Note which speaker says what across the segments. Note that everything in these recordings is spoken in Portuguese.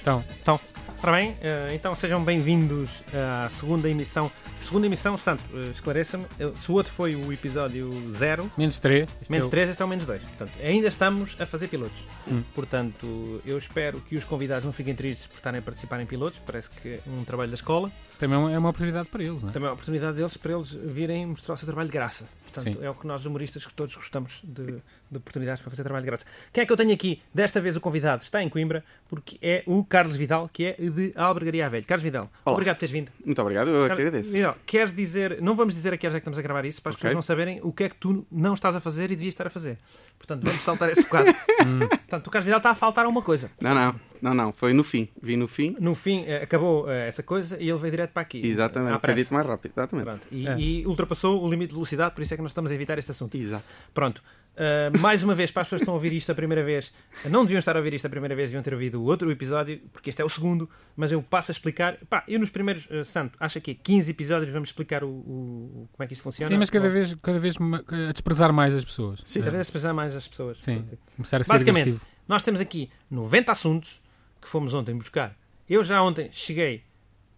Speaker 1: Então, então, está bem? Eh, então sejam bem-vindos à segunda emissão. Segunda emissão, Santo, eh, esclareça-me. eh, Se o outro foi o episódio 0,
Speaker 2: Menos 3.
Speaker 1: menos 3, este é o menos 2. Portanto, ainda estamos a fazer pilotos.
Speaker 2: Hum.
Speaker 1: Portanto, eu espero que os convidados não fiquem tristes por estarem a participar em pilotos. Parece que é um trabalho da escola.
Speaker 2: Também é uma- é uma oportunidade para eles, não é?
Speaker 1: Também é uma oportunidade deles para eles virem mostrar o seu trabalho de graça. Portanto,
Speaker 2: Sim.
Speaker 1: é o que nós humoristas que todos gostamos de, de oportunidades para fazer trabalho de graça. Quem é que eu tenho aqui? Desta vez o convidado está em Coimbra, porque é o Carlos Vidal, que é de Albergaria à Velha. Carlos Vidal,
Speaker 3: Olá.
Speaker 1: obrigado por teres vindo.
Speaker 3: Muito obrigado, eu é
Speaker 1: Carlos
Speaker 3: agradeço.
Speaker 1: Vidal, queres dizer, não vamos dizer aqui já que estamos a gravar isso, para as
Speaker 3: Ok.
Speaker 1: pessoas não saberem o que é que tu não estás a fazer e devias estar a fazer. Portanto, vamos saltar esse bocado. Hum. Portanto, o Carlos Vidal está a faltar a uma coisa.
Speaker 3: Não, não, não, não, foi no fim. Vi no fim,
Speaker 1: No fim, eh, acabou eh, essa coisa e ele veio direto para aqui.
Speaker 3: exatamente,
Speaker 1: À pressa.
Speaker 3: acredito mais rápido, exatamente.
Speaker 1: Ah, Pronto, e,
Speaker 2: É.
Speaker 1: e ultrapassou o limite de velocidade, por isso é que nós estamos a evitar este assunto.
Speaker 3: Exato.
Speaker 1: Pronto, Uh, mais uma vez, para as pessoas que estão a ouvir isto a primeira vez, não deviam estar a ouvir isto a primeira vez, deviam ter ouvido o outro episódio, porque este é o segundo, mas eu passo a explicar. Pá, eu nos primeiros, uh, Santo, acho que é 15 episódios, vamos explicar o, o- o- como é que isto funciona.
Speaker 2: Sim, mas cada
Speaker 1: Bom,
Speaker 2: vez, cada vez ma- a desprezar mais as pessoas.
Speaker 3: Sim.
Speaker 2: É.
Speaker 1: Cada vez se pesar mais as pessoas.
Speaker 2: Sim. Começar a ser
Speaker 1: Basicamente,
Speaker 2: agressivo.
Speaker 1: nós temos aqui 90 assuntos que fomos ontem buscar. Eu já ontem cheguei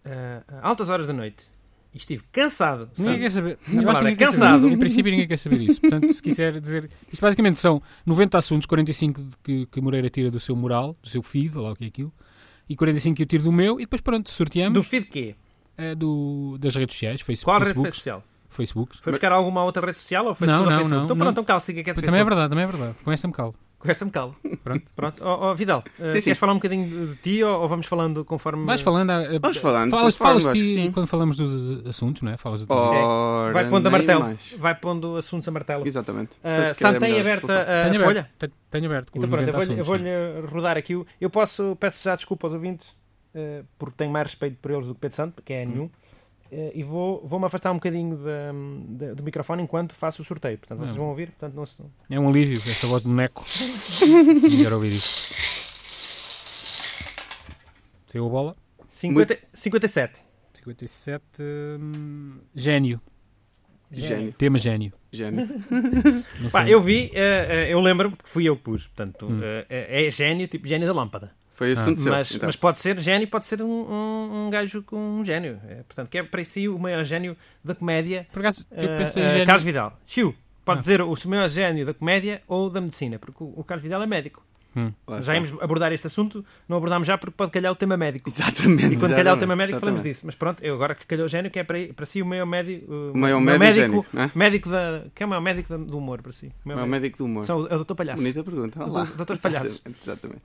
Speaker 1: uh, a altas horas da noite e estive cansado.
Speaker 2: Ninguém
Speaker 1: Santo.
Speaker 2: quer saber.
Speaker 1: A
Speaker 2: Eu
Speaker 1: palavra
Speaker 2: acho que
Speaker 1: é
Speaker 2: ninguém quer
Speaker 1: cansado.
Speaker 2: saber. Em princípio, ninguém quer saber isso. Portanto, se quiser dizer. Isto basicamente são 90 assuntos, 45 de- que, que Moreira tira do seu mural, do seu feed, ou lá o que é aquilo, e 45 que eu tiro do meu, e depois pronto, sorteamos
Speaker 1: Do feed quê?
Speaker 2: eh, do- das redes sociais, face,
Speaker 3: Tipo
Speaker 1: Qual rede
Speaker 2: Facebook.
Speaker 1: social?
Speaker 2: Facebook.
Speaker 1: Foi buscar alguma outra rede social ou foi
Speaker 2: Não,
Speaker 1: tudo
Speaker 2: não,
Speaker 1: a Facebook?
Speaker 2: não,
Speaker 1: então
Speaker 2: não.
Speaker 1: pronto, então calo, siga que é de
Speaker 2: Também é
Speaker 1: Facebook.
Speaker 2: verdade, também é verdade. Com essa me calo.
Speaker 1: Conversa-me calo.
Speaker 2: Pronto.
Speaker 1: Pronto. Ó, ó, Vidal, eh,
Speaker 3: Sim,
Speaker 1: queres
Speaker 3: sim.
Speaker 1: falar um bocadinho de ti ou, ou vamos falando conforme...
Speaker 2: Vais falando. ah, ah,
Speaker 3: Vamos falando,
Speaker 2: Falas,
Speaker 3: vamos falando,
Speaker 2: falas
Speaker 3: acho que
Speaker 2: ti
Speaker 3: sim.
Speaker 2: quando falamos dos assuntos, não é? Falas do teu-
Speaker 3: Ora,
Speaker 1: Vai pondo a
Speaker 3: nem
Speaker 1: martelo.
Speaker 3: mais.
Speaker 1: Vai pondo assuntos a martelo.
Speaker 3: Exatamente.
Speaker 1: Uh,
Speaker 3: Penso que é a
Speaker 1: Santo tem
Speaker 3: melhor
Speaker 1: aberta
Speaker 3: solução.
Speaker 1: a- a
Speaker 2: Tenho
Speaker 1: folha?
Speaker 2: aberto. Tenho, tenho aberto. com
Speaker 1: Então
Speaker 2: os
Speaker 1: pronto, eu
Speaker 2: 90
Speaker 1: vou-lhe eu
Speaker 2: assuntos,
Speaker 1: vou-lhe
Speaker 2: sim.
Speaker 1: rodar aqui. o- Eu posso, peço já desculpa aos ouvintes, eh, porque tenho mais respeito por eles do que Pedro Santo, porque
Speaker 2: Hum.
Speaker 1: é nenhum. Eh, E vou- vou-me afastar um bocadinho da- da- do microfone enquanto faço o sorteio. Portanto, vocês
Speaker 2: Não.
Speaker 1: vão ouvir. Portanto, não se...
Speaker 2: É um alívio, esta voz de boneco. Não quero ouvir isso. Saiu a bola.
Speaker 1: 50, 57.
Speaker 2: 57. hum, Gênio.
Speaker 3: Gênio,
Speaker 2: Tema gênio.
Speaker 3: gênio.
Speaker 2: Não
Speaker 1: Pá,
Speaker 2: sei.
Speaker 1: eu vi, eh, eh, eu lembro-me que fui eu que pus, portanto,
Speaker 2: Hum.
Speaker 1: eh, é, é gênio, tipo gênio da lâmpada.
Speaker 2: Ah.
Speaker 3: Foi assunto seu.
Speaker 1: mas,
Speaker 3: então.
Speaker 1: mas pode ser gênio, pode ser um, um, um gajo com um gênio. Eh, portanto, que é para si o maior gênio da comédia,
Speaker 2: Por acaso, eu
Speaker 1: eh,
Speaker 2: pensei em
Speaker 1: eh,
Speaker 2: gênio.
Speaker 1: Carlos Vidal. Chiu, pode dizer o maior gênio da comédia ou da medicina, porque o, o Carlos Vidal é médico.
Speaker 2: Hum.
Speaker 1: já
Speaker 3: Lá está.
Speaker 1: íamos abordar este assunto, não abordámos já porque pode calhar o tema médico.
Speaker 3: Exatamente.
Speaker 1: E quando calhar o tema
Speaker 3: exatamente,
Speaker 1: médico falamos
Speaker 3: exatamente.
Speaker 1: disso. Mas pronto, eu agora que calhou o gênio, que é para, para si o maior médico. eh,
Speaker 3: O maior
Speaker 1: maior
Speaker 3: médico, gênio, não é?
Speaker 1: médico da. Que é o maior médico da- do humor para si. O
Speaker 3: É o médico do humor.
Speaker 1: São o, é o Dr. Palhaço.
Speaker 3: Bonita pergunta.
Speaker 1: O
Speaker 3: Olá.
Speaker 1: doutor Palhaço.
Speaker 3: Exatamente, Exatamente.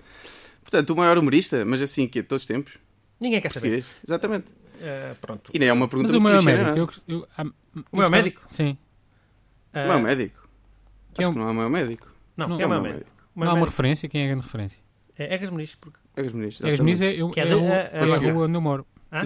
Speaker 3: Portanto, o maior humorista, mas assim, que é de todos os tempos.
Speaker 1: Ninguém quer saber.
Speaker 3: Português. Exatamente.
Speaker 1: Eh, pronto.
Speaker 3: E nem é uma pergunta
Speaker 2: Mas o maior
Speaker 3: muito clichê,
Speaker 2: médico.
Speaker 3: não é?
Speaker 2: eu- eu- ah,
Speaker 1: O maior médico?
Speaker 2: Sim.
Speaker 1: Eh,
Speaker 3: O maior médico.
Speaker 2: Que é
Speaker 3: Acho
Speaker 2: um-
Speaker 3: que não é o maior médico.
Speaker 1: não,
Speaker 2: não,
Speaker 1: quem é o
Speaker 3: não,
Speaker 1: maior
Speaker 3: não,
Speaker 1: médico? O
Speaker 2: Não
Speaker 1: maior
Speaker 2: há uma
Speaker 1: médico
Speaker 2: referência. Quem é a grande referência?
Speaker 1: É Egas Muniz. porque-
Speaker 3: É os ministros.
Speaker 2: Egas Muniz é, eu,
Speaker 1: Que é
Speaker 2: é,
Speaker 1: da-
Speaker 2: o-
Speaker 1: a-
Speaker 2: é
Speaker 3: a-
Speaker 2: a rua onde eu moro.
Speaker 1: Hã?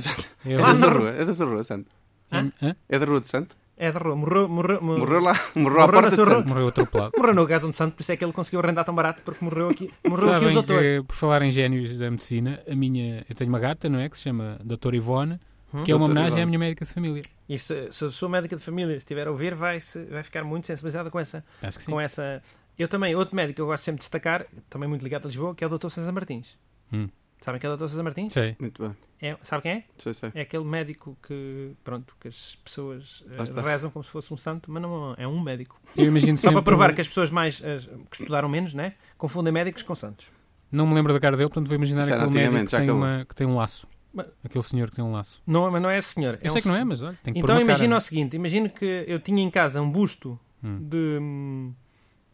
Speaker 2: É
Speaker 3: É
Speaker 2: a
Speaker 1: Lá
Speaker 3: da sua
Speaker 1: na-
Speaker 3: rua, é da sua rua, Santo.
Speaker 1: Hã?
Speaker 2: Hã?
Speaker 3: É da rua de Santo.
Speaker 1: É de rua. Morreu, morreu, morreu,
Speaker 3: Morreu lá, morreu
Speaker 1: Hum. Morreu
Speaker 3: à
Speaker 1: na
Speaker 3: porta de
Speaker 1: sua
Speaker 3: Santo.
Speaker 1: rua.
Speaker 2: Morreu atropelado.
Speaker 1: morreu no Gás onde Santo, por isso é que ele conseguiu arrendar tão barato, porque morreu aqui, morreu aqui o
Speaker 2: Sabem
Speaker 1: doutor.
Speaker 2: que, por falar em génios da medicina, a minha, eu tenho uma gata, não é? Que se chama Doutora Ivone,
Speaker 1: Hum?
Speaker 2: que é uma
Speaker 3: Doutora
Speaker 2: homenagem à
Speaker 3: Ivone.
Speaker 2: minha médica de família.
Speaker 1: E se, se a sua médica de família estiver a ouvir, vai, se- vai ficar muito sensibilizada com essa,
Speaker 2: Acho que sim.
Speaker 1: com essa. Eu também, outro médico que eu gosto sempre de destacar, também muito ligado a Lisboa, que é o Dr. César Martins.
Speaker 2: Hum.
Speaker 1: Sabem quem é o Dr. César Martins?
Speaker 2: Sei.
Speaker 3: Muito bem.
Speaker 1: É, sabe quem é?
Speaker 3: Sei, sei.
Speaker 1: É aquele médico que, pronto, que as pessoas eh,
Speaker 3: Lá está.
Speaker 1: rezam como se fosse um santo, mas não é um médico.
Speaker 2: Eu imagino
Speaker 1: Só para
Speaker 2: sempre- um,
Speaker 1: provar que as pessoas mais as- que estudaram menos, né? Confundem médicos com santos.
Speaker 2: Não me lembro da cara dele, portanto vou imaginar
Speaker 3: Isso era
Speaker 2: aquele médico
Speaker 3: antigamente,
Speaker 2: que
Speaker 3: já
Speaker 2: tem,
Speaker 3: acabou.
Speaker 2: uma- que tem um laço.
Speaker 1: Mas-
Speaker 2: Aquele senhor que tem um laço.
Speaker 1: Não, é- mas não é esse senhor.
Speaker 2: Eu
Speaker 1: um
Speaker 2: sei que não é,
Speaker 1: sen-
Speaker 2: mas olha, tem que pôr
Speaker 1: Então
Speaker 2: uma cara,
Speaker 1: imagina
Speaker 2: não é?
Speaker 1: o seguinte: imagino que eu tinha em casa um busto
Speaker 2: Hum.
Speaker 1: de hum,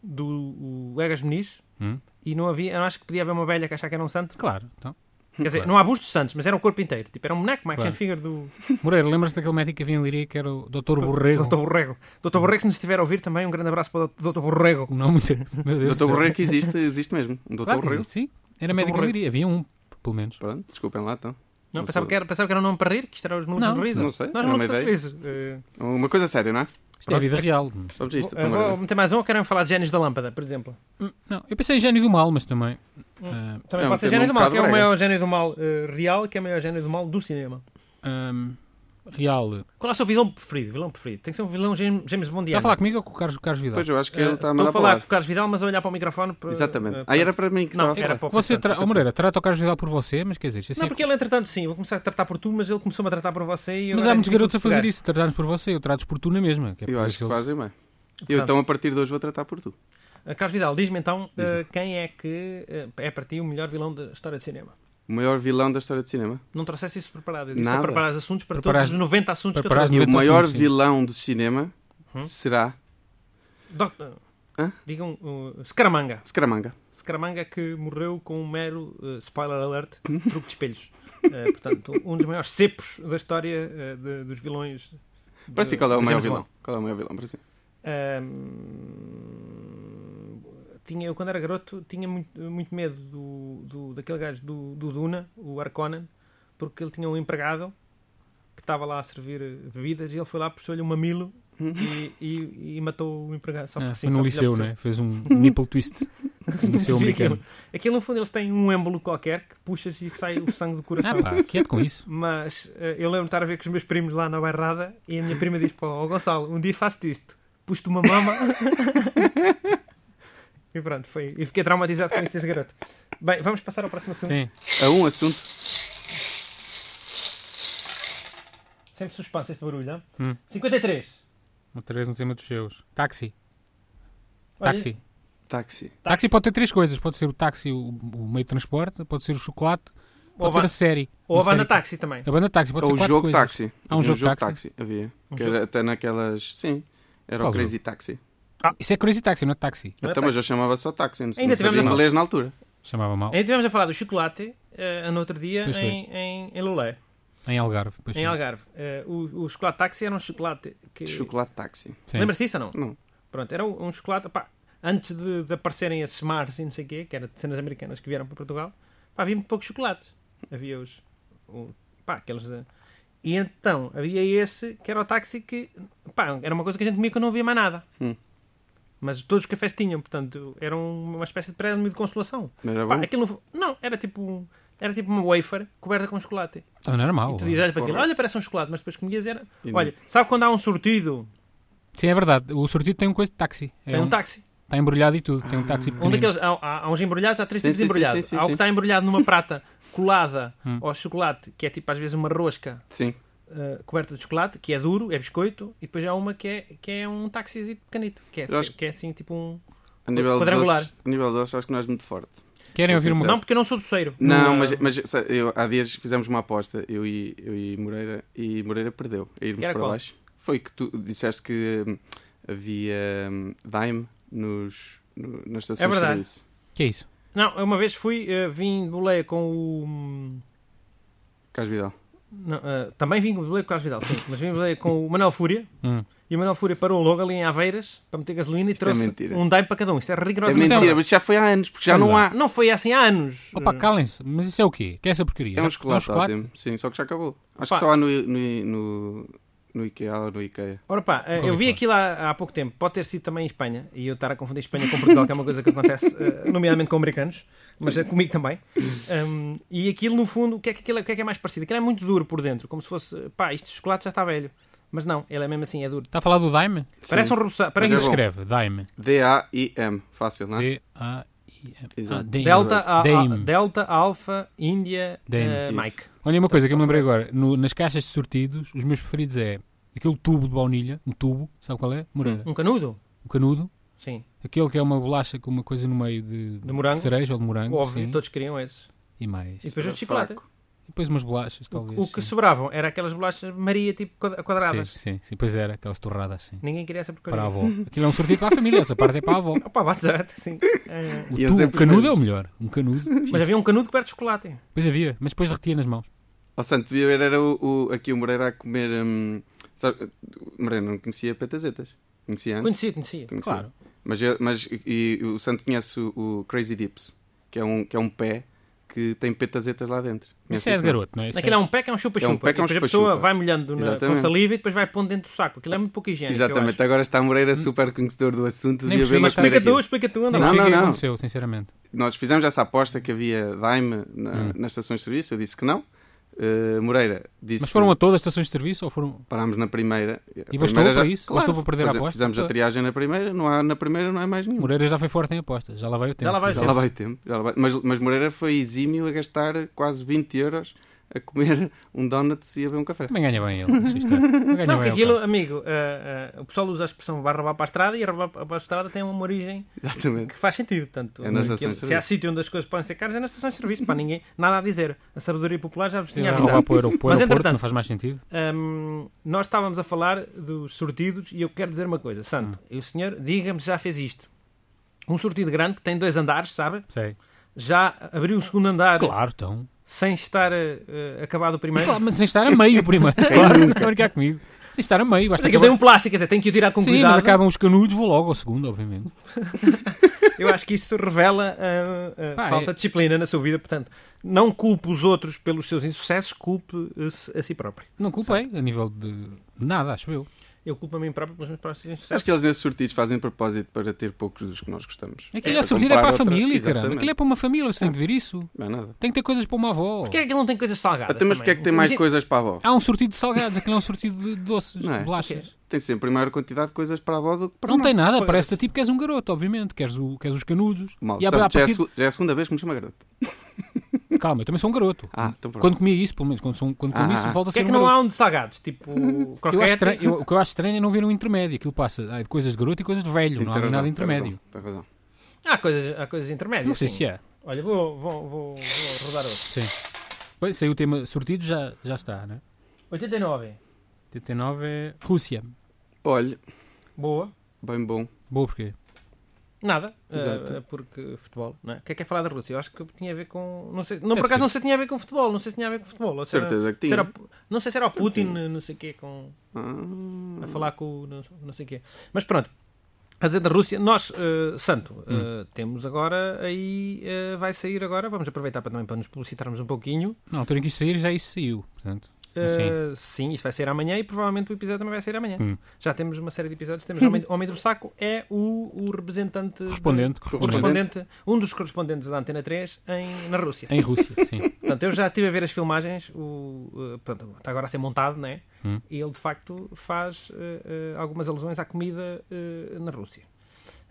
Speaker 1: do o Egas Muniz
Speaker 2: Hum.
Speaker 1: e não havia, eu não acho que podia haver uma velha que achar que era um santo.
Speaker 2: Claro, então.
Speaker 1: Quer dizer,
Speaker 2: Claro.
Speaker 1: não há bustos santos, mas era o corpo inteiro. Tipo, era um boneco, uma action
Speaker 2: Claro.
Speaker 1: figure do
Speaker 2: Moreira, lembras-te daquele médico que havia em Liria que era o Dr. Borrego?
Speaker 1: Dr. Borrego. Dr. Borrego, se nos estiver a ouvir também, um grande abraço para o Dr. Borrego.
Speaker 2: O nome dele. Meu Deus.
Speaker 3: Doutor Borrego que existe, existe mesmo. Um doutor
Speaker 2: Claro que
Speaker 3: Borrego.
Speaker 2: existe, sim. Era médico em
Speaker 1: Borrego.
Speaker 2: Liria. Havia um, pelo menos.
Speaker 3: Pronto, desculpem lá então.
Speaker 1: Não,
Speaker 3: Não
Speaker 1: pensava
Speaker 3: sou-
Speaker 1: que, era, pensava que era um nome para rir, que isto era os números
Speaker 2: Não,
Speaker 1: do riso.
Speaker 3: não sei,
Speaker 1: Nós
Speaker 3: era uma
Speaker 1: números do
Speaker 3: ideia.
Speaker 1: riso. Eh,
Speaker 3: Uma coisa séria, não é?
Speaker 2: Isto é a vida real.
Speaker 3: Sobre isto, então,
Speaker 1: vou, vou meter mais um ou querem falar de génios da lâmpada, por exemplo?
Speaker 2: Hum, Não, eu pensei em gênio do mal, mas também.
Speaker 1: Hum.
Speaker 2: ah,
Speaker 1: Também
Speaker 3: É,
Speaker 1: pode ser
Speaker 3: meter-me
Speaker 1: gênio
Speaker 3: um
Speaker 1: do mal,
Speaker 3: bocado
Speaker 1: que é o
Speaker 3: brega.
Speaker 1: maior gênio do mal eh, real, que é o maior gênio do mal do cinema.
Speaker 2: Hum, real.
Speaker 1: Qual é o seu vilão preferido? Vilão preferido? Tem que ser um vilão James James Bondiano.
Speaker 2: Está a falar comigo ou com o Carlos, Carlos Vidal?
Speaker 3: Pois eu acho que ele
Speaker 1: Eh,
Speaker 3: está a
Speaker 1: estou
Speaker 3: mandar
Speaker 1: a falar
Speaker 3: falar.
Speaker 1: com o Carlos Vidal, mas a olhar para o microfone. para- eh,
Speaker 3: Exatamente. Ah, era para mim que
Speaker 1: Não,
Speaker 3: estava
Speaker 1: era
Speaker 3: a
Speaker 1: para o
Speaker 2: Você
Speaker 1: Fernando,
Speaker 2: tra...
Speaker 1: quer
Speaker 2: oh, Moreira, trata o Carlos Vidal por você, mas quer dizer, isto assim
Speaker 1: Não,
Speaker 2: é-
Speaker 1: porque ele, entretanto, sim, vou começar a tratar por tu, mas ele começou-me a tratar por você e eu
Speaker 2: mas
Speaker 1: agora
Speaker 2: há
Speaker 1: é
Speaker 2: muitos
Speaker 1: difícil
Speaker 2: garotos a
Speaker 1: de
Speaker 2: fazer
Speaker 1: pegar.
Speaker 2: isso, tratar-nos por você, eu trato por tu na mesma. Que é
Speaker 3: falar. Eu
Speaker 2: para ver
Speaker 3: acho que
Speaker 2: se eles-
Speaker 3: fazem bem. Eu, então, a partir de hoje, vou tratar por tu.
Speaker 1: Ah, Carlos Vidal, diz-me então eh, quem é que eh, é para ti o melhor vilão da história de cinema.
Speaker 3: O maior vilão da história de cinema.
Speaker 1: Não trouxeste isso preparado. Eu disse
Speaker 3: Nada.
Speaker 1: para preparar assuntos para
Speaker 2: Preparar-
Speaker 1: todos os 90 assuntos
Speaker 2: preparar-
Speaker 1: que eu
Speaker 3: E o
Speaker 2: Apresentação,
Speaker 3: maior
Speaker 2: sim.
Speaker 3: vilão do cinema
Speaker 1: Hum?
Speaker 3: será
Speaker 1: trouxe. Doc-
Speaker 3: Hã?
Speaker 1: Digam uh, Scaramanga.
Speaker 3: Scaramanga.
Speaker 1: Scaramanga que morreu com um mero, eh, spoiler alert, truque de espelhos. Eh, portanto, um dos maiores cepos da história eh, de- dos vilões. de-
Speaker 3: Para si, qual é o
Speaker 1: de
Speaker 3: maior
Speaker 1: James
Speaker 3: vilão?
Speaker 1: Bond.
Speaker 3: Qual é o maior vilão para si?
Speaker 1: Ahm, tinha, eu, quando era garoto, tinha muito, muito medo do, do- daquele gajo do, do Duna, o Arconan, porque ele tinha um empregado que estava lá a servir eh, bebidas e ele foi lá, puxou-lhe um mamilo e, e- e matou o empregado. Só porque
Speaker 2: Ah,
Speaker 1: sim,
Speaker 2: foi
Speaker 1: só
Speaker 2: no
Speaker 1: porque lhe
Speaker 2: liceu,
Speaker 1: apeteceu.
Speaker 2: né? Fez um nipple twist no liceu
Speaker 1: Sim,
Speaker 2: americano.
Speaker 1: Aquilo, aquilo, no fundo eles têm um êmbolo qualquer que puxas e sai o sangue do coração.
Speaker 2: Ah pá, quieto com isso.
Speaker 1: Mas eh, eu lembro de estar a ver com os meus primos lá na bairrada e a minha prima diz: Pô, ó Gonçalo, um dia faço-te isto. Pus-te uma mama. e pronto, foi. E fiquei traumatizado com isto desse garoto. Bem, vamos passar ao próximo assunto.
Speaker 2: Sim.
Speaker 3: A um assunto.
Speaker 1: Sempre suspense este barulho, não?
Speaker 2: Hum.
Speaker 1: 53.
Speaker 2: Outra vez no tema dos seus. Táxi.
Speaker 1: Olha,
Speaker 2: Táxi.
Speaker 3: Táxi.
Speaker 2: Táxi pode ter três coisas. Pode ser o táxi, o, o meio de transporte, pode ser o chocolate,
Speaker 1: Ou, a
Speaker 2: pode ser a série.
Speaker 1: ou a
Speaker 2: Uma série.
Speaker 1: banda táxi também.
Speaker 2: A banda táxi, pode
Speaker 3: Ou
Speaker 2: ser
Speaker 3: É o
Speaker 2: quatro
Speaker 3: jogo
Speaker 2: coisas.
Speaker 3: táxi.
Speaker 2: Há um
Speaker 3: Havia
Speaker 2: jogo táxi?
Speaker 3: Havia.
Speaker 1: Um
Speaker 3: que
Speaker 1: jogo-
Speaker 3: era até naquelas. Sim. Era
Speaker 2: Qual
Speaker 3: o Crazy Taxi.
Speaker 2: Ah, isso é Crazy Taxi, não é táxi.
Speaker 1: Não é
Speaker 3: então, mas eu chamava só táxi. Não, sei,
Speaker 1: Ainda
Speaker 3: não fazia
Speaker 1: tivemos a-
Speaker 3: inglês na altura.
Speaker 2: Chamava mal.
Speaker 1: Ainda estivemos Então a falar do chocolate eh, no outro dia
Speaker 2: Pois foi.
Speaker 1: em, em, em Lulé,
Speaker 2: Em Algarve. depois
Speaker 1: em
Speaker 2: sim.
Speaker 1: Algarve. Eh, o, o chocolate táxi era um chocolate que.
Speaker 3: Chocolate táxi.
Speaker 2: Sim.
Speaker 1: Lembras-te disso ou não?
Speaker 3: Não.
Speaker 1: Pronto, era um um chocolate, pá, antes de, de aparecerem esses mares e não sei o quê, que era de cenas americanas que vieram para Portugal, pá, havia muito poucos chocolates. Havia os, o- pá, aqueles... eh, E então, havia esse, que era o táxi que, pá, era uma coisa que a gente comia que não havia mais nada.
Speaker 3: Hum.
Speaker 1: Mas todos os cafés tinham, portanto, era um, uma espécie de prémio de consolação.
Speaker 3: Mas era
Speaker 1: Pá, é
Speaker 3: bom.
Speaker 1: aquilo não, foi- não, era tipo um- Era tipo uma wafer coberta com chocolate.
Speaker 2: Então não era mal.
Speaker 1: E tu dizes olha para aquilo,
Speaker 3: Ah, Porra.
Speaker 1: olha, parece um chocolate, mas depois comias era.
Speaker 3: E não.
Speaker 1: Olha, sabe quando há um sortido?
Speaker 2: Sim, é verdade. O sortido tem um coisa de táxi. É
Speaker 1: Tem um táxi.
Speaker 2: Está embrulhado e tudo. Tem um táxi pequenino.
Speaker 1: Um daqueles, há, há- há uns embrulhados, há três
Speaker 3: Sim,
Speaker 1: tipos de
Speaker 3: sim, sim,
Speaker 1: embrulhado.
Speaker 3: sim, sim,
Speaker 1: há o que
Speaker 3: sim.
Speaker 1: está embrulhado numa prata colada
Speaker 2: Hum.
Speaker 1: ao chocolate, que é tipo às vezes uma rosca
Speaker 3: Sim.
Speaker 1: eh, coberta de chocolate, que é duro, é biscoito, e depois há uma que é, que é um táxi pequenito, que é,
Speaker 3: Eu acho-
Speaker 1: que é assim tipo um.
Speaker 3: A nível
Speaker 1: Quadrangular.
Speaker 3: doce, a nível doce, acho que não és muito forte.
Speaker 2: Querem
Speaker 3: Sim,
Speaker 2: ouvir
Speaker 3: sim,
Speaker 2: uma.
Speaker 1: Não, porque eu não sou doceiro.
Speaker 3: Não,
Speaker 1: Eh,
Speaker 3: mas, mas sa- eu- há dias fizemos uma aposta, eu e, eu e Moreira, e Moreira perdeu a irmos
Speaker 1: Que era
Speaker 3: para
Speaker 1: qual?
Speaker 3: baixo. Foi que tu disseste que hum, havia hum, Dime nos, no, nas
Speaker 1: É
Speaker 3: estações de
Speaker 1: verdade.
Speaker 3: serviço.
Speaker 2: Que é isso?
Speaker 1: Não, eu uma vez fui, eh, vim de boleia com o.
Speaker 3: Cás Vidal.
Speaker 1: não, eh, também vim de boleia com o Carlos Vidal, sim, mas vim de boleia com o Manuel Fúria.
Speaker 2: Hum.
Speaker 1: E o Manuel Fúria parou logo ali em Aveiras para meter gasolina e
Speaker 3: é
Speaker 1: trouxe
Speaker 3: mentira.
Speaker 1: um dime para cada um. Isto é
Speaker 3: É
Speaker 1: rigorosamente.
Speaker 3: mentira, mas já foi há anos,
Speaker 1: É
Speaker 3: porque já
Speaker 2: Olha
Speaker 3: não
Speaker 2: lá.
Speaker 3: há.
Speaker 1: Não foi assim há anos.
Speaker 2: Opa,
Speaker 1: Eh,
Speaker 2: calem-se. Mas isso é o quê? Que é essa porcaria?
Speaker 3: É um chocolate, ótimo. Sim, só que já acabou. Acho
Speaker 1: Opa.
Speaker 3: que só há no, no, no, no IKEA ou no IKEA.
Speaker 1: Ora pá, eh,
Speaker 2: Nunca
Speaker 1: eu vi
Speaker 2: ouvi falar.
Speaker 1: aquilo há, há pouco tempo, pode ter sido também em Espanha, e eu estar a confundir Espanha com Portugal, que é uma coisa que acontece, eh, nomeadamente com americanos, mas é comigo também. Um, e aquilo, no fundo, o que, é que aquilo é, o que é que é mais parecido? Aquilo é muito duro por dentro, como se fosse, eh, pá, este chocolate já está velho. Mas não, ele é mesmo assim, é duro.
Speaker 2: Está Tá a falar do Daime?
Speaker 1: Parece um russo,
Speaker 2: Como é
Speaker 1: parece
Speaker 2: que
Speaker 1: um
Speaker 2: se
Speaker 3: bom.
Speaker 2: escreve? Daime.
Speaker 3: D-A-I-M. Fácil, não é?
Speaker 2: D-A-I-M. Ah,
Speaker 3: Exato.
Speaker 2: Daime.
Speaker 1: Delta, a, a,
Speaker 2: Dame.
Speaker 1: Delta, Alpha, Índia,
Speaker 2: Dame,
Speaker 1: eh,
Speaker 3: isso.
Speaker 1: Mike.
Speaker 2: Olha uma coisa que eu me lembrei agora. No- nas caixas de sortidos, os meus preferidos é aquele tubo de baunilha, um tubo, sabe qual é? Moreira.
Speaker 3: Hum.
Speaker 1: Um canudo?
Speaker 2: O canudo.
Speaker 1: Sim,
Speaker 2: Aquele que é uma bolacha com uma coisa no meio de,
Speaker 1: De morango?
Speaker 2: cereja ou de morango.
Speaker 1: óbvio,
Speaker 2: sim.
Speaker 1: todos queriam esses.
Speaker 2: E mais.
Speaker 1: E depois o
Speaker 3: Era
Speaker 1: de chocolate.
Speaker 3: fraco.
Speaker 2: E depois umas bolachas, talvez.
Speaker 1: O, o que
Speaker 2: sim.
Speaker 1: sobravam era aquelas bolachas Maria, tipo quadra- quadradas.
Speaker 2: Sim, sim, sim. Pois era, aquelas torradas, sim.
Speaker 1: Ninguém queria essa porcaria.
Speaker 2: Para a avó. Aquilo é um sortido para a família, essa parte é para a avó.
Speaker 1: Opa, bate certo, sim. Eh,
Speaker 2: O,
Speaker 3: E
Speaker 2: tubo,
Speaker 3: eles é
Speaker 2: o canudo
Speaker 3: perfeitos.
Speaker 2: é o melhor. Um canudo.
Speaker 1: mas havia um canudo coberto de chocolate.
Speaker 2: Depois havia, mas depois retia nas mãos.
Speaker 3: Ó Santo, devia ver era o, o- aqui o Moreira a comer. Hum, sabe, Moreira não conhecia patazetas. Conhecia antes?
Speaker 1: Conhecia, conhecia.
Speaker 3: Conhecia.
Speaker 2: Claro.
Speaker 3: Mas, eu- mas e, e o Santo conhece o, o Crazy Dips, que é, um, que é um pé que tem petazetas lá dentro.
Speaker 2: Isso
Speaker 3: Conhece
Speaker 2: é de
Speaker 3: isso, não?
Speaker 2: garoto, não é? Isso
Speaker 1: Aquilo é um pé que é um chupa-chupa.
Speaker 3: É um pé que é um
Speaker 1: E depois a
Speaker 3: chupa-chupa.
Speaker 1: pessoa vai molhando na, com
Speaker 3: Exatamente.
Speaker 1: saliva e depois vai pondo dentro do saco. Aquilo é muito pouco higiênico. eu
Speaker 3: Exatamente,
Speaker 1: acho.
Speaker 3: agora está Moreira super conhecedor do assunto,
Speaker 2: Nem
Speaker 3: devia ver
Speaker 2: percebi, mas
Speaker 3: mas comer
Speaker 1: Explica tu,
Speaker 3: aquilo.
Speaker 1: explica tu, anda lá.
Speaker 2: Não,
Speaker 3: Não,
Speaker 2: sei o que
Speaker 3: não, não.
Speaker 2: aconteceu, sinceramente.
Speaker 3: Nós fizemos essa aposta que havia Daime na,
Speaker 2: Hum.
Speaker 3: nas estações de serviço, eu disse que não. Eh, Moreira disse.
Speaker 2: Mas foram a todas as estações de serviço ou foram.
Speaker 3: Parámos na primeira. A
Speaker 2: E
Speaker 3: primeira
Speaker 2: bastou
Speaker 3: já-
Speaker 2: para isso?
Speaker 3: Claro,
Speaker 2: Bastou para perder a
Speaker 3: faze-
Speaker 2: aposta?
Speaker 3: Fizemos a
Speaker 2: Claro.
Speaker 3: triagem na primeira, não há, na primeira não é mais nenhum.
Speaker 2: Moreira já foi forte em apostas, já lá vai o tempo.
Speaker 1: lá vai o
Speaker 3: Já lá vai tempo. já lá vai- Mas, mas Moreira foi exímio a gastar quase 20 euros a comer um donut e a beber um café.
Speaker 2: Também ganha bem ele. isso está. Também ganha
Speaker 1: Não,
Speaker 2: bem
Speaker 1: porque
Speaker 2: ao
Speaker 1: aquilo,
Speaker 2: campo.
Speaker 1: amigo, ah, ah, o pessoal usa a expressão vai roubar para a estrada e roubar para a estrada tem uma origem
Speaker 3: Exatamente.
Speaker 1: que faz sentido. Portanto,
Speaker 3: É nas
Speaker 1: aquilo-
Speaker 3: estações de
Speaker 1: se há
Speaker 3: serviço.
Speaker 1: sítio onde as coisas podem ser caras, é nas estações de serviço. Para ninguém, nada a dizer. A sabedoria popular já vos
Speaker 2: Tem
Speaker 1: tinha
Speaker 2: lá
Speaker 1: avisado.
Speaker 2: roubar para o aeroporto,
Speaker 1: Mas,
Speaker 2: aeroporto,
Speaker 1: entretanto-
Speaker 2: não faz mais sentido.
Speaker 1: Hum, nós estávamos a falar dos sortidos e eu quero dizer uma coisa, Santo. O senhor, diga-me se já fez isto. Um sortido grande que tem dois andares, sabe?
Speaker 2: Sei.
Speaker 1: Já abriu o segundo andar
Speaker 2: Claro, então.
Speaker 1: sem estar eh, eh, acabado o primeiro.
Speaker 2: Claro, mas sem estar a meio, prima. claro, nunca brincar comigo. Sem estar a meio,
Speaker 1: Mas
Speaker 2: basta
Speaker 1: aquilo tem
Speaker 2: acabar-
Speaker 1: um plástico, quer dizer, tem que o tirar com
Speaker 2: Sim,
Speaker 1: cuidado. né?
Speaker 2: mas acabam os canudos, vou logo ao segundo, obviamente.
Speaker 1: Eu acho que isso revela ah, ah,
Speaker 2: Pá,
Speaker 1: falta
Speaker 2: é-
Speaker 1: de disciplina na sua vida. Portanto, não culpe os outros pelos seus insucessos, culpe eh, se- a si próprio.
Speaker 2: Não culpei, a nível de nada, acho eu.
Speaker 1: Eu culpo a mim próprio pelos meus próprios insucessos.
Speaker 3: Acho que eles nesses sortidos fazem de propósito para ter poucos dos que nós gostamos.
Speaker 2: Aquilo
Speaker 3: Para
Speaker 2: é, sortir é
Speaker 3: comprar
Speaker 2: para a
Speaker 3: outra-
Speaker 2: família, caramba.
Speaker 3: Exatamente.
Speaker 2: Aquilo é para uma família, você tem que ver isso.
Speaker 3: Não é nada.
Speaker 2: Tem que ter coisas para uma avó.
Speaker 1: Porquê é que ele não tem coisas salgadas?
Speaker 3: Até mas porque é que tem mais
Speaker 1: coisas?
Speaker 3: coisas para a avó?
Speaker 2: Há um sortido de salgados, aquilo é um sortido de doces,
Speaker 3: Não é?
Speaker 2: de bolachas.
Speaker 3: Tem sempre maior quantidade de coisas para a avó do que para
Speaker 2: Não
Speaker 3: nós.
Speaker 2: tem nada,
Speaker 1: Pois.
Speaker 2: parece-te a tipo que és um garoto, obviamente. Queres, o, queres os canudos.
Speaker 3: Mal,
Speaker 2: e há-
Speaker 3: sabe,
Speaker 2: há
Speaker 3: já, é a
Speaker 2: partir-
Speaker 3: segu- já é a segunda vez que me chama garoto.
Speaker 2: Calma, eu também sou um garoto.
Speaker 3: Ah, então pronto.
Speaker 2: Quando comia isso, pelo menos, quando, sou um- quando como
Speaker 3: Ah,
Speaker 2: isso,
Speaker 3: ah.
Speaker 2: volta a
Speaker 1: Porquê
Speaker 2: ser
Speaker 1: é que
Speaker 2: um
Speaker 1: não
Speaker 2: garoto.
Speaker 1: há um de salgados? Tipo,
Speaker 2: Eu acho
Speaker 1: croquete?
Speaker 2: estranho- eu- o que eu acho estranho é não ver um intermédio. Aquilo passa ah, de coisas de garoto e coisas de velho.
Speaker 3: Sim,
Speaker 2: não há
Speaker 3: tem
Speaker 2: ali
Speaker 3: razão, É assim.
Speaker 2: nada
Speaker 3: tem
Speaker 2: intermédio.
Speaker 3: razão, tem razão.
Speaker 1: Há coisas, há coisas intermédias.
Speaker 2: Não sei
Speaker 1: sim.
Speaker 2: se é. há.
Speaker 1: Olha, vou, vou, vou, vou rodar outro.
Speaker 2: Sim. Bem, saiu o tema sortido, já, já está, né?
Speaker 1: 89.
Speaker 2: 89 é Rússia.
Speaker 3: Olha,
Speaker 1: Boa.
Speaker 3: bem bom.
Speaker 2: Boa porquê?
Speaker 1: Nada.
Speaker 3: Exato.
Speaker 1: eh, porque futebol, não é? O que é que é falar da Rússia? Eu acho que tinha a ver com. Não sei, não,
Speaker 2: Deve
Speaker 1: por acaso
Speaker 2: ser.
Speaker 1: não sei se tinha a ver com futebol. Não sei se tinha a ver com futebol. Ou se era-
Speaker 3: Certeza que
Speaker 1: se era-
Speaker 3: tinha.
Speaker 1: não sei se era o Putin, não sei o quê, com,
Speaker 3: Ah,
Speaker 1: a falar com o não, não sei o quê. Mas pronto. A dizer da Rússia, nós, eh, Santo,
Speaker 2: Hum.
Speaker 1: eh, temos agora aí, eh, vai sair agora, vamos aproveitar para, também para nos publicitarmos um pouquinho,
Speaker 2: Na altura em que isto sair, já isso saiu. Portanto, assim,
Speaker 1: Uh, sim, isto vai sair amanhã e provavelmente o episódio também vai sair amanhã.
Speaker 2: Hum.
Speaker 1: Já temos uma série de episódios. Temos Homem, Homem do Saco, é o, o representante. de-
Speaker 2: correspondente,
Speaker 1: o
Speaker 2: correspondente.
Speaker 1: correspondente, um dos correspondentes da Antena 3 em, na Rússia.
Speaker 2: Em Rússia, sim.
Speaker 1: Portanto, eu já estive a ver as filmagens, o, uh, pronto, está agora a ser montado, né?
Speaker 2: Hum.
Speaker 1: E ele de facto faz uh, uh, algumas alusões à comida uh, na Rússia.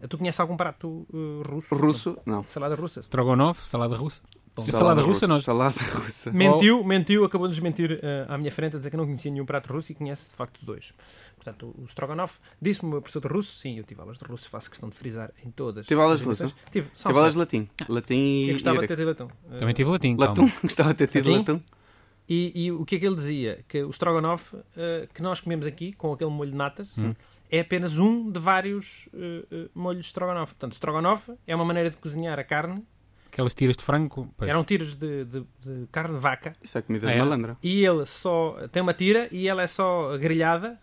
Speaker 1: Tu conheces algum prato uh, russo?
Speaker 3: Russo? Não.
Speaker 1: Salada russa?
Speaker 2: Strogonov, salada russa. É Salada, salada russa, nós.
Speaker 3: Salada russa.
Speaker 1: Mentiu, mentiu, acabou de desmentir eh, à minha frente a dizer que não conhecia nenhum prato russo e conhece de facto dois. Portanto, o Stroganov disse-me o meu professor de russo, sim, eu tive aulas de russo, faço questão de frisar em todas.
Speaker 3: Tive aulas
Speaker 1: as
Speaker 3: de
Speaker 1: dimensões. Tive, só
Speaker 3: Tive aulas de
Speaker 1: um
Speaker 3: é latim. Latim e.
Speaker 1: Eu gostava
Speaker 3: e
Speaker 1: de ter tido latim. Eh,
Speaker 2: Também tive latim,
Speaker 3: Latum.
Speaker 2: calma.
Speaker 3: Gostava de ter tido
Speaker 1: Latim?
Speaker 3: latim.
Speaker 1: E, e o que é que ele dizia? Que o Stroganov eh, que nós comemos aqui, com aquele molho de natas,
Speaker 2: Hum.
Speaker 1: é apenas um de vários eh, eh, molhos de Stroganov. Portanto, Stroganov é uma maneira de cozinhar a carne,
Speaker 2: Aquelas tiras de frango. pois.
Speaker 1: eram tiros de, de- de carne de vaca,
Speaker 3: Isso é comida
Speaker 2: Ah,
Speaker 3: de
Speaker 2: é?
Speaker 3: malandra.
Speaker 1: e ele só tem uma tira e ela é só grelhada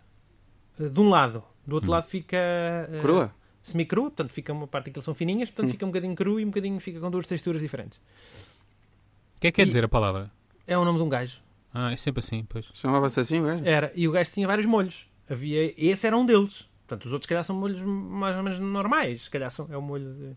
Speaker 1: eh, de um lado. Do outro lado fica eh,
Speaker 3: Uhum. Crua? Hum.
Speaker 1: semi-cru, portanto fica uma parte que eles são fininhas, portanto fica um bocadinho cru e um bocadinho fica com duas texturas diferentes.
Speaker 2: O que é que quer
Speaker 1: E-
Speaker 2: dizer a palavra?
Speaker 1: É o nome de um gajo.
Speaker 2: Ah, é sempre assim, pois.
Speaker 3: Chamava-se assim, gajo?
Speaker 1: Era, e o gajo tinha vários molhos. Havia, esse era um deles. Portanto, os outros se calhar são molhos mais ou menos normais, se calhar são, é o molho de,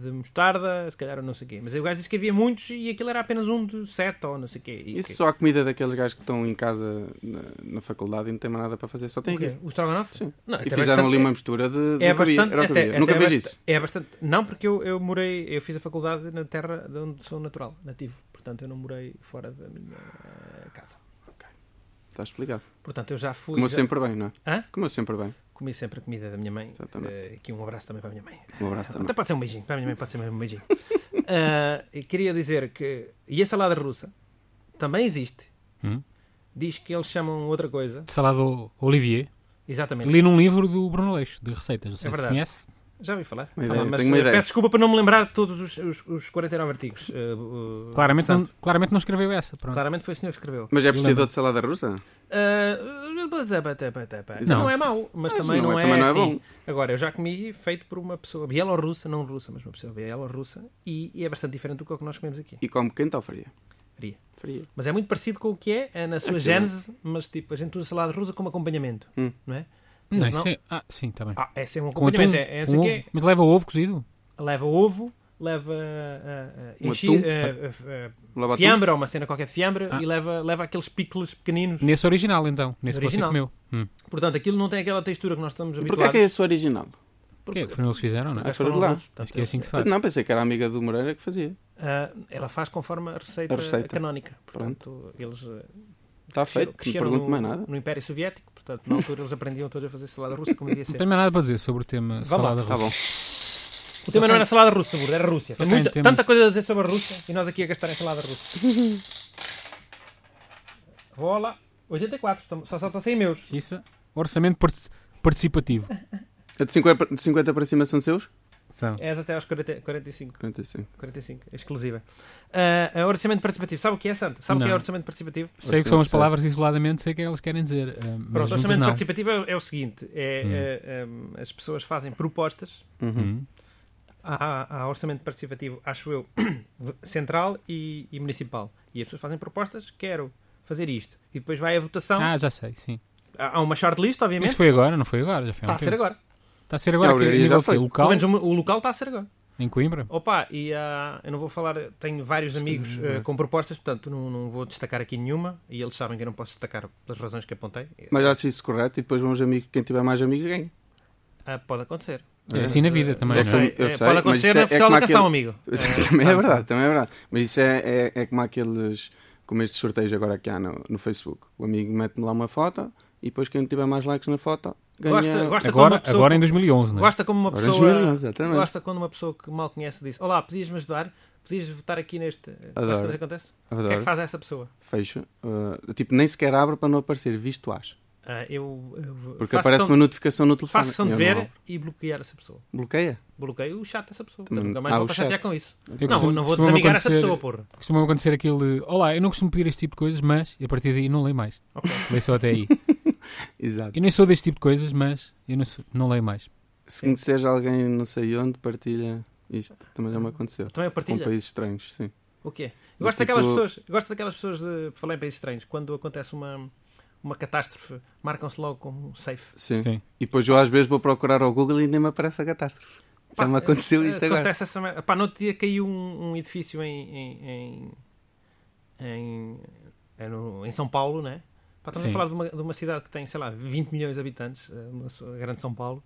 Speaker 1: de mostarda, se calhar ou não sei o quê. Mas o gajo disse que havia muitos e aquilo era apenas um de sete ou não sei o quê. E o
Speaker 3: Isso
Speaker 1: quê?
Speaker 3: só a comida daqueles gajos que estão em casa na, na faculdade e não têm mais nada para fazer, só têm
Speaker 1: O quê?
Speaker 3: aquilo.
Speaker 1: O Stroganov?
Speaker 3: Sim.
Speaker 1: Não,
Speaker 3: E
Speaker 1: até
Speaker 3: fizeram
Speaker 1: bastante-
Speaker 3: ali uma mistura de.
Speaker 1: É
Speaker 3: nunca vi,
Speaker 1: bastante,
Speaker 3: era o que eu
Speaker 1: até-
Speaker 3: via. Nunca
Speaker 1: até
Speaker 3: fiz
Speaker 1: basta-
Speaker 3: isso.
Speaker 1: É bastante. Não, porque eu, eu morei, eu fiz a faculdade na terra de onde sou natural, nativo. Portanto, eu não morei fora da minha eh, casa.
Speaker 3: Está explicado.
Speaker 1: Portanto, eu já fui.
Speaker 3: Comeu
Speaker 1: já-
Speaker 3: sempre bem, não é?
Speaker 1: Hã?
Speaker 3: Comeu sempre bem.
Speaker 1: Comi sempre a comida da minha mãe.
Speaker 3: Exatamente.
Speaker 1: Eh, aqui um abraço também para a minha mãe.
Speaker 3: Um abraço também.
Speaker 1: Até pode ser um beijinho, para a minha mãe pode ser mesmo um beijinho. Ah, e queria dizer que. E a salada russa também existe.
Speaker 2: Hum?
Speaker 1: Diz que eles chamam outra coisa.
Speaker 2: Salada o- Olivier.
Speaker 1: Exatamente.
Speaker 2: Li num livro do Bruno Leixo, de receitas. Não sei
Speaker 1: É
Speaker 2: se
Speaker 1: verdade.
Speaker 2: conhece.
Speaker 1: Já ouvi falar.
Speaker 3: Uma
Speaker 1: Tá
Speaker 3: ideia,
Speaker 1: bem, mas
Speaker 3: tenho uma
Speaker 1: eh,
Speaker 3: ideia.
Speaker 1: peço desculpa por não me lembrar de todos os, os, os 49 artigos. eh, eh,
Speaker 2: Claramente
Speaker 1: Santo.
Speaker 2: não, claramente não escreveu essa. Pronto.
Speaker 1: Claramente foi o senhor que escreveu.
Speaker 3: Mas é
Speaker 2: Lembra.
Speaker 3: apreciador de salada russa?
Speaker 1: Ah, mas, ah, pá, tá, pá, tá, pá.
Speaker 2: Não.
Speaker 1: Não. é mau, mas,
Speaker 3: Mas
Speaker 1: também
Speaker 3: não
Speaker 1: não,
Speaker 3: é-
Speaker 1: é,
Speaker 3: também não é
Speaker 1: assim.
Speaker 3: bom.
Speaker 1: Agora, eu já comi feito por uma pessoa bielorrussa, não russa, mas uma pessoa bielorrussa, e, e é bastante diferente do que é que nós comemos aqui.
Speaker 3: E come quente ou fria?
Speaker 1: Fria.
Speaker 3: Fria.
Speaker 1: Mas é muito parecido com o que é, é na sua
Speaker 3: Aquilo.
Speaker 1: gênese, mas tipo, a gente usa salada russa como acompanhamento,
Speaker 3: Hum.
Speaker 1: não é?
Speaker 2: Não,
Speaker 1: Mas
Speaker 2: isso
Speaker 1: não-
Speaker 2: é- Ah, sim, está bem.
Speaker 1: Ah, esse é um
Speaker 2: Com atum,
Speaker 1: acompanhamento, é, é, não sei
Speaker 2: com
Speaker 1: o
Speaker 2: ovo.
Speaker 1: quê.
Speaker 2: Mas leva ovo cozido.
Speaker 1: leva ovo, leva ah, ah,
Speaker 3: Um
Speaker 1: enchi-
Speaker 3: atum?
Speaker 1: ah, ah,
Speaker 3: Lava
Speaker 1: ah,
Speaker 3: tu?
Speaker 1: fiambre ou uma cena qualquer de fiambre
Speaker 2: Ah.
Speaker 1: e leva, leva aqueles picles pequeninos.
Speaker 2: Nesse original, então. Nesse que você
Speaker 1: Original.
Speaker 2: comeu. Hum.
Speaker 1: Portanto, aquilo não tem aquela textura que nós estamos
Speaker 3: Porquê é
Speaker 1: habituados.
Speaker 3: que é esse o original?
Speaker 2: Porque é que foram eles que fizeram, não é?
Speaker 1: Acho que
Speaker 3: Fora de
Speaker 1: foram
Speaker 3: lá.
Speaker 1: russos, portanto,
Speaker 2: Acho que é assim que se faz.
Speaker 3: Não, pensei que era a amiga do Moreira que fazia.
Speaker 1: ah, ela faz conforme a receita,
Speaker 3: A receita.
Speaker 1: canónica. Portanto, eles ah,
Speaker 3: Está
Speaker 1: cresceram-
Speaker 3: feito, não
Speaker 1: cresceram
Speaker 3: pergunto
Speaker 1: no,
Speaker 3: mais nada.
Speaker 1: no Império Soviético. Portanto, na altura eles aprendiam todos a fazer salada russa como devia
Speaker 2: Não
Speaker 1: ser.
Speaker 2: tenho mais nada para dizer sobre o tema
Speaker 1: Vá lá, tá
Speaker 2: salada
Speaker 3: Está
Speaker 2: russa.
Speaker 3: Tá bom.
Speaker 1: O tema não era salada russa, burro, era Rússia. Tem
Speaker 2: tem
Speaker 1: muita,
Speaker 2: temas.
Speaker 1: tanta coisa a dizer sobre a Rússia e nós aqui a gastar em salada russa. Rola 84, estamos- só faltam 100 meus.
Speaker 2: Isso. Orçamento part- participativo.
Speaker 3: A É de 50, para- de 50 para cima são seus?
Speaker 2: São.
Speaker 1: É de até aos 40, 45.
Speaker 3: 45.
Speaker 1: 45, exclusiva. Ah, ah, orçamento participativo. Sabe o que é, Santo? Sabe o que é
Speaker 2: Não.
Speaker 1: orçamento participativo?
Speaker 2: Sei que são as
Speaker 3: Orçamento,
Speaker 2: palavras isoladamente, sei o que elas querem dizer. ah, mas
Speaker 1: Pronto,
Speaker 2: juntas
Speaker 1: orçamento
Speaker 2: não.
Speaker 1: participativo é, é o seguinte: é, eh, eh, as pessoas fazem propostas.
Speaker 3: Uhum.
Speaker 2: Hum.
Speaker 1: Há, há- há orçamento participativo, acho eu, central e, e municipal. E as pessoas fazem propostas, quero fazer isto. E depois vai a votação.
Speaker 2: Ah, já sei, sim.
Speaker 1: Há há uma shortlist, obviamente.
Speaker 2: Isso foi agora, não foi agora? Já foi há
Speaker 1: Está é Tá
Speaker 2: um
Speaker 1: a ser
Speaker 2: tempo.
Speaker 1: agora.
Speaker 2: Está a ser agora.
Speaker 3: Não,
Speaker 2: que-
Speaker 3: eu-
Speaker 2: a
Speaker 3: eu
Speaker 2: nível
Speaker 3: já foi.
Speaker 2: que-
Speaker 1: Pelo
Speaker 2: Local?
Speaker 1: menos o, o local está a ser agora.
Speaker 2: Em Coimbra?
Speaker 1: Opa, e há, eu não vou falar, tenho vários amigos eh, com propostas, portanto não, não vou destacar aqui nenhuma e eles sabem que eu não posso destacar pelas razões que apontei.
Speaker 3: Mas acho isso correto e depois vão os amigos, quem tiver mais amigos ganha.
Speaker 1: Ah, pode acontecer.
Speaker 2: É assim na vida também,
Speaker 3: Eu
Speaker 2: não
Speaker 3: sei.
Speaker 2: é?
Speaker 1: Eh, pode acontecer
Speaker 3: isso
Speaker 1: na
Speaker 3: é- é
Speaker 1: fiscal
Speaker 3: como
Speaker 1: da educação,
Speaker 3: aquele-
Speaker 1: amigo.
Speaker 3: também é verdade, também é verdade. Mas isso é, é, é como aqueles, como estes sorteios agora que há no, no Facebook. O amigo mete-me lá uma foto e depois quem tiver mais likes na foto ganha.
Speaker 1: Gosta, gosta quando
Speaker 2: Agora,
Speaker 1: uma pessoa,
Speaker 2: agora em 2011, não é?
Speaker 1: gosta como uma
Speaker 3: Agora
Speaker 1: pessoa
Speaker 3: 2011, exatamente.
Speaker 1: gosta quando uma pessoa que mal conhece diz Olá, podias-me ajudar? Podias votar aqui neste... Sabes o que acontece? O que é
Speaker 3: Adoro.
Speaker 1: que faz essa pessoa?
Speaker 3: Fecho. Uh, tipo, nem sequer abro para não aparecer, visto acho.
Speaker 1: Ah, eu, eu
Speaker 3: Porque
Speaker 1: faço
Speaker 3: aparece
Speaker 1: questão,
Speaker 3: uma notificação no telefone. é
Speaker 1: faço questão de
Speaker 3: Eu não
Speaker 1: ver
Speaker 3: abro.
Speaker 1: e bloquear essa pessoa.
Speaker 3: Bloqueia.
Speaker 1: Bloqueio o chat dessa pessoa.
Speaker 3: Também-
Speaker 1: Nunca mais
Speaker 3: Ah,
Speaker 1: vou
Speaker 3: o
Speaker 1: estar chateado
Speaker 3: chat.
Speaker 1: com isso.
Speaker 2: Eu
Speaker 1: não,
Speaker 2: costumo-
Speaker 1: não vou
Speaker 2: costuma-me
Speaker 1: desamigar essa
Speaker 2: acontecer-
Speaker 1: pessoa, porra.
Speaker 2: Costuma acontecer aquele Olá, eu não costumo pedir este tipo de coisas, mas e a partir daí não leio mais.
Speaker 1: Ok.
Speaker 2: Leio só até aí.
Speaker 3: Exato.
Speaker 2: Eu nem sou deste tipo de coisas, mas eu não, sou- não leio mais.
Speaker 3: Se conheceres alguém não sei onde, partilha. Isto também já me aconteceu.
Speaker 1: Também
Speaker 3: Com
Speaker 1: partilha.
Speaker 3: países estranhos, sim.
Speaker 1: O quê?
Speaker 3: Do
Speaker 1: Eu gosto daquelas
Speaker 3: tipo-
Speaker 1: pessoas, gosto daquelas pessoas de por falar em países estranhos, quando acontece uma, uma catástrofe, marcam-se logo como safe.
Speaker 3: Sim.
Speaker 2: Sim.
Speaker 3: E depois eu às vezes vou procurar ao Google e nem me aparece a catástrofe. Já
Speaker 1: Pá,
Speaker 3: me aconteceu
Speaker 1: eh,
Speaker 3: isto agora.
Speaker 1: Acontece essa merda. Pá, no outro dia caiu um, um edifício em em, em, em, é no- em São Paulo, né? Pá, estamos a
Speaker 2: Sim.
Speaker 1: falar de uma, de uma cidade que tem, sei lá, 20 milhões de habitantes, eh, na sua grande São Paulo,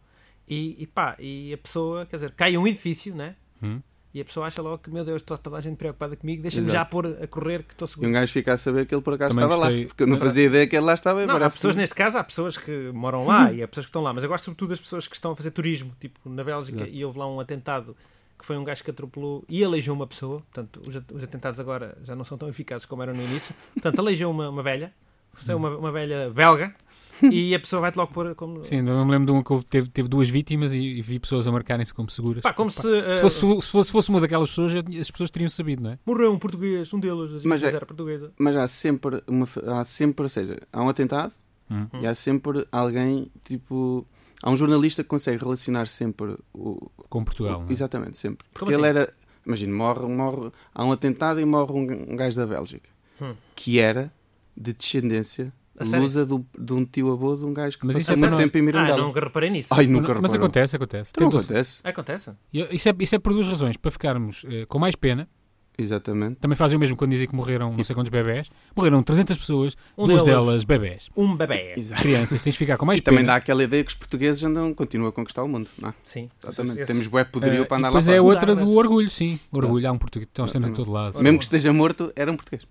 Speaker 1: e, e pá, e a pessoa, quer dizer, cai um edifício, né?
Speaker 2: Hum.
Speaker 1: E a pessoa acha logo que, meu Deus, está toda a gente preocupada comigo, deixa-me
Speaker 3: Exato.
Speaker 1: já pôr a correr que estou
Speaker 3: E um
Speaker 1: seguro.
Speaker 3: gajo fica a saber que ele por acaso
Speaker 2: Também
Speaker 3: estava
Speaker 2: gostei.
Speaker 3: lá. Porque eu não fazia ideia que ele lá estava. e
Speaker 1: Não, há
Speaker 3: parece
Speaker 1: pessoas
Speaker 3: que-
Speaker 1: neste caso, há pessoas que moram
Speaker 3: Uhum.
Speaker 1: lá e há pessoas que estão lá, mas eu gosto sobretudo das pessoas que estão a fazer turismo, tipo na Bélgica,
Speaker 3: Exato.
Speaker 1: e houve lá um atentado que foi um gajo que atropelou e aleijou uma pessoa, portanto, os, at- os atentados agora já não são tão eficazes como eram no início, portanto, aleijou uma, uma velha, foi uma, uma velha belga, e a pessoa vai-te logo pôr como...
Speaker 2: Sim, eu me lembro de uma que houve- teve, teve duas vítimas e, e vi pessoas a marcarem-se como seguras.
Speaker 1: Pá, como se, eh,
Speaker 2: Se,
Speaker 3: um
Speaker 2: fosse, se, fosse, se fosse uma daquelas pessoas, já tinha- as pessoas teriam sabido, não é?
Speaker 1: morreu um português, um deles, as
Speaker 3: Mas
Speaker 1: vítimas
Speaker 3: é-
Speaker 1: era portuguesa.
Speaker 3: Mas há sempre, uma, fa- há sempre, ou seja, há um atentado
Speaker 2: Hum.
Speaker 3: e há sempre alguém, tipo... Há um jornalista que consegue relacionar sempre o...
Speaker 2: Com Portugal, não é?
Speaker 3: Exatamente, sempre. Porque
Speaker 1: Como
Speaker 3: ele
Speaker 1: assim?
Speaker 3: era... Imagina, morre, morre... Há um atentado e morre um, um gajo da Bélgica.
Speaker 1: Hum.
Speaker 3: Que era de descendência
Speaker 1: A sério?
Speaker 3: lusa do, de um tio-avô de um gajo que
Speaker 2: Mas isso
Speaker 3: passou
Speaker 2: é
Speaker 3: muito
Speaker 2: para
Speaker 3: tempo em
Speaker 1: Ah,
Speaker 3: Mirandela.
Speaker 1: nunca reparei nisso.
Speaker 3: Ai, nunca
Speaker 2: Mas
Speaker 3: reparou.
Speaker 2: acontece, acontece.
Speaker 3: Então não
Speaker 2: Tentou-se-
Speaker 3: acontece.
Speaker 1: Acontece?
Speaker 2: E Isso é, isso é por duas razões. Para ficarmos eh, com mais pena,
Speaker 3: Exatamente.
Speaker 2: também fazem o mesmo quando dizem que morreram não sei quantos bebés. Morreram 300 pessoas,
Speaker 1: Um
Speaker 2: duas
Speaker 1: delas.
Speaker 2: delas bebés.
Speaker 1: Um bebê.
Speaker 3: Exato.
Speaker 2: Crianças, tens de ficar com mais
Speaker 3: E também
Speaker 2: pena.
Speaker 3: dá aquela ideia que os portugueses andam, continuam a conquistar o mundo. Não é?
Speaker 1: Sim.
Speaker 3: Exatamente.
Speaker 1: Esse-
Speaker 3: Temos bué poderio
Speaker 2: Eh,
Speaker 3: para
Speaker 2: e
Speaker 3: andar lá
Speaker 2: depois
Speaker 3: fora.
Speaker 2: é outra
Speaker 1: Mudar,
Speaker 2: do
Speaker 1: né?
Speaker 2: orgulho, sim. Orgulho, há um português, nós temos em todo lado.
Speaker 3: Mesmo que esteja morto, era um português.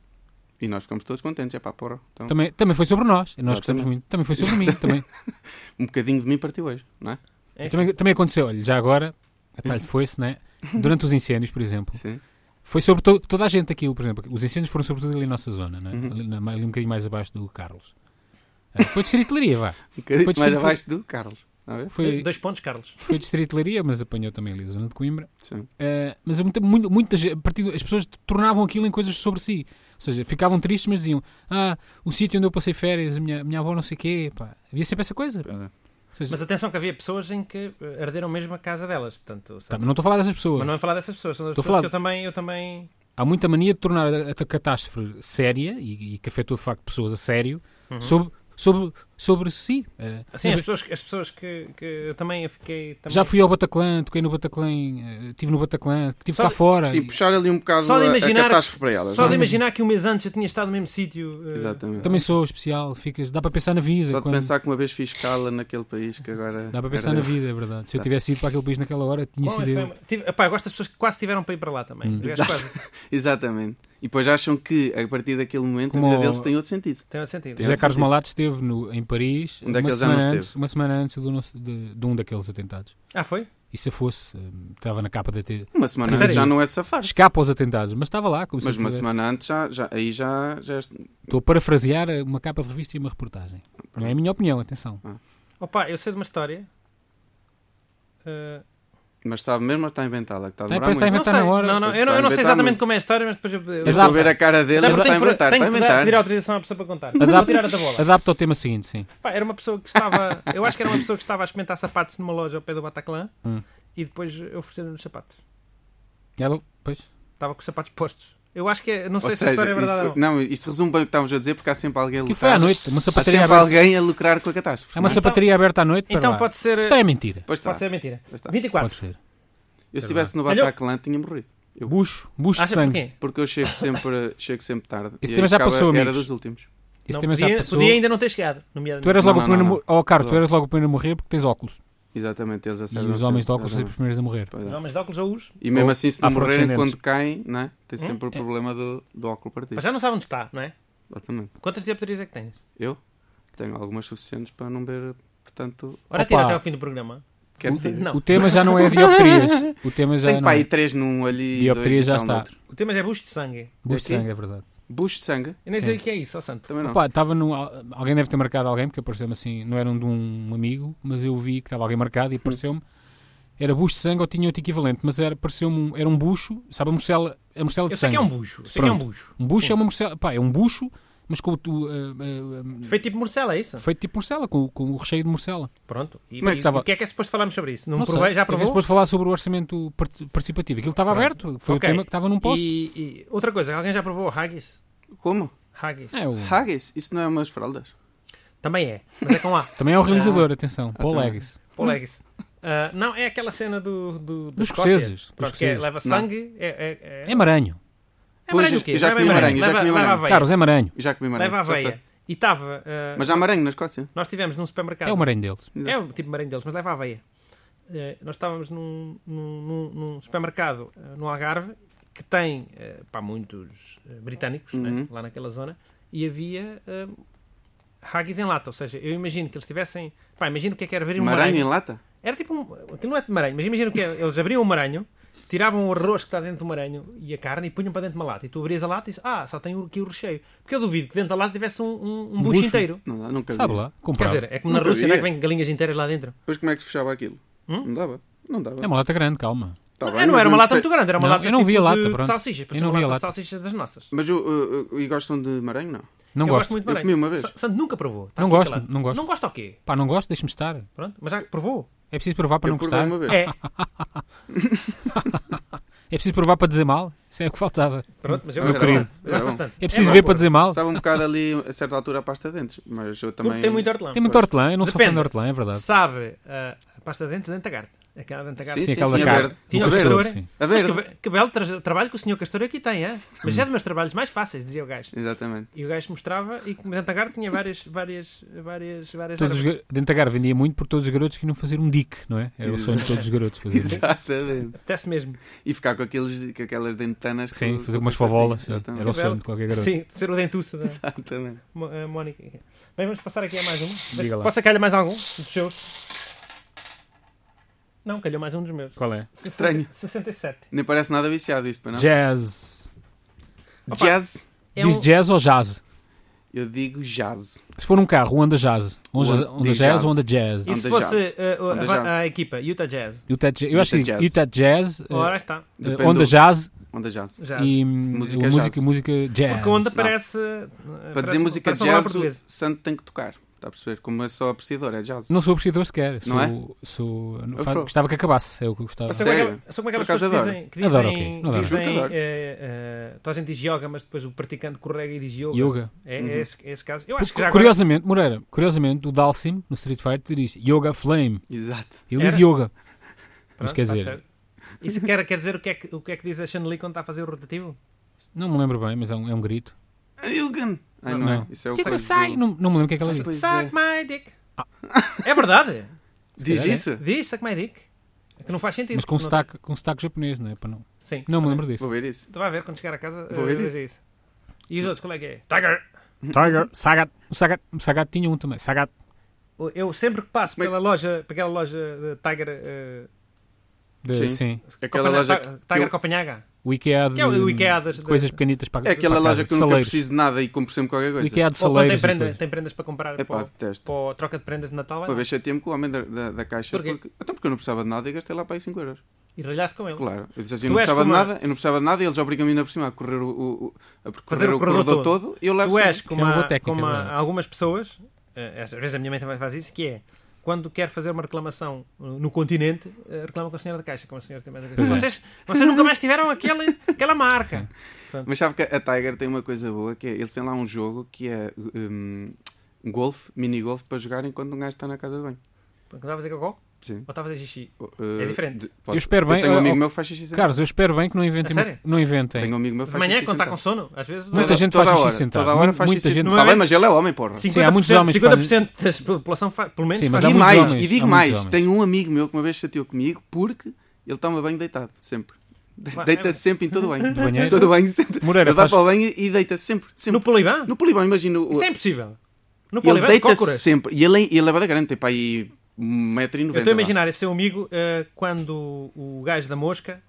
Speaker 3: E nós ficamos todos contentes. É pá, porra. Então,
Speaker 2: Também, também foi sobre nós, e nós
Speaker 3: Exatamente.
Speaker 2: gostamos muito. Também foi sobre mim, também.
Speaker 3: um bocadinho de mim partiu hoje, não é?
Speaker 1: É isso.
Speaker 2: também. Também aconteceu, olha, já agora, a talho de foice, né? Durante os incêndios, por exemplo,
Speaker 3: Sim.
Speaker 2: foi sobre to- toda a gente aquilo, por exemplo. Os incêndios foram sobretudo ali na nossa zona, né?
Speaker 3: Uhum.
Speaker 2: ali, na- ali um bocadinho mais abaixo do Carlos. Ah, Foi de Serritelaria, vá.
Speaker 3: Um bocadinho
Speaker 2: Foi de
Speaker 3: mais
Speaker 2: sítio-
Speaker 3: abaixo do Carlos. Não é?
Speaker 2: Foi,
Speaker 1: Dois pontos, Carlos.
Speaker 2: foi de Serritelaria, mas apanhou também ali a zona de Coimbra.
Speaker 3: Sim.
Speaker 2: Uh, mas muita, muito, muita ge- a partir do- as pessoas tornavam aquilo em coisas sobre si. Ou seja, ficavam tristes, mas diziam: Ah, o sítio onde eu passei férias, a minha, a minha avó não sei o quê. Pá. Havia sempre essa coisa. Pá. Ou seja,
Speaker 1: é. Mas atenção que havia pessoas em que eh, arderam mesmo a casa delas, portanto,
Speaker 2: tá,
Speaker 1: sabe?
Speaker 2: mas não estou a falar dessas pessoas.
Speaker 1: mas não é falar dessas pessoas, são das
Speaker 2: Estou a
Speaker 1: pessoas
Speaker 2: falar
Speaker 1: que eu também, eu também...
Speaker 2: Há muita mania de tornar a, a catástrofe séria e, e que afetou de facto pessoas a sério sob, sob sobre si. Eh,
Speaker 1: Uhum. Assim, as
Speaker 2: sobre-
Speaker 1: pessoas, as pessoas que, que eu também eu fiquei. Também...
Speaker 2: Já fui ao Bataclan, toquei no Bataclan, eh, estive no Bataclan, estive
Speaker 1: Só-
Speaker 2: cá fora.
Speaker 3: Sim,
Speaker 2: e-
Speaker 3: puxar ali um bocado
Speaker 1: Só de imaginar-
Speaker 3: a catástrofe para elas.
Speaker 1: Só
Speaker 3: não
Speaker 1: de
Speaker 3: é?
Speaker 1: imaginar que um mês antes eu tinha estado no mesmo sítio. eh,
Speaker 3: Exatamente.
Speaker 2: Também sou especial, ficas, dá para pensar na vida.
Speaker 3: Só de
Speaker 2: quando-
Speaker 3: pensar que uma vez fiz escala naquele país que agora.
Speaker 2: Dá para pensar
Speaker 3: era-
Speaker 2: na vida, é verdade. Se eu
Speaker 3: Tá.
Speaker 2: tivesse ido para aquele país naquela hora, tinha
Speaker 1: qual é
Speaker 2: sido
Speaker 1: que foi
Speaker 2: eu.
Speaker 1: a- tive- epá, eu gosto das pessoas que quase tiveram para ir para lá também.
Speaker 2: Hum.
Speaker 1: Eu acho
Speaker 3: Exato.
Speaker 1: quase-
Speaker 3: Exatamente. E depois acham que a partir daquele momento
Speaker 2: Como
Speaker 3: a vida
Speaker 2: o-
Speaker 3: deles tem outro sentido.
Speaker 1: Tem outro sentido.
Speaker 2: José
Speaker 3: esse
Speaker 2: Carlos
Speaker 3: sentido.
Speaker 2: Malato esteve no- em Paris
Speaker 3: Onde é que
Speaker 2: uma,
Speaker 3: ele já não
Speaker 2: semana
Speaker 3: esteve?
Speaker 2: antes, uma semana antes do nosso- de, de um daqueles atentados.
Speaker 1: Ah, foi?
Speaker 2: E se eu fosse, eh, estava na capa da TV.
Speaker 3: Uma semana
Speaker 1: A
Speaker 3: antes já
Speaker 1: sério?
Speaker 3: não é safar.
Speaker 2: Escapa aos atentados, mas estava lá. Como se
Speaker 3: Mas
Speaker 2: eu
Speaker 3: uma
Speaker 2: tivesse-
Speaker 3: semana antes já, já- aí já, já é- est-
Speaker 2: Estou a parafrasear uma capa de revista e uma reportagem. Não é a minha opinião, atenção.
Speaker 1: Opa, eu sei de uma história. Eh,
Speaker 3: Mas sabe mesmo ou está a inventá-la? Que está a
Speaker 2: Está-
Speaker 3: demorar
Speaker 2: parece que está a
Speaker 3: muito.
Speaker 1: não,
Speaker 2: inventar
Speaker 1: sei,
Speaker 2: na hora.
Speaker 1: não, não,
Speaker 3: Pois
Speaker 1: eu, não, eu não sei
Speaker 3: está a inventar
Speaker 1: exatamente
Speaker 3: muito.
Speaker 1: como é a história, mas depois. eu- eu-
Speaker 3: Eu estou a ver a cara dele,
Speaker 1: Não,
Speaker 2: Então,
Speaker 1: mas
Speaker 3: ele está a
Speaker 1: tenho que-
Speaker 3: inventar.
Speaker 1: tenho
Speaker 3: Está a
Speaker 1: que pedir-
Speaker 3: inventar.
Speaker 1: pedir autorização à pessoa para contar. Vou
Speaker 2: Adapta-
Speaker 1: tirar a da bola.
Speaker 2: Adapta ao tema seguinte, sim.
Speaker 1: Pá, era uma pessoa que estava. Eu acho que era uma pessoa que estava a experimentar sapatos numa loja ao pé do Bataclan
Speaker 2: Hum.
Speaker 1: e depois ofereceram-lhe os sapatos.
Speaker 2: Ela, pois,
Speaker 1: Estava com os sapatos postos. Eu acho que é. Não sei
Speaker 3: Ou
Speaker 1: se a história é
Speaker 3: seja,
Speaker 1: verdade ou
Speaker 3: isso-
Speaker 1: não.
Speaker 3: Não, isto resume bem o que estávamos a dizer, porque há sempre alguém a
Speaker 2: que foi à
Speaker 3: lucrar.
Speaker 2: noite, uma
Speaker 3: Há
Speaker 2: sapataria
Speaker 3: sempre
Speaker 2: aberta.
Speaker 3: alguém a lucrar com a catástrofe.
Speaker 2: É uma
Speaker 3: não é?
Speaker 2: sapataria aberta à noite. pera
Speaker 1: Então
Speaker 2: lá.
Speaker 1: pode ser.
Speaker 2: Isto é mentira.
Speaker 3: Pois está.
Speaker 1: Pode ser mentira.
Speaker 3: Pois está.
Speaker 1: 24.
Speaker 2: Pode ser.
Speaker 3: Eu se estivesse no
Speaker 1: Olha-
Speaker 3: Bataclan tinha morrido. Eu-
Speaker 2: Bucho, bucho de
Speaker 1: Acha
Speaker 2: um sangue.
Speaker 1: Ah, porquê?
Speaker 3: Porque eu chego sempre, chego sempre tarde.
Speaker 2: Esse
Speaker 3: E
Speaker 2: tema já
Speaker 3: acaba-
Speaker 2: passou,
Speaker 3: Era
Speaker 2: amigos.
Speaker 3: dos últimos.
Speaker 2: Esse
Speaker 1: Não,
Speaker 2: tema já
Speaker 1: podia,
Speaker 2: passou.
Speaker 1: podia ainda não ter chegado,
Speaker 2: Tu eras
Speaker 1: nomeadamente.
Speaker 3: Não,
Speaker 2: logo o
Speaker 3: não,
Speaker 2: primeiro a
Speaker 3: não. é
Speaker 2: morrer. Oh, Carlos, tu
Speaker 3: Perdão.
Speaker 2: eras logo o primeiro a morrer porque tens óculos.
Speaker 3: Exatamente, eles
Speaker 2: E
Speaker 3: acertam.
Speaker 2: os homens de
Speaker 3: sempre.
Speaker 2: óculos são os
Speaker 3: Exatamente.
Speaker 2: primeiros a morrer.
Speaker 3: Pois
Speaker 1: Os
Speaker 3: é.
Speaker 1: homens de óculos já os.
Speaker 3: E mesmo
Speaker 2: Ou
Speaker 3: assim, se não morrerem
Speaker 2: afrodescendentes. Hum?
Speaker 3: quando caem, não é? tem sempre o problema do, do óculo partido.
Speaker 1: Mas já não sabem onde está, não é?
Speaker 3: Exatamente.
Speaker 1: Quantas dioptrias é que tens?
Speaker 3: Eu tenho algumas suficientes para não ver, portanto,
Speaker 1: Ora,
Speaker 2: Opa.
Speaker 1: tira até ao fim do programa.
Speaker 3: quero ter.
Speaker 1: Não.
Speaker 2: O tema já não é dioptrias. O tema já
Speaker 3: Tenho
Speaker 2: não
Speaker 3: para
Speaker 2: é.
Speaker 3: aí três num ali.
Speaker 2: Dioptria
Speaker 3: dois e
Speaker 2: já
Speaker 3: tal no
Speaker 2: está.
Speaker 3: outro.
Speaker 1: O tema é bucho de sangue.
Speaker 2: Bucho de
Speaker 3: Aqui?
Speaker 2: sangue, é verdade.
Speaker 3: Bucho de sangue?
Speaker 1: Eu nem
Speaker 2: Sim.
Speaker 1: sei o que é isso, ó santo.
Speaker 3: Também não.
Speaker 2: Opa, estava num. al- Alguém deve ter marcado alguém, porque apareceu-me assim. Não era um de um amigo, mas eu vi que estava alguém marcado e apareceu-me. Era bucho de sangue ou tinha outro equivalente, mas era, pareceu-me um, era um bucho, sabe a morcela, a morcela de
Speaker 1: Eu sei
Speaker 2: sangue.
Speaker 1: que é um bucho. eu Sei que é um
Speaker 2: Pronto.
Speaker 1: bucho.
Speaker 2: Um bucho é uma morcela, pá, é um bucho, mas com o. tu- eh, eh,
Speaker 1: Feito tipo morcela, é isso?
Speaker 2: eh, feito tipo morcela, com, com o recheio de morcela.
Speaker 1: Pronto. E,
Speaker 2: Como é que
Speaker 1: e
Speaker 2: estava?
Speaker 1: o que é que é suposto falarmos sobre isso? Não,
Speaker 2: Não sei,
Speaker 1: provei, já
Speaker 2: tem que é
Speaker 1: provou?
Speaker 2: depois falar sobre o orçamento part- participativo. Aquilo estava
Speaker 1: Pronto.
Speaker 2: aberto, foi
Speaker 1: Ok.
Speaker 2: o tema que estava num posto.
Speaker 1: E, e outra coisa, alguém já provou o haggis?
Speaker 3: Como?
Speaker 1: Haggis.
Speaker 2: É, o-
Speaker 3: Haggis? Isso não é umas fraldas?
Speaker 1: Também é, mas é com A.
Speaker 2: Também é o realizador, atenção, Paul
Speaker 3: também.
Speaker 2: Leggis.
Speaker 1: Paul Haggis. Ah, não, é aquela cena do, do, da
Speaker 2: Dos
Speaker 1: Escócia.
Speaker 2: escoceses, dos
Speaker 1: Pronto, que é,
Speaker 2: escoceses.
Speaker 1: leva sangue, é, é, é,
Speaker 2: É maranho.
Speaker 1: é
Speaker 3: Pois,
Speaker 1: maranho o quê?
Speaker 3: eu já
Speaker 1: Leva
Speaker 3: comi
Speaker 1: maranho,
Speaker 3: maranho, eu já
Speaker 1: leva-
Speaker 3: comi
Speaker 1: leva
Speaker 3: maranho.
Speaker 1: aveia.
Speaker 2: Carlos, é maranho.
Speaker 3: Eu já comi maranho.
Speaker 1: Leva
Speaker 3: já sei.
Speaker 1: aveia. E estava... ah,
Speaker 3: Mas há maranho na Escócia?
Speaker 1: Nós estivemos num supermercado.
Speaker 2: É o maranho deles.
Speaker 1: É o tipo marinho deles, mas leva a aveia. Eh, nós estávamos num, num- num- num supermercado eh, no Algarve que tem eh, pá, muitos eh, britânicos né,
Speaker 3: Uhum.
Speaker 1: lá naquela zona e havia eh, haggis em lata. Ou seja, eu imagino que eles tivessem. Pá, imagino o que é que era abrir um
Speaker 3: Maranho em
Speaker 1: maranho.
Speaker 3: lata?
Speaker 1: Era tipo um. Aquilo não é de maranho, mas imagino que é, eles abriam um maranho, tiravam o arroz que está dentro do maranho e a carne e punham para dentro de uma lata. E tu abrias a lata e dizes, ah, só tem o- aqui o recheio. Porque eu duvido que dentro da lata tivesse um, um, um
Speaker 2: Um
Speaker 1: bucho
Speaker 2: bucho.
Speaker 1: inteiro.
Speaker 3: Não dá, nunca vi.
Speaker 2: Sabe lá,
Speaker 1: Quer
Speaker 2: comprado.
Speaker 1: dizer, é como na
Speaker 3: Nunca
Speaker 1: Rússia, não é que
Speaker 3: vi.
Speaker 1: vem galinhas inteiras lá dentro.
Speaker 3: Depois como é que se fechava aquilo?
Speaker 1: Hum?
Speaker 3: Não dava. Não dava.
Speaker 2: É uma lata grande, calma.
Speaker 3: Tá
Speaker 1: não,
Speaker 3: bem,
Speaker 1: não
Speaker 3: mas
Speaker 1: era uma
Speaker 3: mesmo
Speaker 1: lata
Speaker 3: se-
Speaker 1: muito grande, era uma
Speaker 2: Não,
Speaker 1: lata
Speaker 2: eu não vi a
Speaker 1: tipo
Speaker 2: lata,
Speaker 1: de
Speaker 2: pronto.
Speaker 1: salsichas, para
Speaker 2: Eu
Speaker 1: ser
Speaker 2: não
Speaker 1: uma
Speaker 2: vi a
Speaker 1: lata de
Speaker 2: lata.
Speaker 1: salsichas das nossas.
Speaker 3: Mas eu, eu- eu- e gostam de maranho, não?
Speaker 2: Não
Speaker 1: eu
Speaker 2: gosto.
Speaker 1: gosto muito de
Speaker 3: Eu
Speaker 1: maranhão.
Speaker 3: comi uma vez.
Speaker 1: Sa- Santo nunca provou. Tá
Speaker 2: Não
Speaker 1: aqui
Speaker 2: gosto,
Speaker 1: calado.
Speaker 2: não gosto.
Speaker 1: Não gosta o quê?
Speaker 2: Pá, não gosto, deixa-me estar.
Speaker 1: Pronto, mas já que provou.
Speaker 2: É preciso provar para
Speaker 3: eu
Speaker 2: não
Speaker 3: provei
Speaker 2: gostar.
Speaker 3: uma vez.
Speaker 1: É,
Speaker 2: É preciso provar para dizer mal. Isso é o que faltava.
Speaker 1: pronto, mas eu
Speaker 3: Meu
Speaker 1: gosto
Speaker 2: querido.
Speaker 1: bastante. Eu gosto
Speaker 3: Era bom.
Speaker 1: bastante.
Speaker 2: É preciso
Speaker 1: bom,
Speaker 2: ver para dizer mal.
Speaker 3: Sabe um bocado ali, a certa altura, a pasta de dentes. Mas eu também...
Speaker 1: Porque tem muito hortelã.
Speaker 2: Tem muito hortelã, eu não sou fã
Speaker 1: Depende.
Speaker 2: de hortelã, é verdade.
Speaker 1: Sabe ah, a pasta de dentes dentro da carta. Aquela dentro da carta.
Speaker 3: Sim,
Speaker 2: Sim,
Speaker 3: sim,
Speaker 2: aquela
Speaker 3: sim,
Speaker 2: da
Speaker 3: é
Speaker 2: cara.
Speaker 3: verde.
Speaker 1: Tinha
Speaker 3: É
Speaker 1: o
Speaker 3: verde.
Speaker 1: castor.
Speaker 2: sim.
Speaker 3: A
Speaker 1: Mas que,
Speaker 3: verde.
Speaker 1: be- que belo tra- trabalho que o senhor Castor aqui tem, é? Mas já é dos meus trabalhos mais fáceis, dizia o gajo.
Speaker 3: Exatamente.
Speaker 1: E o gajo mostrava e que dentro da carta tinha várias, várias, várias, várias
Speaker 2: Todos os
Speaker 1: árvores.
Speaker 2: gar- Dentro da Gara vendia muito por todos os garotos que iam fazer um dique, não é? Era o sonho de todos os garotos fazer um dique.
Speaker 3: Exatamente.
Speaker 1: Apetece mesmo.
Speaker 3: E ficar com, aqueles, com aquelas dentanas.
Speaker 2: Sim,
Speaker 3: com-
Speaker 2: fazer
Speaker 3: com
Speaker 2: umas
Speaker 3: coisadinhas.
Speaker 2: favolas. sim.
Speaker 3: Exatamente.
Speaker 2: Era um o sonho de qualquer garoto.
Speaker 1: Sim, ser o dentuço da
Speaker 3: Exatamente.
Speaker 1: Mo- eh, Mónica. Bem, vamos passar aqui a mais um.
Speaker 2: Diga lá.
Speaker 1: Posso sacar-lhe mais algum dos seus? Não, calhou mais um dos meus.
Speaker 2: Qual é?
Speaker 1: Sessenta-
Speaker 3: Estranho.
Speaker 1: 67.
Speaker 3: Nem parece nada viciado isto, para não?
Speaker 2: Jazz.
Speaker 3: Jazz.
Speaker 1: É
Speaker 2: Diz
Speaker 1: um-
Speaker 2: jazz ou jazz?
Speaker 3: Eu digo jazz.
Speaker 2: Se for um carro, um anda jazz. Um
Speaker 3: Onda-
Speaker 2: Onda, onda
Speaker 3: diz
Speaker 2: jazz
Speaker 3: jazz.
Speaker 2: ou onda jazz?
Speaker 1: E se
Speaker 3: Onda
Speaker 1: fosse
Speaker 3: Jazz.
Speaker 1: eh, o-
Speaker 3: Onda
Speaker 1: a-
Speaker 3: Jazz.
Speaker 1: a equipa Utah Jazz?
Speaker 2: Utah Jazz- Eu acho que
Speaker 3: Utah Jazz.
Speaker 2: Utah Jazz, eh,
Speaker 1: Ora, está.
Speaker 3: Depende
Speaker 2: onda
Speaker 3: do-
Speaker 2: jazz
Speaker 3: Onda jazz.
Speaker 1: Jazz.
Speaker 2: e hum,
Speaker 3: Música
Speaker 2: música
Speaker 3: jazz.
Speaker 2: música jazz.
Speaker 1: Porque a onda
Speaker 3: Não.
Speaker 1: parece. eh,
Speaker 3: Para
Speaker 1: parece-
Speaker 3: dizer música
Speaker 1: parece uma palavra
Speaker 3: jazz, o
Speaker 1: portuguesa.
Speaker 3: santo tem que tocar. Está Está a perceber? Como é só apreciador, é jazz.
Speaker 2: Não sou apreciador sequer.
Speaker 3: Não é?
Speaker 2: sou, sou- não-
Speaker 3: Eu
Speaker 2: fa-
Speaker 3: sou.
Speaker 2: Gostava que acabasse. É o que eu gostava.
Speaker 1: São
Speaker 3: Sério?
Speaker 1: aquelas- São como aquelas
Speaker 3: Por acaso
Speaker 1: pessoas que dizem, que dizem,
Speaker 2: Adoro, ok. Adoro.
Speaker 3: Juro que
Speaker 1: dizem
Speaker 3: adoro.
Speaker 1: eh, eh, toda a gente diz yoga, mas depois o praticante correga e diz yoga.
Speaker 2: Yoga.
Speaker 1: É, é
Speaker 3: Uhum.
Speaker 1: esse, é esse caso. Eu acho que já agora-
Speaker 2: Curiosamente, Moreira, curiosamente, o Dalsim no Street Fighter diz Yoga Flame.
Speaker 3: Exato.
Speaker 2: Ele
Speaker 1: Era?
Speaker 2: diz Yoga.
Speaker 1: Pronto,
Speaker 2: quer
Speaker 1: tá
Speaker 2: dizer-
Speaker 1: certo. Isso quer, quer dizer o que, é que, o que é que diz a Chun-Li quando está a fazer o rotativo?
Speaker 2: Não me lembro bem, mas é um, é um grito.
Speaker 3: Ayugan! Ai, não,
Speaker 2: Não.
Speaker 3: é? Isso é o
Speaker 1: Tipo,
Speaker 3: coisa
Speaker 1: sai,
Speaker 3: do-
Speaker 2: Não, não me lembro o que é que ela diz.
Speaker 3: Pois é.
Speaker 1: Suck my dick. É verdade.
Speaker 3: Diz
Speaker 2: É.
Speaker 3: isso?
Speaker 1: Diz suck my dick. É Que não faz sentido.
Speaker 2: Mas com
Speaker 1: Não-
Speaker 2: sotaque, com sotaque japonês, não é? Para não.
Speaker 1: Sim.
Speaker 2: não me lembro disso.
Speaker 3: Vou ver isso.
Speaker 1: Tu vai ver quando chegar a casa.
Speaker 3: Vou
Speaker 1: eh,
Speaker 3: ver
Speaker 1: vais
Speaker 3: isso. Hum.
Speaker 1: a E os outros, qual é que é? Tiger.
Speaker 2: Tiger, Sagat. O Sagat, o Sagat tinha um também. Sagat.
Speaker 1: Eu sempre que passo
Speaker 3: Como é
Speaker 1: pela loja, para aquela loja de Tiger. eh,
Speaker 2: De,
Speaker 3: Sim.
Speaker 2: sim.
Speaker 3: Aquela
Speaker 1: Copenhague-
Speaker 3: loja
Speaker 1: Ti-
Speaker 3: que
Speaker 1: Tiger
Speaker 3: eu-
Speaker 1: Copenhaga.
Speaker 2: O IKEA de,
Speaker 1: Que é o IKEA das-
Speaker 2: coisas
Speaker 1: das-
Speaker 2: pequenitas para
Speaker 3: É
Speaker 2: para
Speaker 3: aquela
Speaker 2: casa,
Speaker 3: loja que eu nunca
Speaker 2: saleiros.
Speaker 3: preciso de nada e compro sempre qualquer
Speaker 2: O
Speaker 3: coisa.
Speaker 2: IKEA de
Speaker 1: Ou quando tem,
Speaker 2: saleiros. e
Speaker 1: prenda-
Speaker 2: coisas.
Speaker 1: tem prendas para comprar
Speaker 3: Epá,
Speaker 1: para, o-
Speaker 3: detesto.
Speaker 1: para a troca de prendas de Natal é? vai
Speaker 3: Uma
Speaker 1: lá.
Speaker 3: vez chateei-me com é o homem da, da, da caixa.
Speaker 1: Porquê?
Speaker 3: Porque, até porque eu não precisava de nada e gastei lá para aí 5 euros.
Speaker 1: e ralhaste com ele.
Speaker 3: Claro. Eu disse assim,
Speaker 1: Tu
Speaker 3: eu não
Speaker 1: és
Speaker 3: precisava de
Speaker 1: como a-
Speaker 3: nada, eu não precisava de nada e eles obrigam-me ainda por cima a correr o, o, o- a percorrer
Speaker 1: o
Speaker 3: o
Speaker 1: corredor
Speaker 3: corredor todo. e eu levo
Speaker 1: Tu
Speaker 3: sempre.
Speaker 1: és como,
Speaker 2: é uma
Speaker 1: há-
Speaker 2: boa técnica,
Speaker 1: como há
Speaker 2: verdade.
Speaker 1: algumas pessoas, eh, às vezes a minha mãe também faz isso, que é quando quer fazer uma reclamação eh, no continente, eh, reclama com a senhora da caixa, com a senhora também da caixa.
Speaker 2: Pois é.
Speaker 1: Vocês, vocês nunca mais tiveram aquele, aquela marca.
Speaker 3: Mas sabe que a Tiger tem uma coisa boa, que é, eles têm lá um jogo que é hum, golfe, mini-golfe, para jogar enquanto um gajo está na casa de banho.
Speaker 1: Quando estava a fazer cocó,
Speaker 3: Sim.
Speaker 1: ou estava a fazer xixi.
Speaker 3: Uh,
Speaker 1: É diferente.
Speaker 3: de-
Speaker 2: Eu espero bem-
Speaker 3: tenho um
Speaker 2: oh,
Speaker 3: amigo
Speaker 2: oh,
Speaker 3: meu que faz xixi sempre.
Speaker 2: Carlos, eu espero bem que não inventem.
Speaker 1: A sério?
Speaker 2: Não inventem.
Speaker 3: Tenho um amigo meu que
Speaker 1: De
Speaker 3: faz
Speaker 1: manhã,
Speaker 3: xixi
Speaker 1: quando está com
Speaker 3: sentado.
Speaker 1: sono, às vezes é?
Speaker 2: Muita gente
Speaker 3: toda
Speaker 2: faz
Speaker 3: hora,
Speaker 2: xixi sentado.
Speaker 3: Toda hora faz
Speaker 2: Muita
Speaker 3: xixi
Speaker 2: gente-
Speaker 3: Está bem, mas ele é homem, porra.
Speaker 2: Sim, há muitos homens que
Speaker 1: 50% da população, fa- pelo menos,
Speaker 2: Sim, mas é
Speaker 1: faz
Speaker 2: há
Speaker 3: e
Speaker 1: isso.
Speaker 2: muitos
Speaker 3: mais,
Speaker 2: homens,
Speaker 3: e digo
Speaker 2: há muitos
Speaker 3: mais,
Speaker 2: homens.
Speaker 3: tenho um amigo meu que uma vez chateou comigo porque ele toma banho deitado, sempre. De-
Speaker 1: Mas-
Speaker 3: Deita-se sempre em todo banho.
Speaker 2: Do banheiro?
Speaker 3: Em todo banho, sempre.
Speaker 2: Moreira,
Speaker 3: ele vai
Speaker 2: faz-
Speaker 3: para o banho e deita-se sempre. sempre.
Speaker 1: No Poliban?
Speaker 3: No Polibão, imagina. o-
Speaker 1: Isso é impossível. No
Speaker 3: Ele
Speaker 1: Poliban,
Speaker 3: deita-se
Speaker 1: cócoras.
Speaker 3: sempre. E ele, é- ele é bada grande, tem para aí 1,90m.
Speaker 2: Então
Speaker 1: Eu estou a imaginar esse seu amigo eh, quando o gajo da mosca,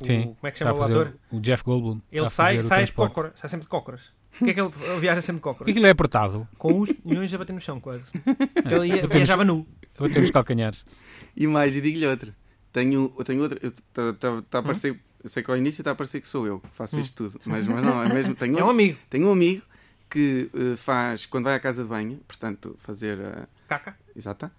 Speaker 1: o-
Speaker 2: Sim.
Speaker 1: como é que chama
Speaker 2: Está
Speaker 1: o
Speaker 2: a fazer
Speaker 1: ator?
Speaker 2: O Jeff Goldblum.
Speaker 1: Ele
Speaker 2: está Tá a
Speaker 1: sai,
Speaker 2: fazer o
Speaker 1: sai de
Speaker 2: transporte.
Speaker 1: cócora, sai sempre de cócoras. Porque é que ele, ele viaja sempre de
Speaker 2: Porque
Speaker 1: cócoras?
Speaker 2: aquilo é apertado.
Speaker 1: Com os milhões a bater no chão, quase. Então Ele ia,
Speaker 2: Batemos-
Speaker 1: viajava nu.
Speaker 2: A bater os calcanhares.
Speaker 3: E mais, e digo-lhe outra. Tenho, eu tenho outra.
Speaker 2: Hum?
Speaker 3: Está tá a parecer. Eu sei que ao início está a parecer que sou eu que faço isto tudo. Mas, mas não, é mesmo. Tenho
Speaker 1: É um
Speaker 3: outra.
Speaker 1: amigo.
Speaker 3: Tenho um amigo que eh, faz, quando vai à casa de banho, portanto, fazer a.
Speaker 1: Caca.
Speaker 3: Exata.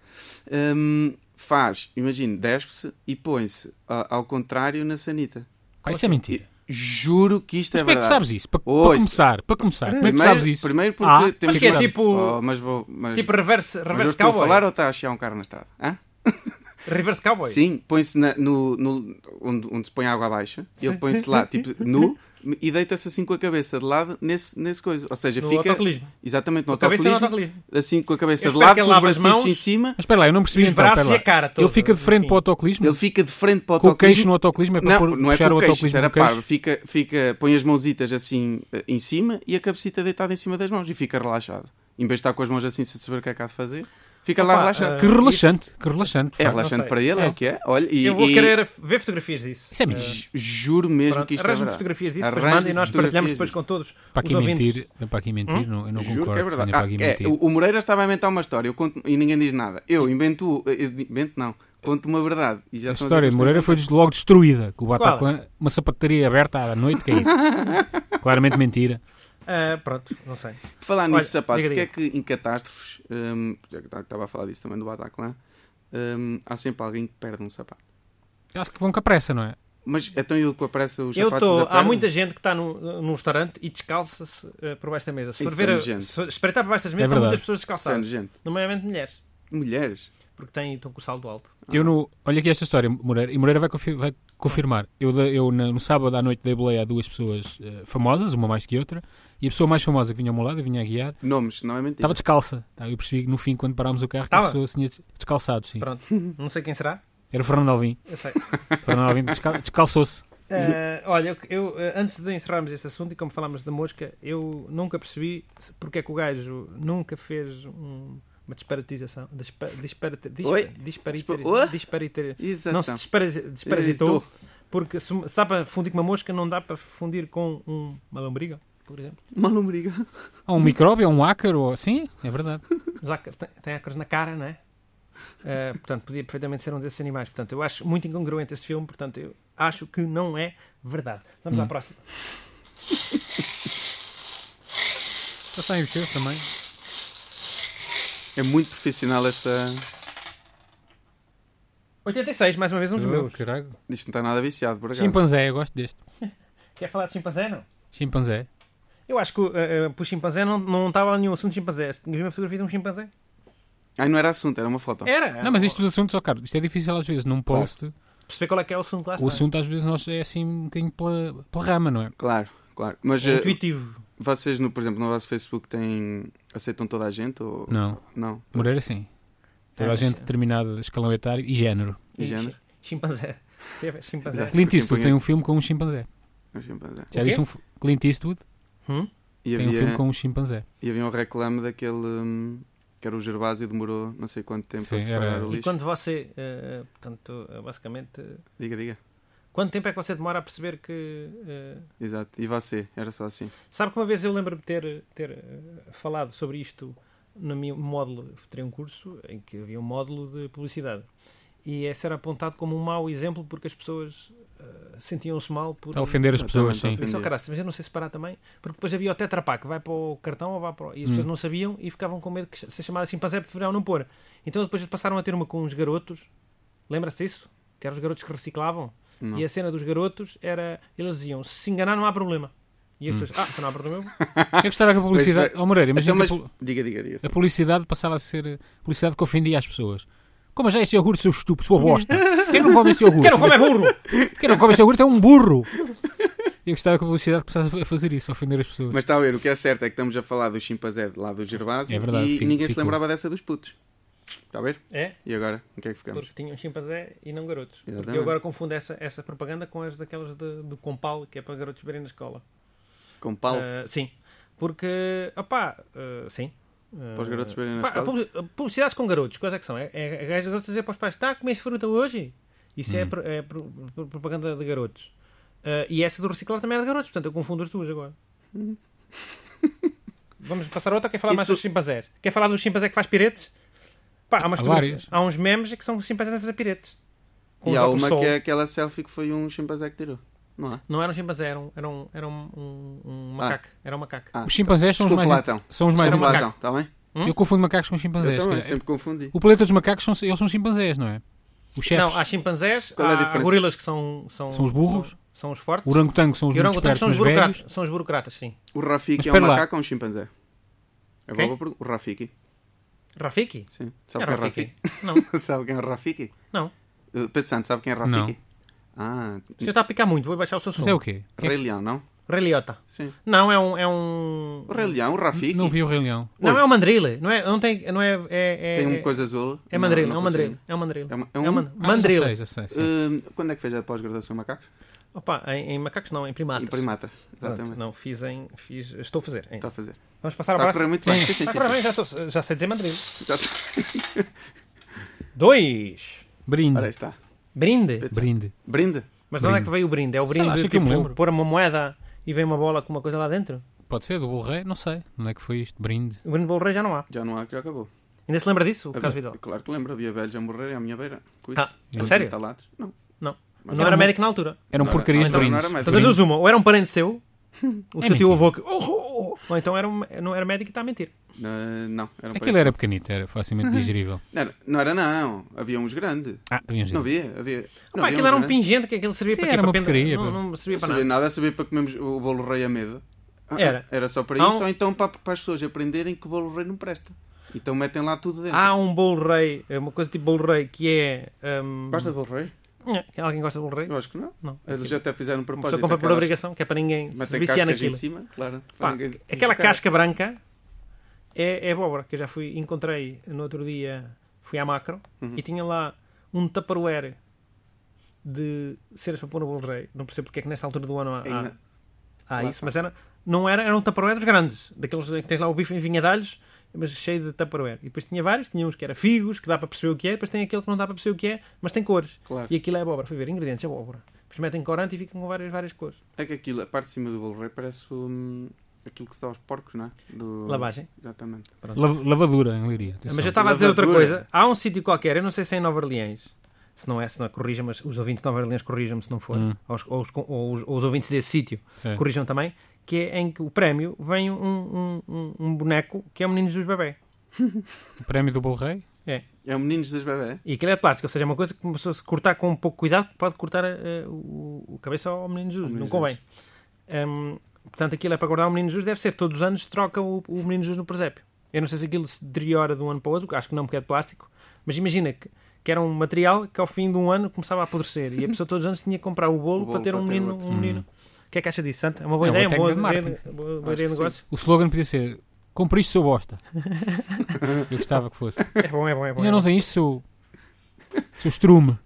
Speaker 3: hum, faz, imagino, despe-se e põe-se a- ao contrário na sanita.
Speaker 2: Pá,
Speaker 1: assim?
Speaker 2: isso é mentira.
Speaker 3: Juro que isto
Speaker 2: Mas
Speaker 3: é
Speaker 2: como é que tu
Speaker 3: verdade.
Speaker 2: sabes isso? Para, para
Speaker 3: Oi,
Speaker 2: começar, para começar, como é que tu
Speaker 3: Primeiro-
Speaker 2: sabes isso?
Speaker 3: Primeiro porque
Speaker 2: Ah,
Speaker 3: temos
Speaker 1: Mas que é
Speaker 3: que-
Speaker 1: tipo-
Speaker 3: Oh, mas vou. Mas,
Speaker 1: Tipo reverse,
Speaker 3: mas eu
Speaker 1: reverse
Speaker 3: estou a
Speaker 1: cowboy.
Speaker 3: falar ou está a achar um carro na estrada? Hã?
Speaker 1: Reverse cowboy.
Speaker 3: Sim, põe-se na- no, no- onde, onde se põe água abaixo, ele põe-se lá, tipo, nu, e deita-se assim com a cabeça de lado nesse, nesse coisa. Ou seja,
Speaker 1: No
Speaker 3: fica.
Speaker 1: autocolismo.
Speaker 3: Exatamente, no
Speaker 1: Com a cabeça é no
Speaker 3: autocolismo,
Speaker 1: autocolismo.
Speaker 3: Assim com a cabeça
Speaker 1: Eu
Speaker 3: de
Speaker 1: espero
Speaker 3: lado,
Speaker 1: que ele
Speaker 3: com os
Speaker 1: lave as
Speaker 3: bracitos
Speaker 1: mãos.
Speaker 3: em cima,
Speaker 2: Mas espera lá, eu não percebi
Speaker 1: E os
Speaker 2: então,
Speaker 1: braços
Speaker 2: espera
Speaker 1: e
Speaker 2: lá.
Speaker 1: a cara toda,
Speaker 2: Ele fica de frente
Speaker 1: enfim.
Speaker 2: para o autoclismo?
Speaker 3: ele fica de frente para o
Speaker 2: Com o
Speaker 3: autocolismo.
Speaker 2: queixo no autoclismo é para
Speaker 3: não,
Speaker 2: pôr-
Speaker 3: não é
Speaker 2: puxar
Speaker 3: com
Speaker 2: o
Speaker 3: o queixo,
Speaker 2: autocolismo
Speaker 3: isso era
Speaker 2: no queixo?
Speaker 3: parvo. Fica, fica, põe as mãozitas assim eh, em cima e a cabecita deitada em cima das mãos e fica relaxado. Em vez de estar com as mãos assim sem saber o que é que há de fazer, fica lá
Speaker 1: Opa,
Speaker 3: relaxado.
Speaker 1: eh,
Speaker 2: Que relaxante, que relaxante. de
Speaker 3: é
Speaker 2: facto.
Speaker 3: relaxante
Speaker 1: sei.
Speaker 3: para ele, é. o que é. Olha, e,
Speaker 1: Eu vou
Speaker 3: e-
Speaker 1: querer ver fotografias disso.
Speaker 2: Isso é mentira.
Speaker 3: ju- juro mesmo
Speaker 1: Pronto,
Speaker 3: que isto é
Speaker 1: Arranja-me
Speaker 3: verdade.
Speaker 1: fotografias disso, depois
Speaker 3: Arranja-me
Speaker 1: manda e nós partilhamos depois
Speaker 3: fotografias
Speaker 1: com todos os
Speaker 2: Para aqui
Speaker 1: ouvintes. Hum?
Speaker 2: mentir, é para aqui mentir, não- eu não
Speaker 3: Juro
Speaker 2: concordo.
Speaker 3: que é verdade.
Speaker 2: não para
Speaker 3: Ah,
Speaker 2: aqui
Speaker 3: é,
Speaker 2: mentir.
Speaker 3: o o Moreira estava a inventar uma história eu conto- e ninguém diz nada. Eu invento, eu invento não, conto uma verdade. E já
Speaker 2: A
Speaker 3: estão a
Speaker 2: história de
Speaker 3: dizer-
Speaker 2: Moreira foi des- logo destruída. Com o Bataclan, uma sapataria aberta à noite, que é isso? Claramente mentira.
Speaker 1: Ah, pronto, não sei.
Speaker 3: Por Falar
Speaker 1: Olha,
Speaker 3: nisso, sapato,
Speaker 1: diga,
Speaker 3: porque é
Speaker 1: diga.
Speaker 3: que em catástrofes, hum, já que estava a falar disso também do Bataclan, hum, há sempre alguém que perde um sapato.
Speaker 2: Eu Acho que vão com a pressa, não é?
Speaker 3: Mas então eu com a pressa os
Speaker 1: Eu
Speaker 3: sapatos
Speaker 1: estou. Há
Speaker 3: desaparecem?
Speaker 1: muita gente que está num num restaurante e descalça-se eh, por baixo da mesa. Se for
Speaker 3: Isso
Speaker 1: ver,
Speaker 3: é
Speaker 1: a-
Speaker 3: nojento.
Speaker 1: se espreitar por baixo das
Speaker 2: É
Speaker 1: mesas, há
Speaker 2: verdade.
Speaker 1: muitas pessoas
Speaker 3: Sério,
Speaker 1: descalçadas.
Speaker 3: gente.
Speaker 1: Nomeadamente mulheres,
Speaker 3: Mulheres.
Speaker 1: porque têm, estão com o saldo alto.
Speaker 2: Eu no, olha aqui esta história, Moreira, e Moreira vai, confi- vai confirmar. Eu, da- eu na- no sábado à noite dei boleia a duas pessoas eh, famosas, uma mais que outra, e a pessoa mais famosa que vinha ao meu lado, eu vinha a guiar,
Speaker 3: Nomes, não é mentira.
Speaker 2: estava descalça. Tá, eu percebi que no fim, quando parámos o carro, que a
Speaker 1: Tava?
Speaker 2: pessoa se tinha descalçado, sim.
Speaker 1: Pronto, não sei quem será.
Speaker 2: Era o Fernando Alvim.
Speaker 1: Eu sei.
Speaker 2: Fernando Alvim descal- descalçou-se.
Speaker 3: É.
Speaker 1: Eh, olha, eu- eu, eh, antes de encerrarmos esse assunto e como falámos da mosca, eu nunca percebi se- porque é que o gajo nunca fez um- uma disparatização. Dispa, disparate,
Speaker 3: Oi?
Speaker 1: dispa, dispariter-
Speaker 3: Dispa- Oi?
Speaker 1: dispariter-
Speaker 3: Isso,
Speaker 1: não se
Speaker 3: ação.
Speaker 1: disparasi-
Speaker 3: Estou.
Speaker 1: desparasitou. Porque se, se dá para fundir com uma mosca, não dá para fundir com um, uma lombriga, por exemplo.
Speaker 3: Uma lombriga.
Speaker 2: Há um micróbio, há um ácaro, ou- sim, é verdade.
Speaker 1: Os ácaros têm, têm ácaros na cara, não é? Eh, portanto, podia perfeitamente ser um desses animais. Portanto, eu acho muito incongruente esse filme. Portanto, eu acho que não é verdade. Vamos à próxima.
Speaker 2: Já saem os seus também.
Speaker 3: É muito profissional esta.
Speaker 1: 86, mais uma vez,
Speaker 3: Ah.
Speaker 1: um dos meus.
Speaker 2: Caralho.
Speaker 3: Isto não está nada viciado, por acaso.
Speaker 2: Chimpanzé, eu gosto deste.
Speaker 1: Quer falar de chimpanzé, não?
Speaker 2: Chimpanzé.
Speaker 1: Eu acho que eh, eh, para o chimpanzé não, não estava nenhum assunto de chimpanzé. Se Tinhas uma fotografia de um chimpanzé?
Speaker 3: Ai, não era assunto, era É uma foto.
Speaker 2: É.
Speaker 1: Era!
Speaker 2: Não, mas isto dos assuntos, ó Carlos, isto é difícil às vezes num post.
Speaker 1: Perceber qual é que é o assunto lá está.
Speaker 2: O assunto às vezes nós é assim um bocadinho pela, pela rama, não é?
Speaker 3: Claro, claro. Mas
Speaker 1: É
Speaker 2: um
Speaker 3: eh,
Speaker 1: intuitivo.
Speaker 3: vocês, no, por exemplo, no vosso Facebook têm... aceitam toda a gente? Ou...
Speaker 2: Não.
Speaker 3: Não.
Speaker 2: Moreira, sim. Toda a
Speaker 3: É,
Speaker 1: mas-
Speaker 2: gente de determinado escalão etário e género.
Speaker 3: E género?
Speaker 1: Chimpanzé. Teve Chimpanzé.
Speaker 3: Exato.
Speaker 2: Clint
Speaker 3: É, Porque
Speaker 2: Eastwood
Speaker 3: põe-
Speaker 2: tem um filme com um chimpanzé.
Speaker 3: Um chimpanzé.
Speaker 2: Já
Speaker 1: O quê?
Speaker 2: disse um fi- Clint Eastwood
Speaker 1: Hum?
Speaker 3: E
Speaker 2: tem um
Speaker 3: havia,
Speaker 2: filme com um chimpanzé.
Speaker 3: e havia um reclame daquele hum, que era o Gervásio, demorou não sei quanto tempo
Speaker 2: Sim,
Speaker 3: a separar
Speaker 2: era-
Speaker 3: o
Speaker 1: E
Speaker 3: lixo.
Speaker 1: quando você, eh, portanto, eh, basicamente, eh,
Speaker 3: Diga, diga.
Speaker 1: quanto tempo é que você demora a perceber que. eh,
Speaker 3: Exato. E você? Era só assim.
Speaker 1: Sabe que uma vez eu lembro-me de ter, ter eh, falado sobre isto no meu módulo, terei um curso em que havia um módulo de publicidade. E esse era apontado como um mau exemplo porque as pessoas eh, sentiam-se mal por.
Speaker 2: Está a ofender as
Speaker 3: Ah,
Speaker 2: pessoas,
Speaker 3: também
Speaker 2: sim.
Speaker 3: está
Speaker 1: Pensei,
Speaker 3: Entendi.
Speaker 1: "Caraca, mas eu não sei separar também, porque depois havia o Tetra Pak, vai para o cartão ou vai para o... E as
Speaker 3: Hum.
Speaker 1: pessoas não sabiam e ficavam com medo que se chamar assim, para preferiam não pôr. Então depois eles passaram a ter uma com uns garotos, lembra-se disso? Que eram os garotos que reciclavam.
Speaker 3: Não.
Speaker 1: E a cena dos garotos era, eles diziam, se se enganar não há problema. E as
Speaker 3: Hum.
Speaker 1: pessoas, ah, então não há problema, eu vou."
Speaker 2: Eu gostava que a publicidade.
Speaker 3: Pois
Speaker 2: Ó Moreira, imagina
Speaker 3: Então, mas-
Speaker 2: que a pu-
Speaker 3: Diga, diga, diga.
Speaker 2: a publicidade passava a ser publicidade que ofendia as pessoas. Como já este iogurte, seu estúpido, sua bosta. Quem não come este iogurte?
Speaker 1: quero comer burro!
Speaker 2: Quem não come este iogurte é um burro. Eu gostava que a publicidade passasse a fazer isso, a ofender as pessoas.
Speaker 3: Mas está a ver, o que é certo é que estamos a falar do chimpanzé de lá do Gervásio
Speaker 2: É verdade,
Speaker 3: e
Speaker 2: fico-
Speaker 3: ninguém se
Speaker 2: ficou.
Speaker 3: lembrava dessa dos putos. Está a ver?
Speaker 1: É,
Speaker 3: E agora? O que é que ficamos?
Speaker 1: porque tinham chimpanzé e não garotos. Porque
Speaker 3: Exatamente.
Speaker 1: eu agora confundo essa, essa propaganda com as daquelas de, do Compal, que é para garotos verem na escola.
Speaker 3: Com pau?
Speaker 2: É,
Speaker 1: Ah, sim. Porque, opá, ah, sim.
Speaker 3: Para os garotos verem na
Speaker 1: Pá,
Speaker 3: escola?
Speaker 1: publi- publicidades com garotos, quais é que são? É, é, é garotos dizer para os pais, tá, comeste fruta hoje? Isso
Speaker 3: Hum.
Speaker 1: é, pro- é pro- pro- propaganda de garotos. Ah, e essa do reciclar também era de garotos, portanto eu confundo as duas agora. Vamos passar a outra, quer falar
Speaker 3: Isso
Speaker 1: mais
Speaker 3: do-
Speaker 1: dos chimpanzés? Quer falar do chimpanzé que faz piretes? Pá, há, umas
Speaker 2: Há
Speaker 1: fotografias-
Speaker 2: várias.
Speaker 1: há uns memes que são chimpanzés a fazer piretes. Com
Speaker 3: e
Speaker 1: os
Speaker 3: há
Speaker 1: óculos
Speaker 3: uma
Speaker 1: sol.
Speaker 3: que é
Speaker 2: um.
Speaker 3: aquela selfie que foi um chimpanzé que tirou. Não há?
Speaker 1: Não era um chimpanzé, era um, era um, era um- um- um
Speaker 3: Ah.
Speaker 1: macaco. Era um macaco.
Speaker 3: Ah,
Speaker 2: Os chimpanzés são os mais.
Speaker 3: desculpa lá,
Speaker 2: int-
Speaker 3: então.
Speaker 2: São os mais.
Speaker 1: Era
Speaker 2: é,
Speaker 1: um
Speaker 2: int-
Speaker 1: macaco.
Speaker 3: razão, está bem?
Speaker 1: Hum?
Speaker 2: Eu confundo macacos com
Speaker 3: Eu
Speaker 2: chimpanzés.
Speaker 3: também,
Speaker 2: se calhar.
Speaker 3: sempre confundi.
Speaker 2: O planeta dos macacos são, eles são chimpanzés, não é? Os chefes.
Speaker 1: Não, há chimpanzés,
Speaker 3: Qual é a
Speaker 1: há
Speaker 3: diferença?
Speaker 1: gorilas que são, são,
Speaker 2: São os burros?
Speaker 1: são, são os fortes.
Speaker 2: O orangotango são os
Speaker 1: e
Speaker 2: muito
Speaker 1: orangotangos
Speaker 2: espertos,
Speaker 1: são os
Speaker 2: mas velhos.
Speaker 1: burocratas. São os burocratas, sim.
Speaker 3: O
Speaker 2: Mas
Speaker 3: Rafiki é um
Speaker 2: espera lá.
Speaker 3: macaco ou um chimpanzé? É
Speaker 1: Quem?
Speaker 3: boa pergunta. O Rafiki.
Speaker 1: Rafiki?
Speaker 3: Sim. Sabe quem é Rafiki?
Speaker 1: Não,
Speaker 3: sabe quem é o Rafiki?
Speaker 1: não.
Speaker 3: Uh, Pedro Santos, sabe quem é Rafiki? Ah,
Speaker 1: O senhor está a picar muito, vou baixar o seu som.
Speaker 2: Mas é o quê?
Speaker 3: Rei Leão, não?
Speaker 1: Reliota.
Speaker 3: Sim.
Speaker 1: Não, é um. É um...
Speaker 3: O Rei Leão, o Rafiki.
Speaker 2: Não vi o Rei Leão. Ah,
Speaker 1: Não,
Speaker 3: Oi.
Speaker 1: é um mandrila. Não é. Não tem, não é, é, é
Speaker 3: Tem uma
Speaker 1: é-
Speaker 3: coisa azul.
Speaker 1: É mandrila,
Speaker 3: mandril
Speaker 1: é um mandrila. É um mandrila.
Speaker 3: É uma- é
Speaker 1: É
Speaker 3: um-
Speaker 1: um man-
Speaker 2: Ah,
Speaker 1: mandrila.
Speaker 2: Já sei, já sei. sim.
Speaker 3: Quando é que fez a pós-graduação em macacos?
Speaker 1: Opa, em, em macacos não, em primatas.
Speaker 3: Em primata.
Speaker 1: Pronto,
Speaker 3: Exatamente.
Speaker 1: não, fiz em. Fiz, estou a fazer. ainda.
Speaker 3: Está a fazer.
Speaker 1: Vamos passar ao
Speaker 3: Está a correr
Speaker 1: próximo.
Speaker 3: muito bem. Sim, sim,
Speaker 1: Ah,
Speaker 3: sim.
Speaker 1: parabéns, já, estou- já sei dizer mandrila.
Speaker 3: Já está.
Speaker 1: Dois.
Speaker 2: Brinde.
Speaker 3: Ora, aí está.
Speaker 1: Brinde.
Speaker 2: Brinde.
Speaker 3: Brinde.
Speaker 1: Mas de onde é que veio o brinde? É o
Speaker 2: Sei lá,
Speaker 1: brinde
Speaker 2: acho
Speaker 1: de
Speaker 2: que eu me
Speaker 1: tipo,
Speaker 2: lembro.
Speaker 1: pôr uma moeda e vem uma bola com uma coisa lá dentro?
Speaker 2: Pode ser, do Bolo Rei? Não sei. Onde é que foi isto? Brinde.
Speaker 1: O brinde de bolo rei já não há.
Speaker 3: Já não há, que já acabou.
Speaker 1: Ainda se lembra disso, o Carlos
Speaker 3: Havia-
Speaker 1: Vidal?
Speaker 3: Claro que lembro. Havia velhos a morrer à minha beira. Com isso.
Speaker 1: Ah,
Speaker 3: Com
Speaker 1: a sério?
Speaker 3: 30 latas. Não.
Speaker 1: Não.
Speaker 3: Mas
Speaker 1: não
Speaker 2: era
Speaker 1: era
Speaker 2: um-
Speaker 1: médico na altura.
Speaker 2: Eram
Speaker 3: Não era-
Speaker 2: porcarias
Speaker 3: ah,
Speaker 2: de
Speaker 3: não, não
Speaker 2: brindes.
Speaker 3: era mais
Speaker 1: Então, das
Speaker 2: Brinde. É
Speaker 1: duas, uma, ou era um parente seu, o seu
Speaker 2: mentira.
Speaker 1: tio avô que. "Oh, oh, oh", Ou então era um- não era médico e está a mentir.
Speaker 3: Ah, não. Era um
Speaker 2: Aquilo era pequenito, era facilmente digerível.
Speaker 1: é-
Speaker 3: Não era, não era, não. Havia uns grandes.
Speaker 2: Ah, havia
Speaker 3: Não
Speaker 2: gente.
Speaker 3: havia. havia não
Speaker 1: Pá,
Speaker 3: havia
Speaker 1: aquilo
Speaker 3: uns
Speaker 1: era um
Speaker 3: grandes.
Speaker 1: pingente que aquilo servia
Speaker 2: Sim,
Speaker 1: para quê?
Speaker 2: era
Speaker 1: Para
Speaker 2: uma
Speaker 1: pendurar-
Speaker 2: porcaria,
Speaker 1: Não,
Speaker 2: pá.
Speaker 1: não servia
Speaker 3: Não
Speaker 1: para
Speaker 3: sabia
Speaker 1: nada.
Speaker 3: nada, eu sabia para comermos o bolo rei a medo. Ah, ah,
Speaker 1: Era.
Speaker 3: Era só para
Speaker 1: Há
Speaker 3: isso,
Speaker 1: um-
Speaker 3: ou então para, para as pessoas aprenderem que o bolo rei não presta. Então metem lá tudo dentro.
Speaker 1: Há um bolo rei, é uma coisa tipo bolo rei que é. hum,
Speaker 3: Gosta de bolo rei?
Speaker 1: é, Alguém gosta de bolo rei?
Speaker 3: Eu acho que não.
Speaker 1: Não.
Speaker 3: Eles já até fizeram um
Speaker 1: Uma
Speaker 3: propósito.
Speaker 1: pessoa compra por
Speaker 3: aquelas-
Speaker 1: obrigação, que é para ninguém se
Speaker 3: Metem
Speaker 1: viciar
Speaker 3: cascas em
Speaker 1: naquilo.
Speaker 3: cima, claro.
Speaker 1: Pá,
Speaker 3: para ninguém-
Speaker 1: aquela
Speaker 3: Cara,
Speaker 1: casca branca é, é abóbora, que eu já fui, encontrei no outro dia, fui à macro
Speaker 3: Uhum.
Speaker 1: e tinha lá um tupperware de ceras para pôr no bolo rei. Não percebo porque é que nesta altura do ano há, há,
Speaker 3: ainda-
Speaker 1: há
Speaker 3: lá
Speaker 1: isso, mas era, não era, era um tupperware dos grandes, daqueles em que tens lá o bife em vinhadalhos, mas cheio de tupperware. E depois tinha vários, tinha uns que era figos, que dá para perceber o que é, depois tem aquele que não dá para perceber o que é, mas tem cores.
Speaker 3: Claro.
Speaker 1: E aquilo é abóbora, fui ver, ingredientes é abóbora. Depois metem corante e ficam com várias, várias cores.
Speaker 3: É que aquilo, a parte de cima do bolo rei parece hum, aquilo que se dá aos porcos, não é? Do...
Speaker 1: Lavagem.
Speaker 3: Exatamente.
Speaker 2: Lav- Lavadura em Leiria. atenção.
Speaker 1: Mas eu estava a dizer outra
Speaker 3: Lavadura.
Speaker 1: coisa. Há um sítio qualquer, eu não sei se é em Nova Orleans. Se não é, se não é, corrija, mas os ouvintes de Nova Orleans corrijam-me se não for. Ou, os, ou os- ou os- ou os ouvintes desse sítio
Speaker 2: Sim.
Speaker 1: é corrijam também. Que é em que o prémio vem um, um- um- um boneco que é o Meninos dos Bebé.
Speaker 2: O prémio do Bolo Rei?
Speaker 3: É o Meninos das Bebé?
Speaker 1: E aquilo é plástico, ou seja, é uma coisa que uma pessoa se cortar com um pouco de cuidado pode cortar eh, o, o cabeça ao menino Jesus,
Speaker 3: menino
Speaker 1: não convém. Hum, portanto, aquilo é para guardar o menino Jesus, deve ser. Todos os anos troca o, o menino Jesus no presépio. Eu não sei se aquilo se deteriora de um ano para o outro, acho que não, porque é de plástico, mas imagina que, que era um material que ao fim de um ano começava a apodrecer e a pessoa todos os anos tinha que comprar o bolo,
Speaker 3: O bolo
Speaker 1: para ter
Speaker 3: para
Speaker 1: um
Speaker 3: ter
Speaker 1: menino.
Speaker 3: outro.
Speaker 1: um menino. O que é que acha disso, Santa? É uma boa
Speaker 2: É uma
Speaker 1: ideia, uma boa,
Speaker 2: técnica de
Speaker 1: ideia, boa- boa ideia de
Speaker 3: Acho que
Speaker 1: negócio.
Speaker 2: O slogan podia ser: Compre isto, sou bosta. Eu gostava que fosse.
Speaker 1: É bom, é bom, é bom.
Speaker 2: Eu não tenho isto, sou. Sou estrume.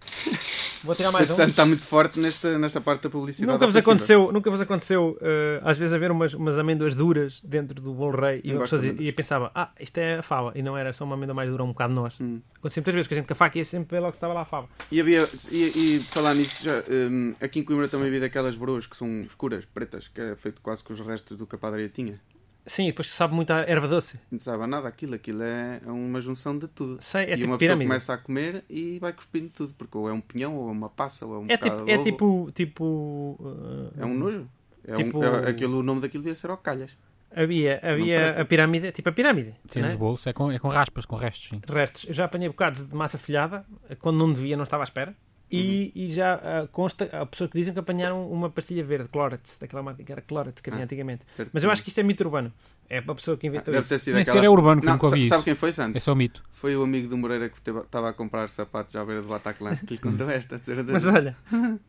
Speaker 1: Vou tirar mais
Speaker 3: Portanto,
Speaker 1: um.
Speaker 3: Santo está muito forte nesta, nesta parte da publicidade.
Speaker 1: Nunca vos
Speaker 3: ofensiva.
Speaker 1: aconteceu, nunca vos aconteceu eh, às vezes haver umas, umas amêndoas duras dentro do bolo rei e
Speaker 3: Eu
Speaker 1: uma
Speaker 3: gosto
Speaker 1: pessoa
Speaker 3: de
Speaker 1: dizia-
Speaker 3: amêndoas.
Speaker 1: e pensava, ah, isto é a fava, e não era só uma amêndoa mais dura, um bocado nós.
Speaker 3: Hum.
Speaker 1: Aconteceu muitas vezes que a gente com a faca ia sempre ver logo se estava lá a fava.
Speaker 3: E havia, e, e falar nisso, já, hum, aqui em Coimbra também havia daquelas broas que são escuras, pretas, que é feito quase com os restos do que a padaria tinha.
Speaker 1: Sim, e depois sabe muito a erva doce.
Speaker 3: Não sabe a nada aquilo, aquilo é é uma junção de tudo.
Speaker 1: Sei, é
Speaker 3: e
Speaker 1: tipo
Speaker 3: uma pessoa
Speaker 1: pirâmide.
Speaker 3: começa a comer e vai cuspindo tudo, porque ou é um pinhão, ou é uma passa, ou é um
Speaker 1: É
Speaker 3: bocado
Speaker 1: tipo,
Speaker 3: de
Speaker 1: é
Speaker 3: ovo.
Speaker 1: tipo, tipo eh,
Speaker 3: É um nojo. É
Speaker 1: Tipo-
Speaker 3: um, é, aquilo, o nome daquilo devia ser ocalhas.
Speaker 1: havia,
Speaker 3: presta.
Speaker 1: havia a pirâmide, tipo a pirâmide,
Speaker 2: Sim,
Speaker 1: né?
Speaker 2: nos bolos. É com, é com raspas, com restos, sim.
Speaker 1: restos. Eu já apanhei bocados de massa folhada, eh, quando não devia, não estava à espera. E, e já ah, consta, há pessoas que dizem que apanharam uma pastilha verde, Clorets, daquela marca que era Clorets que havia
Speaker 3: Ah,
Speaker 1: antigamente.
Speaker 3: certo? Ah,
Speaker 1: Mas eu acho que isto é mito urbano. É para a pessoa que inventou
Speaker 3: Deve
Speaker 1: isso.
Speaker 3: ter sido
Speaker 2: Nem sequer
Speaker 3: aquela...
Speaker 2: é urbano que
Speaker 3: Não,
Speaker 2: nunca ouvi
Speaker 3: sa- sabe
Speaker 2: isso.
Speaker 3: quem foi, Santo?
Speaker 2: É só mito.
Speaker 3: Foi o amigo do Moreira que estava a comprar sapatos à beira do Bataclan que lhe contou esta. de ser a
Speaker 1: Mas
Speaker 3: das-
Speaker 1: olha,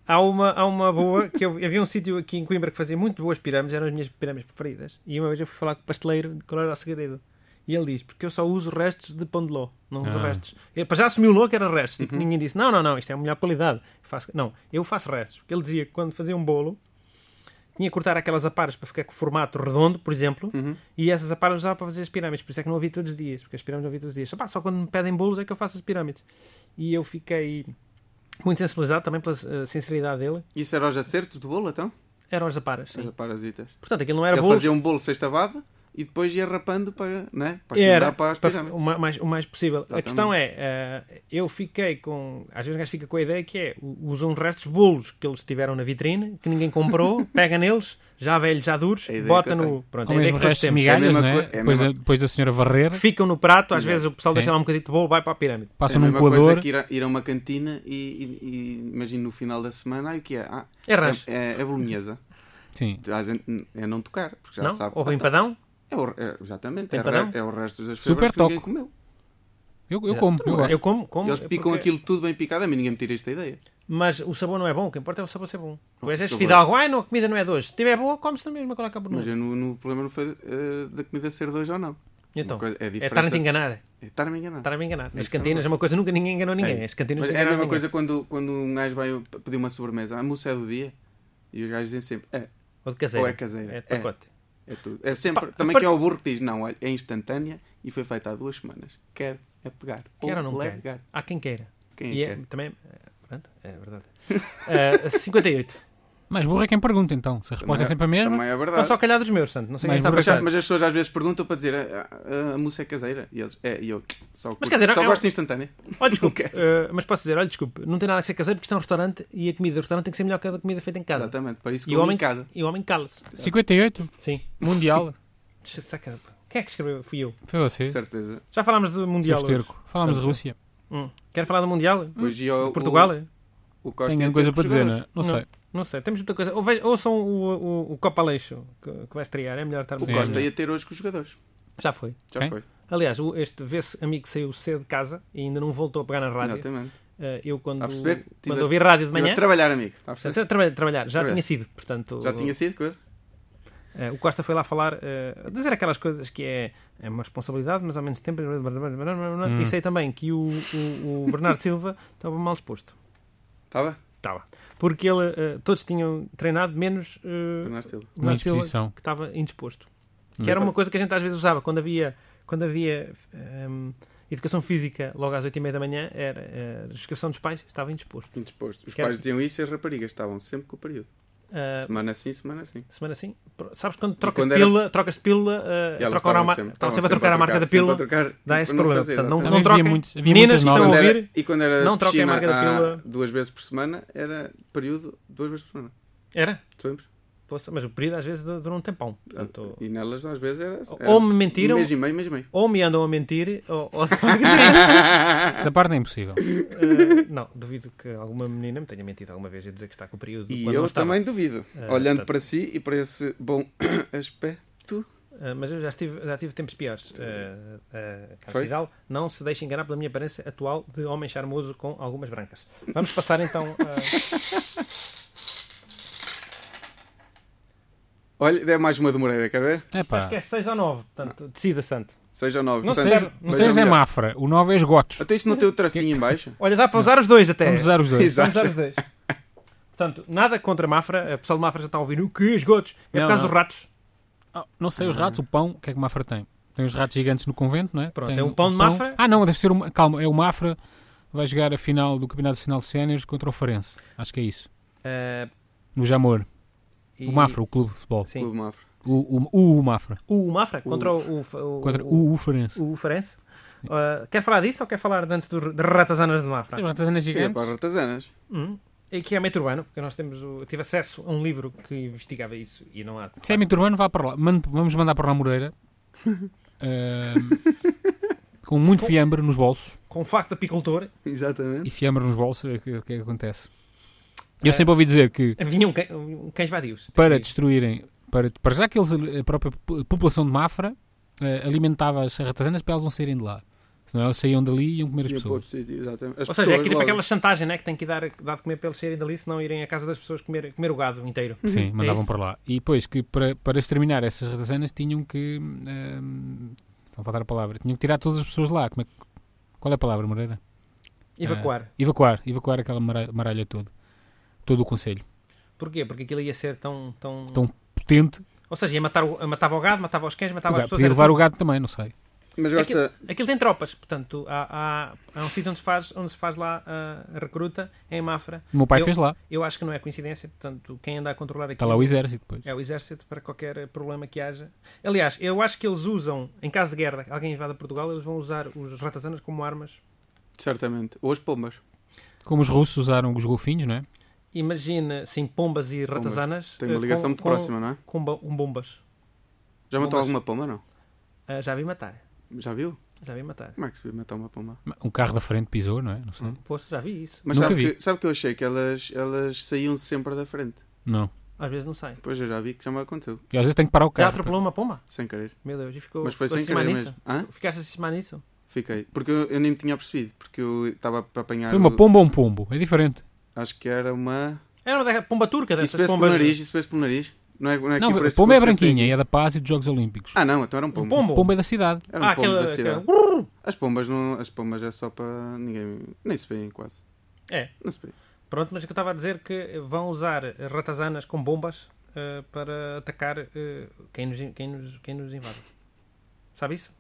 Speaker 1: há uma, há uma boa que eu, havia um sítio aqui em Coimbra que fazia muito boas pirâmides, eram as minhas pirâmides preferidas. E uma vez eu fui falar com o pasteleiro de qual era o segredo. E ele diz: Porque eu só uso restos de pão de ló, não uso
Speaker 2: Ah.
Speaker 1: restos. Ele para já assumiu logo que era restos. Tipo, Ninguém disse: Não, não, não, isto é a melhor qualidade. Faço- Não, eu faço restos. Porque ele dizia que quando fazia um bolo, tinha que cortar aquelas aparas para ficar com o formato redondo, por exemplo, e essas aparas usava para fazer as pirâmides. Por isso é que não havia todos os dias, porque as pirâmides não havia todos os dias. Só, pá, só quando me pedem bolos é que eu faço as pirâmides. E eu fiquei muito sensibilizado também pela eh, sinceridade dele.
Speaker 3: Isso era os acertos do bolo, então?
Speaker 1: Eram as aparas, sim.
Speaker 3: As parasitas.
Speaker 1: Portanto, aquilo não era
Speaker 3: Ele
Speaker 1: bolos.
Speaker 3: fazia um bolo sextavado e depois ia rapando para, né? para
Speaker 1: Era,
Speaker 3: quebrar para as
Speaker 1: para-
Speaker 3: pirâmides.
Speaker 1: o, ma- mais, o mais possível. A
Speaker 3: Exatamente.
Speaker 1: questão é, eh, eu fiquei com. Às vezes o gajo fica com a ideia que é: u- usam restos de bolos que eles tiveram na vitrine, que ninguém comprou, pega neles, já velhos, já duros,
Speaker 3: É A ideia que
Speaker 1: bota
Speaker 3: eu
Speaker 1: no. Pronto,
Speaker 2: Ou
Speaker 1: a ideia
Speaker 2: mesmo
Speaker 1: que todos
Speaker 2: restos de
Speaker 1: temos.
Speaker 3: É a
Speaker 2: migalhas,
Speaker 3: mesma
Speaker 2: não é?
Speaker 3: coi- é a
Speaker 2: Depois, da,
Speaker 3: mesma-
Speaker 2: depois da senhora varrer,
Speaker 1: ficam no prato, às
Speaker 3: Exato.
Speaker 1: vezes o pessoal
Speaker 2: Sim.
Speaker 1: deixa lá um bocadinho de bolo, vai para a pirâmide.
Speaker 2: passa
Speaker 3: é a
Speaker 2: num
Speaker 3: mesma coisa
Speaker 2: coador.
Speaker 3: que ir a, ir a uma cantina e, e- e imagino no final da semana, ai, o que é? Ah,
Speaker 1: É rasgo.
Speaker 3: é, é, é bolonhesa.
Speaker 2: Sim.
Speaker 3: Há gente- É não tocar, porque já
Speaker 1: não?
Speaker 3: sabe.
Speaker 1: Ou
Speaker 3: Ah, tá.
Speaker 1: empadão?
Speaker 3: É o- é, exatamente,
Speaker 1: Tem
Speaker 3: é,
Speaker 1: padrão?
Speaker 3: re- é o resto das
Speaker 2: Super
Speaker 3: febras que ninguém
Speaker 2: toco.
Speaker 3: comeu.
Speaker 2: Eu, eu como, eu gosto.
Speaker 1: é? Eu como, como,
Speaker 3: Eles picam
Speaker 1: porque-
Speaker 3: aquilo tudo bem picado, a mim ninguém me tira esta ideia.
Speaker 1: Mas o sabor não é bom, o que importa é o sabor ser bom.
Speaker 3: O
Speaker 1: O gajo é
Speaker 3: sabor.
Speaker 1: fidalgo, ai não, a comida não é de hoje. Se tiver boa, come-se na mesma, coloca por
Speaker 3: Mas
Speaker 1: nós.
Speaker 3: eu no, no problema não foi eh, da comida ser dois ou não.
Speaker 1: Então,
Speaker 3: Uma coisa- é
Speaker 1: é estar-me a
Speaker 3: diferença-
Speaker 1: enganar.
Speaker 3: É Estar-me a enganar.
Speaker 1: Estar-me a enganar. Nas
Speaker 3: isso que eu
Speaker 1: cantinas é uma coisa, nunca ninguém enganou ninguém.
Speaker 3: É
Speaker 1: As cantinas
Speaker 3: Mas
Speaker 1: não
Speaker 3: é a
Speaker 1: enganaram
Speaker 3: mesma
Speaker 1: ninguém.
Speaker 3: coisa quando, quando um gajo vai pedir uma sobremesa, a moça é do dia. E os gajos dizem sempre, é,
Speaker 1: Ou de caseiro.
Speaker 3: Ou é caseiro.
Speaker 1: É de pacote.
Speaker 3: é tudo. É sempre,
Speaker 1: Pá,
Speaker 3: também
Speaker 1: par-
Speaker 3: que é o burro que diz, não, olha, é instantânea e foi feita há duas semanas. Quero é pegar.
Speaker 1: Quer ou não quer?
Speaker 3: legar.
Speaker 1: Há quem queira.
Speaker 3: Quem
Speaker 1: E
Speaker 3: é,
Speaker 1: é,
Speaker 3: que quer?
Speaker 1: também... é, Pronto, é verdade. Ah, 58.
Speaker 2: Mas burro é quem pergunta, então. Se a resposta é sempre a mesma,
Speaker 3: Também é
Speaker 1: Estão
Speaker 3: verdade.
Speaker 1: só calhar dos meus, santo. Não sei quem
Speaker 2: Mas
Speaker 1: está a
Speaker 2: por
Speaker 3: Mas,
Speaker 1: pensar.
Speaker 3: já- mas as pessoas às vezes perguntam para dizer "Ah, ah, a, moça é caseira e eles é e eu só, curto-
Speaker 1: quer dizer,
Speaker 3: só
Speaker 1: é um-
Speaker 3: gosto de instantânea.
Speaker 1: Olha, desculpe,
Speaker 3: Não
Speaker 1: eh, mas posso dizer, olha, desculpe, não tem nada que ser caseiro porque isto é um restaurante e a comida do restaurante tem que ser melhor que a comida feita em casa.
Speaker 3: Exatamente, para isso que
Speaker 1: E
Speaker 3: eu
Speaker 1: o
Speaker 3: vou
Speaker 1: homem,
Speaker 3: em casa.
Speaker 1: e o homem cala-se.
Speaker 2: 58,
Speaker 1: Sim.
Speaker 2: Mundial.
Speaker 1: Saca. Quem é que escreveu? Fui eu.
Speaker 2: Foi você,
Speaker 3: De certeza.
Speaker 1: Já falámos do
Speaker 2: seu
Speaker 1: Mundial. hoje.
Speaker 2: esterco. Falámos de
Speaker 1: Vamos
Speaker 2: Rússia.
Speaker 1: Hum. Quer falar do Mundial?
Speaker 3: Hoje eu-
Speaker 1: De Hum? Portugal? é?
Speaker 3: O, o Costa
Speaker 2: Tenho
Speaker 3: ia
Speaker 2: uma
Speaker 3: ter
Speaker 2: coisa
Speaker 3: com
Speaker 2: para
Speaker 3: os
Speaker 2: dizer,
Speaker 3: jogadores.
Speaker 2: não, é? não sei.
Speaker 1: Não sei, temos muita coisa. Ou vejam- Ouçam o, o, o Copa Aleixo que, que vai estrear, é melhor estarmos
Speaker 3: O
Speaker 1: a-
Speaker 3: Costa ia ter hoje com os jogadores.
Speaker 1: Já foi.
Speaker 3: Já
Speaker 2: Quem?
Speaker 3: foi.
Speaker 1: Aliás, o- este vê-se amigo que saiu cedo de casa e ainda não voltou a pegar na rádio.
Speaker 3: Exatamente.
Speaker 1: Eh, eu, quando,
Speaker 3: Está a perceber?
Speaker 1: quando
Speaker 3: Tive-
Speaker 1: ouvi rádio de
Speaker 3: Estive
Speaker 1: manhã,
Speaker 3: a trabalhar, amigo. Está a perceber?
Speaker 1: portanto, trabalhar, trabalhar, já
Speaker 3: Trabalhar.
Speaker 1: tinha sido. Portanto,
Speaker 3: Já tinha sido com ele?
Speaker 1: Eh, o Costa foi lá falar, eh, dizer aquelas coisas que é, é uma responsabilidade, mas ao menos tempo.
Speaker 3: Hum.
Speaker 1: E sei também que o, o, o Bernardo Silva estava mal disposto.
Speaker 3: Estava?
Speaker 1: Estava. Porque ele, eh, todos tinham treinado, menos eh,
Speaker 3: Bernardo Silva.
Speaker 1: o
Speaker 2: Uma
Speaker 1: Bernardo Silva,
Speaker 2: exposição.
Speaker 1: que é estava indisposto.
Speaker 3: é
Speaker 1: Que era uma coisa que a gente às vezes usava quando havia, quando havia ehm, educação física logo às 8h30 da manhã, era eh, justificação dos pais, estava indisposto.
Speaker 3: Indisposto. Os
Speaker 1: Quer-
Speaker 3: pais diziam isso e as raparigas estavam sempre com o período.
Speaker 1: Eh,
Speaker 3: Semana sim, semana sim.
Speaker 1: Semana assim, pro- sabes quando trocas
Speaker 3: quando
Speaker 1: de
Speaker 3: era-
Speaker 1: pílula, trocas de pílula, eh,
Speaker 3: E
Speaker 1: trocam
Speaker 3: elas
Speaker 1: a
Speaker 3: estavam
Speaker 1: ma- estavam
Speaker 3: sempre- estavam
Speaker 1: sempre a trocar a marca da pílula.
Speaker 3: sempre a trocar,
Speaker 1: Dá
Speaker 3: tipo,
Speaker 1: esse
Speaker 3: não
Speaker 1: problema.
Speaker 3: fazer,
Speaker 1: Portanto, não,
Speaker 2: Também
Speaker 1: não
Speaker 2: havia
Speaker 1: troquem.
Speaker 2: muitos- havia
Speaker 1: Meninas
Speaker 2: muitas
Speaker 1: que estão a
Speaker 2: novas.
Speaker 3: Quando era-
Speaker 1: ouvir,
Speaker 3: e quando era
Speaker 1: não troquem a
Speaker 3: piscina
Speaker 1: marca da
Speaker 3: há
Speaker 1: pílula.
Speaker 3: duas vezes por semana, era período duas vezes por semana.
Speaker 1: Era?
Speaker 3: Tu lembras?
Speaker 1: Poça, mas o período às vezes dura um tempão. Portanto,
Speaker 3: E nelas às vezes era.
Speaker 1: Ou-
Speaker 3: era
Speaker 1: ou me mentiram-
Speaker 3: Um mês e meio, mês e meio.
Speaker 1: ou me andam a mentir, ou, ou se faz grande.
Speaker 2: Essa parte é impossível.
Speaker 1: Eh, Não, duvido que alguma menina me tenha mentido alguma vez a dizer que está com o período.
Speaker 3: E
Speaker 1: quando
Speaker 3: eu
Speaker 1: não estava.
Speaker 3: também duvido.
Speaker 1: Eh,
Speaker 3: olhando
Speaker 1: portanto-
Speaker 3: para si e para esse bom aspecto.
Speaker 1: Uh, mas eu já, estive, já tive tempos piores. Uh, uh, Carlos
Speaker 3: Foi?
Speaker 1: Vidal, não se deixe enganar pela minha aparência atual de homem charmoso com algumas brancas. Vamos passar então. a-
Speaker 3: Olha, é mais uma de Moreira, quer ver?
Speaker 2: É
Speaker 1: acho
Speaker 2: pá.
Speaker 1: que é 6 ou 9, portanto, decida, Santo.
Speaker 3: Seis ou nove.
Speaker 1: Não
Speaker 3: Portanto,
Speaker 1: sei,
Speaker 2: Seis-
Speaker 1: não
Speaker 2: O
Speaker 3: seis
Speaker 1: sei
Speaker 3: ou
Speaker 2: 6 é
Speaker 3: melhor.
Speaker 2: Mafra, o 9 é Esgotos.
Speaker 3: Até isso não tem o tracinho em baixo?
Speaker 1: Olha, dá para usar os dois até.
Speaker 2: Vamos usar os dois.
Speaker 1: Vamos usar os dois. Portanto, nada contra Mafra. O pessoal de Mafra já está a ouvir o que esgotos. É
Speaker 2: Não,
Speaker 1: por causa
Speaker 2: não.
Speaker 1: dos ratos.
Speaker 2: Ah, não sei, os ratos, o pão, o que é que Mafra tem? Tem os ratos gigantes no convento, não é?
Speaker 1: Pronto,
Speaker 2: tem
Speaker 1: é um
Speaker 2: o
Speaker 1: pão de Mafra.
Speaker 2: Ah, não, deve ser uma. Calma, é o Mafra. Vai jogar a final do Campeonato Nacional de Séniores contra o Farense. Acho que é isso.
Speaker 1: Uh,
Speaker 2: No Jamor.
Speaker 1: e-
Speaker 2: O Mafra, o clube de futebol.
Speaker 1: Sim.
Speaker 3: Clube Mafra.
Speaker 2: O, o, o, o Mafra.
Speaker 1: O Mafra contra o, o, o,
Speaker 2: Contra
Speaker 1: o,
Speaker 2: o, o Farense.
Speaker 1: o Farense. Uh, quer falar disso ou quer falar de antes do- das ratazanas de Mafra?
Speaker 2: As ratazanas
Speaker 3: E é para
Speaker 2: gigantes.
Speaker 3: as ratazanas.
Speaker 1: Hum. E que é mito urbano, porque nós temos o- eu tive acesso a um livro que investigava isso e não há.
Speaker 2: Se é mito urbano, vá para lá. Mande- vamos mandar para lá Moreira. Ahm, com muito fiambre nos bolsos.
Speaker 1: Com o facto de apicultor,
Speaker 3: Exatamente.
Speaker 2: E fiambre nos bolsos é o que, que é que acontece. Eu
Speaker 1: É.
Speaker 2: sempre ouvi dizer que
Speaker 1: vinham cã- um cães vadios.
Speaker 2: para destruírem, para, para já que eles, eh, a própria po- população de Mafra eh, alimentava as ratazanas para elas não saírem de lá. Senão elas saíam dali e iam comer as
Speaker 3: E é para
Speaker 2: pessoas.
Speaker 3: outro sítio, exatamente. As
Speaker 1: Ou seja, é
Speaker 3: pessoas
Speaker 2: tipo
Speaker 1: aquilo
Speaker 3: logo.
Speaker 1: para aquela chantagem né, que tem que dar, dar de comer para eles saírem dali, senão irem à casa das pessoas comer, comer o gado inteiro.
Speaker 2: Uhum.
Speaker 1: É
Speaker 2: Sim, mandavam
Speaker 1: Uhum, isso.
Speaker 2: para lá. E depois que para, para exterminar essas ratazanas tinham que. ehm, Estão a faltar a palavra. Tinham que tirar todas as pessoas de lá. Como é que- Qual é a palavra, Moreira?
Speaker 1: Evacuar.
Speaker 2: Evacuar, evacuar aquela mara- maralha toda. Todo o conselho.
Speaker 1: Porquê? Porque aquilo ia ser tão. tão...
Speaker 2: Tão- Potente,
Speaker 1: Ou seja, ia matar o, matava o gado, matava os cães, matava
Speaker 2: o
Speaker 1: as
Speaker 2: gato.
Speaker 1: pessoas.
Speaker 2: podia
Speaker 1: era
Speaker 2: levar
Speaker 1: tudo-
Speaker 2: o gado também, não sei. é
Speaker 3: Mas gosta.
Speaker 1: Aquilo tem tropas, portanto, há, há, há um sítio onde se faz, onde se faz lá ah, a recruta, é em Mafra.
Speaker 2: O meu pai
Speaker 1: Eu-
Speaker 2: fez lá,
Speaker 1: Eu acho que não é coincidência, portanto, quem anda a controlar aquilo.
Speaker 2: está Tá lá o exército depois.
Speaker 1: É o exército para qualquer problema que haja. Aliás, eu acho que eles usam, em caso de guerra, alguém invada Portugal, eles vão usar os ratazanas como armas.
Speaker 3: Certamente. Ou as pombas.
Speaker 2: Como os russos usaram os golfinhos, não é?
Speaker 1: Imagina, sim, pombas e ratazanas.
Speaker 3: Tem uma
Speaker 1: eh,
Speaker 3: ligação
Speaker 1: com-
Speaker 3: muito
Speaker 1: com-
Speaker 3: próxima, não é?
Speaker 1: Com, bo- com bombas.
Speaker 3: Já matou
Speaker 1: Pombas.
Speaker 3: alguma pomba, não?
Speaker 1: Ah, já vi matar.
Speaker 3: Já viu?
Speaker 1: Já vi matar.
Speaker 3: Como é que se viu matar uma pomba?
Speaker 2: Um carro da frente pisou, não é? Não sei.
Speaker 1: Poxa, já vi isso.
Speaker 3: Mas
Speaker 2: Nunca
Speaker 3: sabe
Speaker 2: vi.
Speaker 3: que, sabe que eu achei que elas, elas saíam sempre da frente.
Speaker 2: Não.
Speaker 1: Às vezes não sai.
Speaker 3: Pois eu já vi que já me aconteceu.
Speaker 2: E às vezes tem que parar o
Speaker 1: Já
Speaker 2: carro.
Speaker 1: atropelou uma pomba?
Speaker 3: Sem querer.
Speaker 1: Meu Deus, e ficou.
Speaker 3: Mas foi
Speaker 1: ficou
Speaker 3: sem querer
Speaker 1: cismado nisso?
Speaker 3: mesmo. Hã?
Speaker 1: Ficaste a cismar nisso?
Speaker 3: Fiquei. Porque eu, eu nem me tinha percebido. Porque eu estava para apanhar.
Speaker 2: Foi uma
Speaker 3: o-
Speaker 2: pomba ou um pombo? É diferente.
Speaker 3: Acho que era uma.
Speaker 1: Era uma da- pomba turca
Speaker 3: Isso
Speaker 1: dessas
Speaker 3: vê-se pelo
Speaker 1: pombas.
Speaker 3: nariz, isso vê-se pelo nariz. Não é, não é
Speaker 2: é? Não,
Speaker 3: aqui por
Speaker 2: a
Speaker 3: este-
Speaker 2: pomba é
Speaker 3: por este-
Speaker 2: branquinha e é da paz e dos Jogos Olímpicos.
Speaker 3: Ah, não, então era um pombo.
Speaker 1: pombo.
Speaker 2: Pomba é da cidade.
Speaker 3: Era um
Speaker 1: ah,
Speaker 3: pombo
Speaker 1: aquela.
Speaker 3: da cidade.
Speaker 1: aquela- Urr!
Speaker 3: As pombas não. As pombas é só para. Ninguém. Nem se vêem quase.
Speaker 1: É.
Speaker 3: Não se vê.
Speaker 1: Pronto, mas o que eu estava a dizer é que vão usar ratazanas com bombas eh, para atacar eh, quem, nos, quem, nos, quem nos invade. Sabe isso?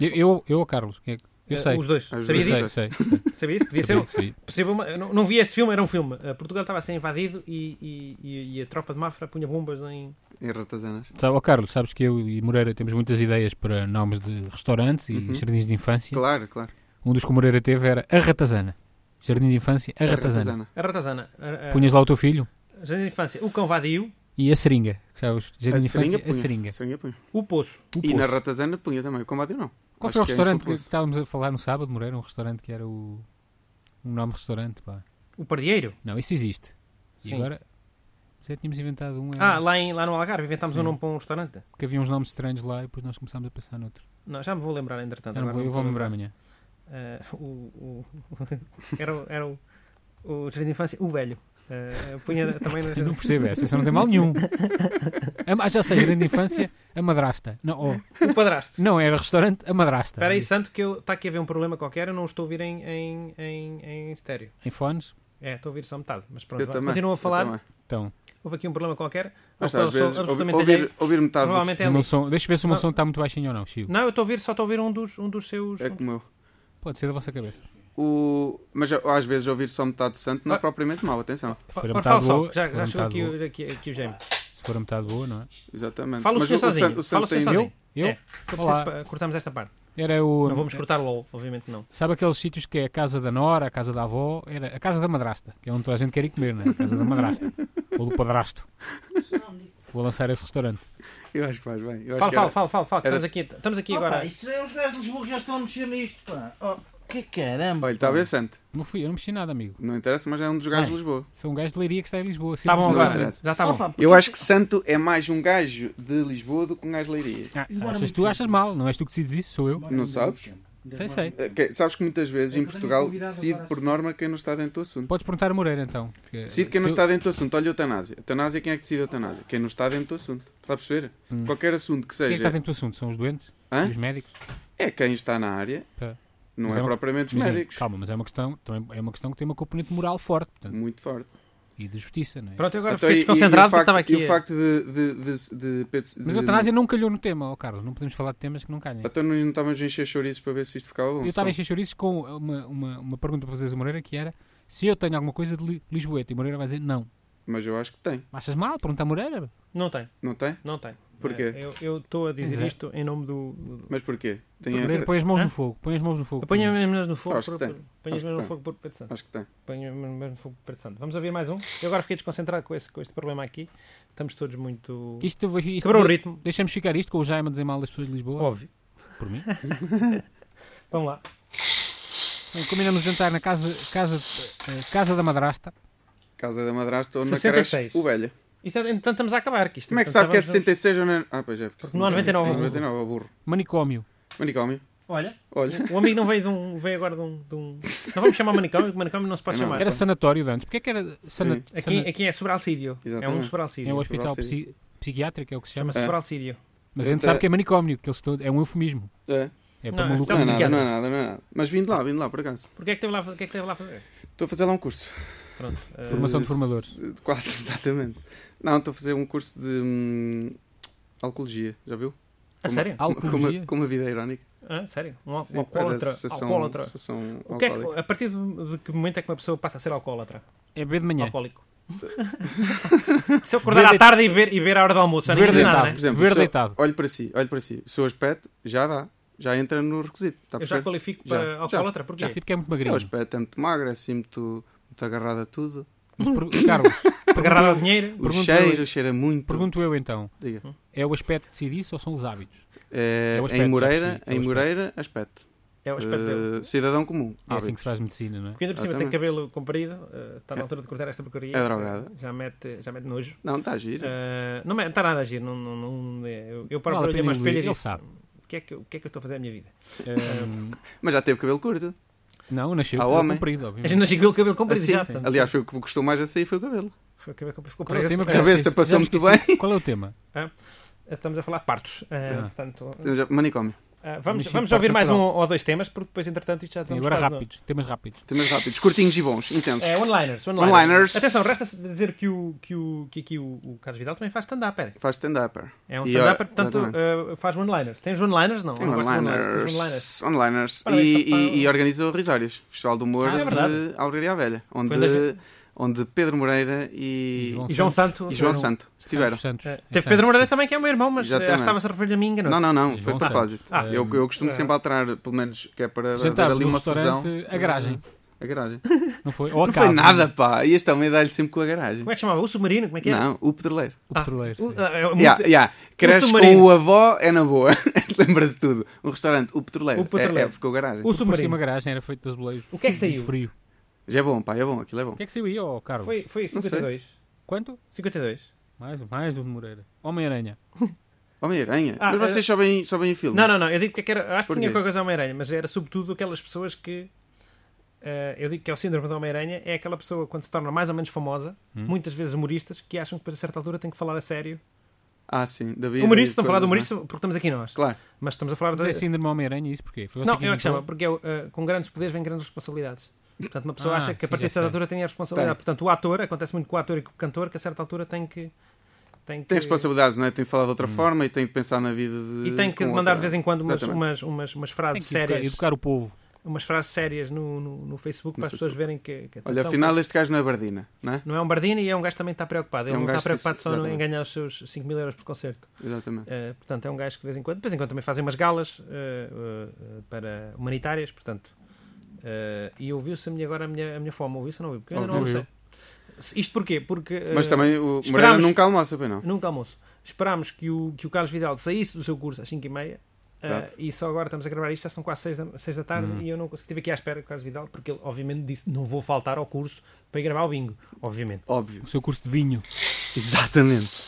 Speaker 2: Eu, eu, eu ou Carlos? quem é que- Eu
Speaker 1: Eh,
Speaker 2: sei.
Speaker 1: Os dois.
Speaker 3: Ah, os
Speaker 1: Sabia
Speaker 3: dois.
Speaker 1: disso?
Speaker 2: sei, sei.
Speaker 1: Sabia isso? Podia ser. um-
Speaker 2: Sabia, sabia.
Speaker 1: percebo uma- eu não, não vi esse filme, era um filme. Eh, Portugal estava a ser invadido e, e- e- e a tropa de Mafra punha bombas em.
Speaker 3: Em ratazanas.
Speaker 2: Sabe, ó Carlos, sabes que eu e Moreira temos muitas ideias para nomes de restaurantes e
Speaker 3: Uhum.
Speaker 2: jardins de infância.
Speaker 3: Claro, claro.
Speaker 2: Um dos que o Moreira teve era a Ratazana. Jardim de infância, a
Speaker 3: É
Speaker 2: Ratazana.
Speaker 1: A ratazana. A, a,
Speaker 2: Punhas lá o teu filho
Speaker 1: Jardim de infância, o cão vadio,
Speaker 2: e a seringa. que já os- Jardim
Speaker 3: A
Speaker 2: de
Speaker 3: seringa
Speaker 2: infância, a
Speaker 3: punha.
Speaker 2: seringa.
Speaker 3: Seringa punha.
Speaker 1: o poço.
Speaker 2: O
Speaker 3: E na
Speaker 2: poço.
Speaker 3: ratazana punha também. O combate não.
Speaker 2: Qual
Speaker 3: acho
Speaker 2: foi o
Speaker 3: que é
Speaker 2: restaurante
Speaker 3: isso o
Speaker 2: que
Speaker 3: poço.
Speaker 2: estávamos a falar no sábado, Moreira? Um restaurante que era o. Um nome de restaurante, pá.
Speaker 1: O pardieiro.
Speaker 2: Não, isso existe. E
Speaker 1: Sim.
Speaker 2: agora. Já tínhamos inventado um.
Speaker 1: Ah,
Speaker 2: Ah,
Speaker 1: lá, em, lá no Algarve inventámos
Speaker 2: Sim.
Speaker 1: um nome para um restaurante.
Speaker 2: Porque havia uns nomes estranhos lá e depois nós começámos a pensar noutro.
Speaker 1: Não, já me vou lembrar, entretanto.
Speaker 2: Já não
Speaker 1: agora
Speaker 2: vou, eu
Speaker 1: me
Speaker 2: vou lembrar amanhã.
Speaker 1: Eh, o, o- era o, era o, o jardim de infância, o velho. Eh, punha também no
Speaker 2: Eu não
Speaker 1: jardim.
Speaker 2: percebo essa, essa não tem mal nenhum. A- Ah, já sei, grande infância, a madrasta. Não, oh,
Speaker 1: O padrasto.
Speaker 2: não era restaurante, a madrasta.
Speaker 1: Espera aí, Santo, que está aqui a ver um problema qualquer. Eu não estou a ouvir em, em, em, em estéreo.
Speaker 2: Em fones?
Speaker 1: É, estou a ouvir só metade. Mas pronto,
Speaker 3: Eu
Speaker 1: vá.
Speaker 3: também.
Speaker 1: continuo a
Speaker 3: eu
Speaker 1: falar.
Speaker 3: também.
Speaker 2: Então,
Speaker 1: Houve aqui um problema qualquer.
Speaker 3: Mas
Speaker 1: ao
Speaker 3: às
Speaker 1: qual eu
Speaker 3: vezes
Speaker 1: sou
Speaker 3: ouvir,
Speaker 1: absolutamente é
Speaker 3: ouvir,
Speaker 1: alheio.
Speaker 3: ouvir metade do
Speaker 1: Provavelmente
Speaker 2: se o meu som- deixa eu ver se o meu
Speaker 1: Não.
Speaker 2: som está muito baixinho ou não, Chico.
Speaker 1: Não, eu estou a ouvir, só estou a ouvir um dos, um dos seus.
Speaker 3: é como eu.
Speaker 2: Pode ser da vossa cabeça.
Speaker 3: O... Mas ó, às vezes ouvir só metade do santo não é
Speaker 1: Ah.
Speaker 3: propriamente mau, atenção.
Speaker 2: Se for a
Speaker 1: Ora,
Speaker 2: metade
Speaker 1: fala só,
Speaker 2: boa,
Speaker 1: já,
Speaker 2: se for
Speaker 1: já
Speaker 2: a
Speaker 1: chegou
Speaker 2: metade
Speaker 1: aqui,
Speaker 2: boa,
Speaker 1: o- aqui, aqui o Jaime.
Speaker 2: se for a metade boa, não é?
Speaker 3: Exatamente.
Speaker 1: Fala o
Speaker 3: Mas
Speaker 1: senhor sozinho.
Speaker 3: santo- o
Speaker 1: Fala o
Speaker 3: santo
Speaker 1: senhor
Speaker 3: tem...
Speaker 1: sozinho.
Speaker 2: Eu?
Speaker 1: É, eu preciso
Speaker 2: Olá.
Speaker 1: pa- cortamos esta parte.
Speaker 2: Era o.
Speaker 1: Não vamos cortar LOL, obviamente não.
Speaker 2: Sabe aqueles sítios que é a casa da nora, a casa da avó? Era a casa da madrasta, que é onde toda a gente quer ir comer, não é? A casa da madrasta. Ou do padrasto. Vou lançar esse restaurante.
Speaker 3: Eu acho que faz bem. Eu acho
Speaker 1: Fala,
Speaker 3: que era-
Speaker 1: fala, fala, fala, fala, que
Speaker 3: era-
Speaker 1: estamos aqui, estamos aqui
Speaker 4: Oh, pá,
Speaker 1: agora.
Speaker 4: isso é os gajos de Lisboa que já estão a mexer nisto, pá. Oh, que caramba.
Speaker 3: Olha, tá
Speaker 4: pá.
Speaker 3: está decente.
Speaker 2: Não fui, eu não mexi nada, amigo.
Speaker 3: Não interessa, mas é um dos gajos de Lisboa.
Speaker 2: Foi um gajo de leiria que está em Lisboa.
Speaker 1: Está Tá bom
Speaker 3: Não
Speaker 2: Simples
Speaker 1: agora,
Speaker 3: interessa.
Speaker 1: já está
Speaker 4: Oh,
Speaker 1: bom.
Speaker 4: pá, porque-
Speaker 3: Eu acho que Santo é mais um gajo de Lisboa do que um gajo de Leiria.
Speaker 2: assim. Ah,
Speaker 4: Embora
Speaker 2: achas,
Speaker 4: muito
Speaker 2: tu achas mal, não és tu que decides isso, sou eu.
Speaker 3: Não sabes?
Speaker 2: Sei, sei.
Speaker 3: Eh, que- sabes que muitas vezes
Speaker 4: É
Speaker 3: em
Speaker 4: que eu tenho
Speaker 3: Portugal
Speaker 4: convidado
Speaker 3: decide
Speaker 4: agora
Speaker 3: por norma quem não está dentro do assunto.
Speaker 2: Podes perguntar a Moreira então. que-
Speaker 3: Decide quem não
Speaker 2: se
Speaker 3: está dentro do assunto. Olha a eutanásia. Eutanásia, quem é que decide a eutanásia? Quem não está dentro do assunto. Está a perceber?
Speaker 2: Hum.
Speaker 3: Qualquer assunto que
Speaker 2: Quem é que está
Speaker 3: seja.
Speaker 2: dentro do assunto? São os doentes?
Speaker 3: Hã?
Speaker 2: E os médicos?
Speaker 3: É quem está na área.
Speaker 2: Tá.
Speaker 3: Não
Speaker 2: Mas
Speaker 3: é,
Speaker 2: é uma-
Speaker 3: propriamente os
Speaker 2: Mas,
Speaker 3: médicos.
Speaker 2: Calma, mas é uma questão, também é uma questão que tem uma componente moral forte portanto,
Speaker 3: Muito forte.
Speaker 2: e de justiça, não é?
Speaker 1: Pronto, eu agora
Speaker 3: Então,
Speaker 1: fiquei
Speaker 3: e- e-
Speaker 1: desconcentrado
Speaker 3: e o
Speaker 1: porque
Speaker 3: facto-
Speaker 1: estava
Speaker 3: E
Speaker 1: aqui.
Speaker 3: o facto de. de, de, de, de-
Speaker 2: Mas
Speaker 3: de-
Speaker 2: a eutanásia não calhou no tema, ó Carlos, não podemos falar de temas que não calhem.
Speaker 3: Então nós não estávamos a encher chouriços para ver se isto ficava bom.
Speaker 2: Eu estava
Speaker 3: só.
Speaker 2: em Xixourices com uma, uma, uma pergunta para fazer a Moreira que era se eu tenho alguma coisa de Li- Lisboeta e Moreira vai dizer não.
Speaker 3: Mas eu acho que tem.
Speaker 2: Achas mal? Pergunta a Moreira.
Speaker 1: Não tem,
Speaker 3: Não tem?
Speaker 1: não tem.
Speaker 3: Porquê?
Speaker 1: É, eu- Eu estou a dizer
Speaker 2: Exato.
Speaker 1: isto em nome do. do-
Speaker 3: Mas porquê? Tem a-
Speaker 2: Moreira, põe as mãos
Speaker 1: Hã?
Speaker 2: no fogo, põe as mãos no fogo.
Speaker 1: Apanha as meninas no fogo.
Speaker 3: Acho
Speaker 1: por-
Speaker 3: que tem.
Speaker 1: por- Apanha as
Speaker 3: Acho que
Speaker 1: meninas no
Speaker 3: tem.
Speaker 1: fogo por Pedro Santo.
Speaker 3: Acho que tem.
Speaker 1: Apanha as meninas no fogo por Pedro Santo. Vamos ouvir mais um. Eu agora fiquei desconcentrado com este, com este problema aqui. Estamos todos muito.
Speaker 2: Isto, isto, isto
Speaker 1: Quebrou o ritmo.
Speaker 2: Deixamos ficar isto com o Jaime a dizer mal das pessoas de Lisboa.
Speaker 1: Óbvio.
Speaker 2: Por mim.
Speaker 1: Vamos lá.
Speaker 2: Bem, Combinamos jantar na casa, casa, eh, casa da madrasta.
Speaker 3: Casa da madrasta ou na
Speaker 1: 66.
Speaker 3: creche, o velha.
Speaker 1: E tá- então estamos a acabar aqui. Isto, então,
Speaker 3: Como é que
Speaker 1: portanto,
Speaker 3: sabe que é
Speaker 1: já vamos-
Speaker 3: 66 ou não é? Ah, pois é.
Speaker 1: Porque não há 99 ao burro.
Speaker 3: 99 ao oh, burro.
Speaker 2: Manicômio.
Speaker 3: Manicômio.
Speaker 1: Olha,
Speaker 3: Olha.
Speaker 1: o amigo não veio, de um, veio agora de um, de um- Não vamos chamar manicômio, porque manicômio não se pode
Speaker 3: Não,
Speaker 1: chamar.
Speaker 2: Era sanatório de antes. Porquê é que era sana,
Speaker 3: Ah, então. Sim.
Speaker 2: sana-
Speaker 1: Aqui, aqui é sobralcídio. É um
Speaker 3: Exatamente.
Speaker 2: é o
Speaker 1: sobralcídio.
Speaker 2: hospital
Speaker 3: Sobral
Speaker 2: psi- psiquiátrico, é o que se chama.
Speaker 1: Chama-se
Speaker 3: É.
Speaker 1: sobralcídio.
Speaker 2: Mas a gente
Speaker 3: Eita.
Speaker 2: sabe que é manicômio, que eles todos, é um eufemismo.
Speaker 3: É.
Speaker 2: É
Speaker 1: Não,
Speaker 2: para
Speaker 1: é
Speaker 2: maluco.
Speaker 3: Não é
Speaker 1: Estamos
Speaker 3: nada,
Speaker 1: psiquiatra.
Speaker 3: não é nada, não é nada. Mas vim de lá, vim de lá, por acaso.
Speaker 1: Porquê é que teve lá, o que é que teve lá a fazer?
Speaker 3: Estou a fazer lá um curso.
Speaker 1: Pronto. eh,
Speaker 2: Formação de
Speaker 3: Eh,
Speaker 2: formadores.
Speaker 3: s- Quase, exatamente. Não, estou a fazer um curso de hum, alcoologia, já viu?
Speaker 1: a sério?
Speaker 3: Com uma,
Speaker 2: Alcoologia.
Speaker 3: com uma vida irónica.
Speaker 1: Ah, sério? Um, al-
Speaker 3: Sim,
Speaker 1: um
Speaker 3: para
Speaker 1: alcoólatra.
Speaker 3: sessão-
Speaker 1: alcoólatra.
Speaker 3: sessão
Speaker 1: O que é
Speaker 3: alcoólica.
Speaker 1: que, a partir de, de que momento é que uma pessoa passa a ser alcoólatra?
Speaker 2: É beber de manhã.
Speaker 1: Alcoólico. Se eu acordar à
Speaker 2: Beber-
Speaker 1: tarde e ver, e ver à hora do almoço, já não
Speaker 2: Beber
Speaker 1: diz nada,
Speaker 2: deitado.
Speaker 1: né?
Speaker 3: Por exemplo,
Speaker 2: Beber
Speaker 3: se eu-
Speaker 2: deitado.
Speaker 3: Olho para si, olho para si. O seu aspecto já dá, já entra no requisito. Está a
Speaker 1: Eu já
Speaker 3: perceber?
Speaker 1: qualifico
Speaker 3: Já,
Speaker 1: para
Speaker 3: já.
Speaker 1: alcoólatra, porquê?
Speaker 2: Já sei porque é muito
Speaker 3: O
Speaker 2: magrinho.
Speaker 3: meu aspecto é muito magro, é assim muito, muito agarrado a tudo.
Speaker 2: Mas per- Carlos,
Speaker 1: Agarrado ao dinheiro?
Speaker 3: O
Speaker 2: Pergunto-
Speaker 3: cheiro cheira muito.
Speaker 2: pergunto eu então.
Speaker 3: Diga.
Speaker 2: É o aspecto que decide isso ou são os hábitos?
Speaker 3: É,
Speaker 2: É o aspecto,
Speaker 3: em Moreira,
Speaker 2: já percebi. É o
Speaker 3: em
Speaker 2: aspecto.
Speaker 3: Moreira, aspecto.
Speaker 1: É o aspecto dele. Ah,
Speaker 3: Eh, cidadão comum.
Speaker 2: É assim que
Speaker 3: hábitos.
Speaker 2: se faz medicina, não é?
Speaker 1: Porque ainda por cima tem
Speaker 3: exatamente.
Speaker 1: cabelo comprido, eh, está na altura de cortar esta porcaria. eh,
Speaker 3: É drogada.
Speaker 1: Já mete, já mete nojo.
Speaker 3: Não, está giro.
Speaker 1: Eh, não está nada a agir, não, não, não, é, eu, eu
Speaker 2: Vale a
Speaker 1: próprio olhei
Speaker 2: pena
Speaker 1: para a espelha e
Speaker 2: evoluir, ele
Speaker 1: disse,
Speaker 2: sabe.
Speaker 1: o que, é que, eu- o que é que eu estou a fazer à minha vida?
Speaker 2: Hum,
Speaker 3: Mas já teve cabelo curto.
Speaker 2: não, nasceu
Speaker 3: Há
Speaker 2: com o cabelo
Speaker 3: homem.
Speaker 2: comprido,
Speaker 1: A
Speaker 2: obviamente.
Speaker 1: gente não chega com o cabelo comprido
Speaker 3: Assim,
Speaker 1: já. portanto,
Speaker 3: Aliás, foi o que me custou mais a sair foi o cabelo.
Speaker 1: foi o cabelo que ficou
Speaker 2: Qual é o
Speaker 1: preso.
Speaker 2: tema que
Speaker 1: Eh,
Speaker 2: já
Speaker 3: A cabeça
Speaker 2: esqueci?
Speaker 3: passou
Speaker 2: Já me
Speaker 3: muito
Speaker 2: esqueci. Qual é o tema?
Speaker 1: Estamos a falar de partos. eh,
Speaker 2: Ah.
Speaker 1: portanto,
Speaker 3: Então, já- Manicômio.
Speaker 1: Ah, vamos
Speaker 2: Mas sim,
Speaker 1: vamos
Speaker 2: parte
Speaker 1: ouvir mais um
Speaker 2: natural.
Speaker 1: ou dois temas, porque depois, entretanto, isto já
Speaker 2: Sim,
Speaker 1: estamos
Speaker 2: então. agora
Speaker 1: quase no-
Speaker 2: rápidos, temas rápidos.
Speaker 3: Temas rápidos, curtinhos e bons, intensos.
Speaker 1: É, one-liners, one-liners.
Speaker 3: One-liners.
Speaker 1: Atenção, resta-se dizer que, o, que, o, que aqui o, o Carlos Vidal também faz stand-up, é.
Speaker 3: Faz stand-up.
Speaker 1: É um
Speaker 3: E,
Speaker 1: stand-up,
Speaker 3: ó,
Speaker 1: portanto, ah, faz one-liners. Tens one-liners? Não,
Speaker 3: Tem
Speaker 1: eu não gosto de Tens one-liners.
Speaker 3: onliners. Onliners.
Speaker 1: Ora bem,
Speaker 3: E,
Speaker 1: papá.
Speaker 3: e, e organizou Risórios, Festival do Humor
Speaker 1: Ah, é verdade.
Speaker 3: de Algaria Velha, onde,
Speaker 1: onde a gente-
Speaker 3: onde Pedro Moreira e,
Speaker 1: E João Santo.
Speaker 3: e João
Speaker 1: tiveram-
Speaker 3: Santo estiveram.
Speaker 2: Santos, Santos.
Speaker 1: Eh,
Speaker 2: Em
Speaker 1: Teve
Speaker 2: Santos.
Speaker 1: Pedro Moreira também, que é o meu irmão, mas eh, acho
Speaker 3: Exatamente.
Speaker 1: que estava-se a referir a mim, engano.
Speaker 3: Não, não, não,
Speaker 2: João
Speaker 3: foi de
Speaker 2: Santos.
Speaker 3: propósito.
Speaker 1: Ah, um
Speaker 2: Eh,
Speaker 3: Eu, eu costumo
Speaker 1: Ah.
Speaker 3: sempre alterar, pelo menos, que é para haver
Speaker 2: Sentámos
Speaker 3: ali
Speaker 2: num
Speaker 3: uma fusão.
Speaker 2: um restaurante a garagem,
Speaker 3: A garagem.
Speaker 2: não foi? Ou a
Speaker 3: Não
Speaker 2: cave,
Speaker 3: foi nada, pá. E este homem dá-lhe sempre com a garagem.
Speaker 1: Como é que chamava? O submarino? Como é que era?
Speaker 3: Não, o pedreleiro.
Speaker 2: O
Speaker 1: Ah,
Speaker 2: petroleiro.
Speaker 1: O-
Speaker 2: sim.
Speaker 1: ah, é muito-
Speaker 3: Yeah, yeah. Cresce
Speaker 1: submarino.
Speaker 3: com o avó, é na boa. Lembra-se tudo. Um restaurante, o petroleiro.
Speaker 1: O Petroleiro.
Speaker 3: É, é, ficou garagem.
Speaker 1: O
Speaker 2: Por cima a
Speaker 1: submarino.
Speaker 2: garagem era feito de azulejos.
Speaker 1: O que é que saiu?
Speaker 2: Muito frio.
Speaker 3: Já é bom, pá, é bom, aquilo é bom.
Speaker 2: O que é que saiu aí, ó Carlos?
Speaker 1: Foi, foi
Speaker 3: Não sei.
Speaker 1: 52.
Speaker 2: Quanto?
Speaker 1: 52.
Speaker 2: Mais, mais um de Moreira. Homem-Aranha.
Speaker 3: Homem-Aranha.
Speaker 1: Ah,
Speaker 3: Mas vocês só veem, só veem filmes.
Speaker 1: Não, não, não. Eu digo que é que era. Acho que
Speaker 3: Porquê?
Speaker 1: tinha qualquer coisa a Homem-Aranha, mas era sobretudo aquelas pessoas que. eh, eu digo que é o síndrome da Homem-Aranha. É aquela pessoa quando se torna mais ou menos famosa,
Speaker 2: Hum?
Speaker 1: muitas vezes humoristas, que acham que depois a certa altura tem que falar a sério.
Speaker 3: Ah, sim, David.
Speaker 1: Humoristas, estão a
Speaker 3: coisas,
Speaker 1: falar de
Speaker 3: não é?
Speaker 1: humoristas porque estamos aqui nós.
Speaker 3: Claro.
Speaker 1: Mas estamos a falar
Speaker 2: Mas
Speaker 1: de.
Speaker 2: é síndrome Homem-Aranha isso porquê? Foi você
Speaker 1: não, eu é que
Speaker 2: inventou?
Speaker 1: chama, porque é, o, eh, com grandes poderes vem grandes responsabilidades. Portanto, uma pessoa
Speaker 2: Ah,
Speaker 1: acha que a
Speaker 2: sim,
Speaker 1: partir
Speaker 2: já
Speaker 1: de certa
Speaker 2: sei.
Speaker 1: altura tem a responsabilidade.
Speaker 3: Tem.
Speaker 1: Portanto, o ator, acontece muito com o ator e com o cantor, que a certa altura tem que. Tem que
Speaker 3: Tem responsabilidades, não é? Tem de falar de outra forma e tem de pensar na vida de.
Speaker 1: Eh, E tem que
Speaker 3: com
Speaker 1: mandar de
Speaker 3: outra.
Speaker 1: vez em quando umas,
Speaker 3: Exatamente.
Speaker 1: umas, umas, umas
Speaker 2: Tem
Speaker 1: frases
Speaker 2: que educar,
Speaker 1: sérias.
Speaker 2: educar o povo.
Speaker 1: umas frases sérias no, no, no Facebook
Speaker 3: No
Speaker 1: para as pessoas verem que, que
Speaker 3: Olha,
Speaker 1: atenção,
Speaker 3: afinal este gajo não é Bardina, não é?
Speaker 1: não é um Bardini e é um gajo que também está preocupado.
Speaker 3: É
Speaker 1: Ele
Speaker 3: um
Speaker 1: não está
Speaker 3: gajo,
Speaker 1: preocupado
Speaker 3: sim,
Speaker 1: só no- em
Speaker 3: exatamente.
Speaker 1: ganhar os seus 5 mil euros por concerto.
Speaker 3: Exatamente.
Speaker 1: Eh, portanto, é um gajo que de vez em quando, de vez em quando também fazem umas galas eh, eh, para humanitárias, portanto. eh, e ouviu-se a minha, agora a minha, a minha fome, ouviu-se ou não ouviu? Porque eu ainda não
Speaker 3: Ouviu.
Speaker 1: ouvi. Isto porquê? Porque.
Speaker 3: Mas
Speaker 1: eh,
Speaker 3: também o
Speaker 1: esperámos-
Speaker 3: Moreira nunca almoça, pois não.
Speaker 1: Nunca almoço. Esperámos que o, que o Carlos Vidal saísse do seu curso às 5h30
Speaker 3: Exato.
Speaker 1: eh, e só agora estamos a gravar isto, já são quase 6 da, 6 da tarde e eu não consegui. Estive aqui à espera do Carlos Vidal porque ele, obviamente, disse: Não vou faltar ao curso para ir gravar o bingo. Obviamente.
Speaker 3: Óbvio.
Speaker 2: O seu curso de vinho.
Speaker 3: Exatamente.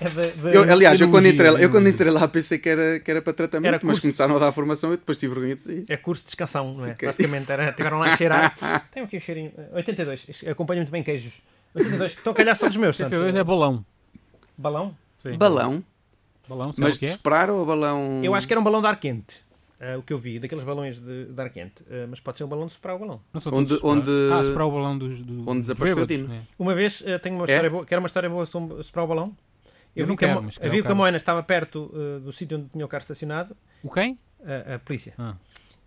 Speaker 1: É da- da-
Speaker 3: Eu, aliás, eu quando,
Speaker 2: Cirurgia,
Speaker 3: entrei, lá- eu quando
Speaker 2: cirurgia.
Speaker 3: entrei lá pensei que era, que era para tratamento,
Speaker 1: Era
Speaker 3: mas
Speaker 1: curso.
Speaker 3: começaram a dar formação e depois tive vergonha de sair.
Speaker 1: É curso de descansão, não é?
Speaker 3: Fiquei.
Speaker 1: Basicamente, era, tiveram lá a cheirar. Tem aqui o cheirinho. eh, 82, Isto acompanha muito bem queijos. 82, que estão a calhar só dos meus, portanto.
Speaker 2: 72 é balão.
Speaker 1: Balão?
Speaker 2: Sim.
Speaker 3: Balão?
Speaker 2: Balão, sabe
Speaker 3: Mas
Speaker 2: o que
Speaker 3: de
Speaker 2: é?
Speaker 3: soprar ou balão...
Speaker 1: Eu acho que era um balão de ar quente. eh, o que eu vi, daqueles balões de, de ar quente. Eh, mas pode ser um balão de soprar o balão.
Speaker 2: Não sou
Speaker 3: Onde-
Speaker 2: todo soprar.
Speaker 3: onde-
Speaker 2: Ah, soprar o balão dos. Do, dos
Speaker 3: desapareceu o
Speaker 2: bêbados,
Speaker 3: Dino.
Speaker 2: né?
Speaker 1: Uma vez eh, tenho uma
Speaker 3: É?
Speaker 1: história boa, que era uma história boa sobre soprar o balão. Eu,
Speaker 2: Eu
Speaker 1: vi,
Speaker 2: não
Speaker 1: que a
Speaker 2: quero, um
Speaker 1: Mo-
Speaker 2: mas se
Speaker 1: eu
Speaker 2: calhar
Speaker 1: vi
Speaker 2: o
Speaker 1: que a
Speaker 2: Carlos.
Speaker 1: Moana estava perto eh, do sítio onde tinha o carro estacionado,
Speaker 2: O quem?
Speaker 1: a, a polícia.
Speaker 2: Ah.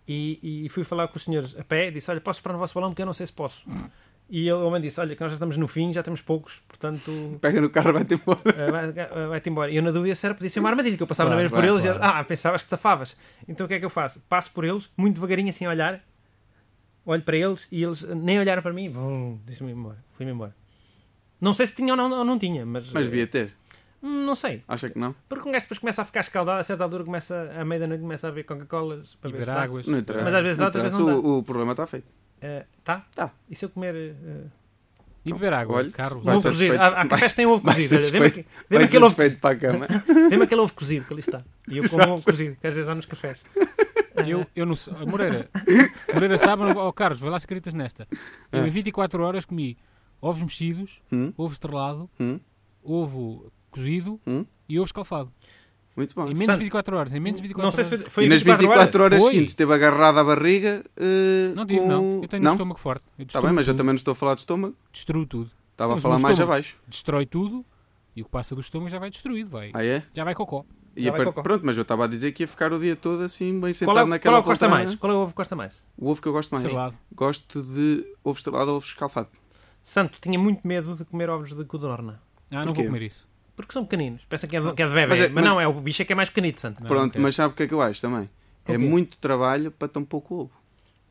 Speaker 1: E, e fui falar com os senhores a pé e disse: Olha, posso soprar no vosso balão porque eu não sei se posso.
Speaker 2: Hum.
Speaker 1: E ele- o homem disse: Olha, que nós já estamos no fim, já temos poucos, portanto
Speaker 3: Pega no carro e vai-te embora.
Speaker 1: eh, vai- eh, vai-te embora. E eu na dúvida se era, podia ser uma armadilha, que eu passava
Speaker 2: Claro,
Speaker 1: na mesma
Speaker 2: claro,
Speaker 1: por eles e ah, pensavas que estafavas. Então o que é que eu faço? Passo por eles, muito devagarinho, sem olhar, olho para eles e eles nem olharam para mim, vum, disse-me embora, fui-me embora. Não sei se tinha ou não, ou não tinha, mas.
Speaker 3: Mas
Speaker 1: eh,
Speaker 3: devia ter.
Speaker 1: hum, Não sei.
Speaker 3: Acha que não?
Speaker 1: Porque um gajo depois começa a ficar escaldado, a certa altura começa, à meia-noite, começa a ver Coca-Colas para
Speaker 2: E
Speaker 1: ver se
Speaker 2: beber
Speaker 1: dá.
Speaker 2: águas.
Speaker 3: Não interessa.
Speaker 1: Mas às vezes dá,
Speaker 3: Não
Speaker 1: outras
Speaker 3: interessa.
Speaker 1: vezes não
Speaker 3: O, o problema está feito.
Speaker 1: Eh, tá?
Speaker 3: Tá.
Speaker 1: E se eu comer eh, um
Speaker 2: E beber água.
Speaker 3: Olha,
Speaker 2: Carlos.
Speaker 3: vai
Speaker 1: ovo
Speaker 3: ser
Speaker 1: cozido?
Speaker 3: desfeito.
Speaker 1: Há, há cafés que têm ovo
Speaker 3: Vai
Speaker 1: cozido.
Speaker 3: ser
Speaker 1: olha, Dê-me
Speaker 3: desfeito,
Speaker 1: aqui- dê-me
Speaker 3: vai ser
Speaker 1: aquele, ovo-
Speaker 3: desfeito para a cama.
Speaker 1: dê-me aquele ovo cozido que ali está. E eu como ovo cozido, que às vezes há nos cafés.
Speaker 2: Eu, eu não sei. Moreira, Moreira sabe, não- oh, Carlos, vai lá se acreditas nesta. Eu em 24 horas comi ovos mexidos,
Speaker 3: Hum?
Speaker 2: ovo estrelado,
Speaker 3: Hum?
Speaker 2: ovo cozido
Speaker 3: Hum? Ah,
Speaker 2: e ovo escalfado.
Speaker 3: Muito bom.
Speaker 2: Em menos de
Speaker 1: Santo.
Speaker 2: 24 horas. Em menos de 24
Speaker 1: Não sei
Speaker 2: horas.
Speaker 1: se foi, foi
Speaker 3: e nas 24 horas,
Speaker 2: Foi.
Speaker 3: seguintes esteve agarrada à barriga. eh,
Speaker 2: Não tive,
Speaker 3: com-
Speaker 2: não. Eu tenho um estômago forte. Eu
Speaker 3: Está
Speaker 2: destruo
Speaker 3: Tá bem, mas eu
Speaker 2: tudo.
Speaker 3: também não estou a falar de estômago.
Speaker 2: Destruo tudo.
Speaker 3: Estava
Speaker 2: Mas
Speaker 3: a falar
Speaker 2: o
Speaker 3: mais
Speaker 2: estômago
Speaker 3: abaixo.
Speaker 2: Destrói tudo e o que passa do estômago já vai destruído. Vai.
Speaker 3: Ah, é?
Speaker 2: Já vai cocó.
Speaker 3: E
Speaker 1: Já
Speaker 3: a
Speaker 1: vai
Speaker 3: par-
Speaker 1: cocó.
Speaker 3: Pronto, mas eu estava a dizer que ia ficar o dia todo assim, bem sentado
Speaker 1: Tá Qual é, o- qual
Speaker 3: naquela
Speaker 1: é o que gosta
Speaker 3: poltrona.
Speaker 1: mais? Qual é o ovo que gosta mais?
Speaker 3: O ovo que eu gosto mais.
Speaker 2: Estrelado.
Speaker 3: Gosto de ovo estrelado ou ovo escalfado.
Speaker 1: Santo tinha muito medo de comer ovos de codorna.
Speaker 2: Ah, não
Speaker 3: Porquê?
Speaker 2: vou comer isso.
Speaker 1: Porque são pequeninos. Pensa que é de, que é de bebê.
Speaker 3: Mas
Speaker 1: Mas,
Speaker 3: é- mas-
Speaker 1: não, é o bicho é que é mais pequenito, Santo.
Speaker 2: Não,
Speaker 3: Pronto,
Speaker 2: não quero.
Speaker 3: mas sabe o que é que eu acho também? É
Speaker 1: quê?
Speaker 3: muito trabalho para tão pouco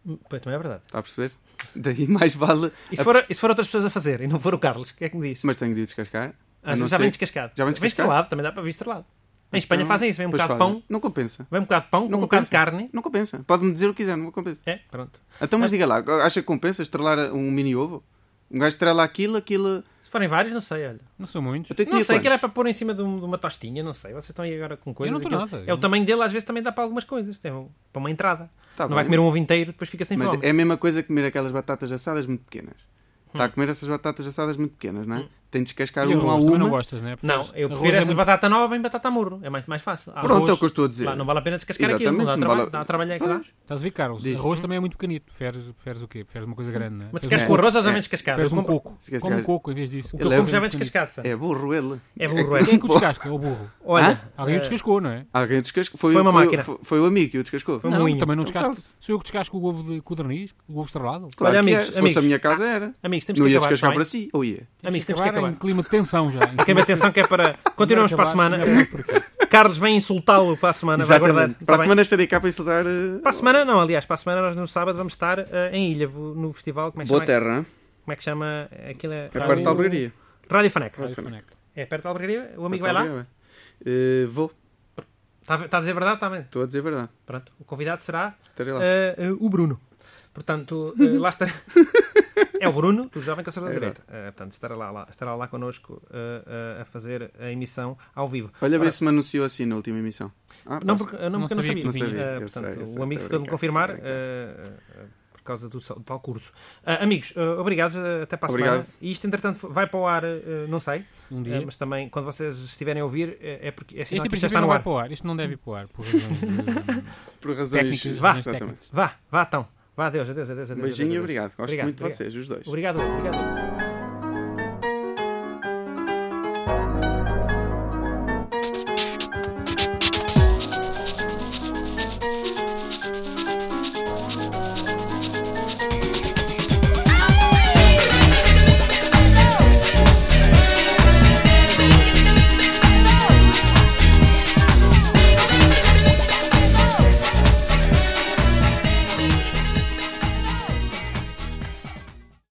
Speaker 3: ovo.
Speaker 1: Pois também é verdade.
Speaker 3: Está a perceber? Daí mais vale.
Speaker 1: E
Speaker 3: a-
Speaker 1: se, for, e se for outras pessoas a fazer e não for o Carlos, o que é que me diz?
Speaker 3: Mas tenho de descascar.
Speaker 1: Ah,
Speaker 3: a não
Speaker 1: já
Speaker 3: ser-
Speaker 1: vem descascado.
Speaker 3: Já vem descascado?
Speaker 1: estrelado, também dá para vir estrelado. Em Espanha
Speaker 3: Então,
Speaker 1: fazem isso, vem um
Speaker 3: pois
Speaker 1: bocado de
Speaker 3: fazem.
Speaker 1: pão,
Speaker 3: Não compensa.
Speaker 1: vem um bocado de pão, com um bocado de carne.
Speaker 3: Não compensa. Pode-me dizer o que quiser, não me compensa.
Speaker 1: É, pronto.
Speaker 3: Então, mas diga lá, acha que compensa estrelar um mini ovo? Um gajo estrela aquilo, aquilo.
Speaker 1: Se forem vários, não sei, olha.
Speaker 2: Não são muitos.
Speaker 3: Até
Speaker 1: Não
Speaker 3: tinha
Speaker 1: sei,
Speaker 3: quantos?
Speaker 1: que era para pôr em cima de, um- de uma tostinha, não sei. Vocês estão aí agora com coisas.
Speaker 2: não estou
Speaker 1: aquilo-
Speaker 2: nada, eu
Speaker 1: É o
Speaker 2: não-
Speaker 1: tamanho dele, às vezes também dá para algumas coisas. Tem um- para uma entrada.
Speaker 3: Tá
Speaker 1: não
Speaker 3: bem.
Speaker 1: vai comer um ovo inteiro, depois fica sem
Speaker 3: Mas
Speaker 1: fome. Hum.
Speaker 3: é a mesma coisa que comer aquelas batatas assadas muito pequenas. Está a comer essas batatas assadas muito pequenas, não é? Tem de descascar
Speaker 2: E
Speaker 3: uma a
Speaker 2: arroz, também não
Speaker 3: uma.
Speaker 2: gostas, né?
Speaker 1: Não, eu
Speaker 2: Arroz
Speaker 1: prefiro
Speaker 2: é
Speaker 1: essa
Speaker 2: muito-
Speaker 1: batata nova bem batata a murro. É mais, mais fácil. Há
Speaker 3: Pronto,
Speaker 1: arroz,
Speaker 3: é o que eu estou a dizer.
Speaker 1: lá, não vale a pena descascar aquilo. Não
Speaker 3: Exatamente,
Speaker 1: dá,
Speaker 3: não
Speaker 1: traba
Speaker 3: vale a-
Speaker 1: dá trabalho é que
Speaker 3: Pois.
Speaker 1: dá.
Speaker 2: Estás a ver, Carlos?
Speaker 3: Diz.
Speaker 2: Arroz também é muito pequenito. Feres, feres o quê? Feres uma coisa grande, né?
Speaker 1: Mas se
Speaker 2: Feres
Speaker 1: queres
Speaker 2: um
Speaker 1: com
Speaker 2: coco.
Speaker 3: é.
Speaker 1: arroz, ou já vem descascado.
Speaker 2: Feres
Speaker 1: Eu
Speaker 2: um
Speaker 1: como-
Speaker 2: coco.
Speaker 3: Se queres
Speaker 2: Como um
Speaker 3: gajo-
Speaker 2: coco em vez disso.
Speaker 1: O que
Speaker 3: Ele
Speaker 1: eu
Speaker 3: é
Speaker 1: como já vem
Speaker 2: muito pequenito.
Speaker 1: descascado. sabe?
Speaker 3: É burro ele.
Speaker 1: É burro,
Speaker 2: Quem é
Speaker 1: é.
Speaker 2: que o descasca? É o burro.
Speaker 1: Olha,
Speaker 2: Alguém o
Speaker 1: eh,
Speaker 2: descascou, não é?
Speaker 3: Alguém o descascou. Foi,
Speaker 1: Foi uma
Speaker 3: foi-
Speaker 1: máquina.
Speaker 3: Foi, foi o amigo que o descascou.
Speaker 1: Foi um
Speaker 2: não,
Speaker 1: moinho.
Speaker 2: também não
Speaker 3: Então,
Speaker 2: descasco.
Speaker 3: Carlos.
Speaker 2: Sou eu que descasco o ovo de codorniz, o ovo estrelado.
Speaker 3: Claro
Speaker 1: Olha,
Speaker 3: que é.
Speaker 1: amigos,
Speaker 3: Se fosse a
Speaker 1: amigos.
Speaker 3: minha casa era.
Speaker 1: amigos, temos
Speaker 3: não
Speaker 1: que
Speaker 3: ia
Speaker 1: acabar.
Speaker 3: descascar
Speaker 1: tá bem?
Speaker 3: para si, Oh, ou ia?
Speaker 1: Amigos, temos que acabar.
Speaker 2: em clima de tensão já. Em
Speaker 1: Queima
Speaker 2: clima de
Speaker 1: atenção que é para. Continuamos para a
Speaker 2: acabar,
Speaker 1: semana.
Speaker 2: melhor por aqui.
Speaker 1: Carlos vem insultá-lo para a semana, vai guardar.
Speaker 3: Exatamente. Para
Speaker 1: Tá
Speaker 3: a
Speaker 1: bem?
Speaker 3: semana estarei cá para insultar. eh,
Speaker 1: Para a semana, não, aliás, para a semana nós no sábado vamos estar eh, em Ilha, no festival. Como é que chama?
Speaker 3: Boa terra, hein?
Speaker 1: Como é que chama aquilo? É,
Speaker 3: é perto da albergaria.
Speaker 1: Rádio Faneca.
Speaker 2: Rádio Faneca.
Speaker 1: É perto da albergaria, o amigo
Speaker 3: Perto da
Speaker 1: vai lá.
Speaker 3: albergaria, vai. Eh, vou,
Speaker 1: Está a, tá a dizer a verdade? Tá bem.
Speaker 3: estou a dizer a verdade.
Speaker 1: Pronto, o convidado será
Speaker 3: Estarei lá.
Speaker 1: eh, eh, o Bruno. Portanto, eh, lá estará. É o Bruno, do Jovem Conservador
Speaker 3: É
Speaker 1: da Direita. Eh, portanto, estará lá, lá- estará lá connosco eh, eh, a fazer a emissão ao vivo.
Speaker 3: Olha
Speaker 1: Ora,
Speaker 3: ver se me anunciou assim na última emissão. Ah,
Speaker 1: Não,
Speaker 3: pá.
Speaker 1: porque, não,
Speaker 2: Não
Speaker 1: porque eu não
Speaker 2: sabia
Speaker 1: sabia.
Speaker 2: que tu
Speaker 3: vinhas.
Speaker 1: Eh,
Speaker 3: Eu sei,
Speaker 1: portanto,
Speaker 3: eu sei,
Speaker 1: o amigo
Speaker 3: tô
Speaker 1: ficou de me
Speaker 3: brincando,
Speaker 1: confirmar
Speaker 3: tô brincando.
Speaker 1: eh, eh, por causa do, sal- do tal curso. Ah, amigos, eh, obrigado. eh, até para a
Speaker 3: Obrigado.
Speaker 1: semana. E isto, entretanto, vai para o ar, eh, não sei.
Speaker 2: Um
Speaker 1: eh,
Speaker 2: dia.
Speaker 1: mas também, quando vocês estiverem a ouvir, eh, é porque é
Speaker 2: Este
Speaker 1: sinal
Speaker 2: em
Speaker 1: que isto já
Speaker 2: princípio
Speaker 1: está no
Speaker 2: não vai
Speaker 1: ar.
Speaker 2: para o ar. Este não deve ir para o ar. Por razões de-
Speaker 3: Por razões
Speaker 2: técnicas.
Speaker 1: Vá.
Speaker 2: razões
Speaker 3: Exatamente.
Speaker 2: técnicas.
Speaker 1: Vá, vá então. Vá, adeus, adeus, adeus. adeus
Speaker 3: Beijinho e
Speaker 1: adeus,
Speaker 3: obrigado. Gosto
Speaker 1: Obrigado,
Speaker 3: muito de
Speaker 1: obrigado.
Speaker 3: vocês, os dois.
Speaker 1: Obrigado, obrigado.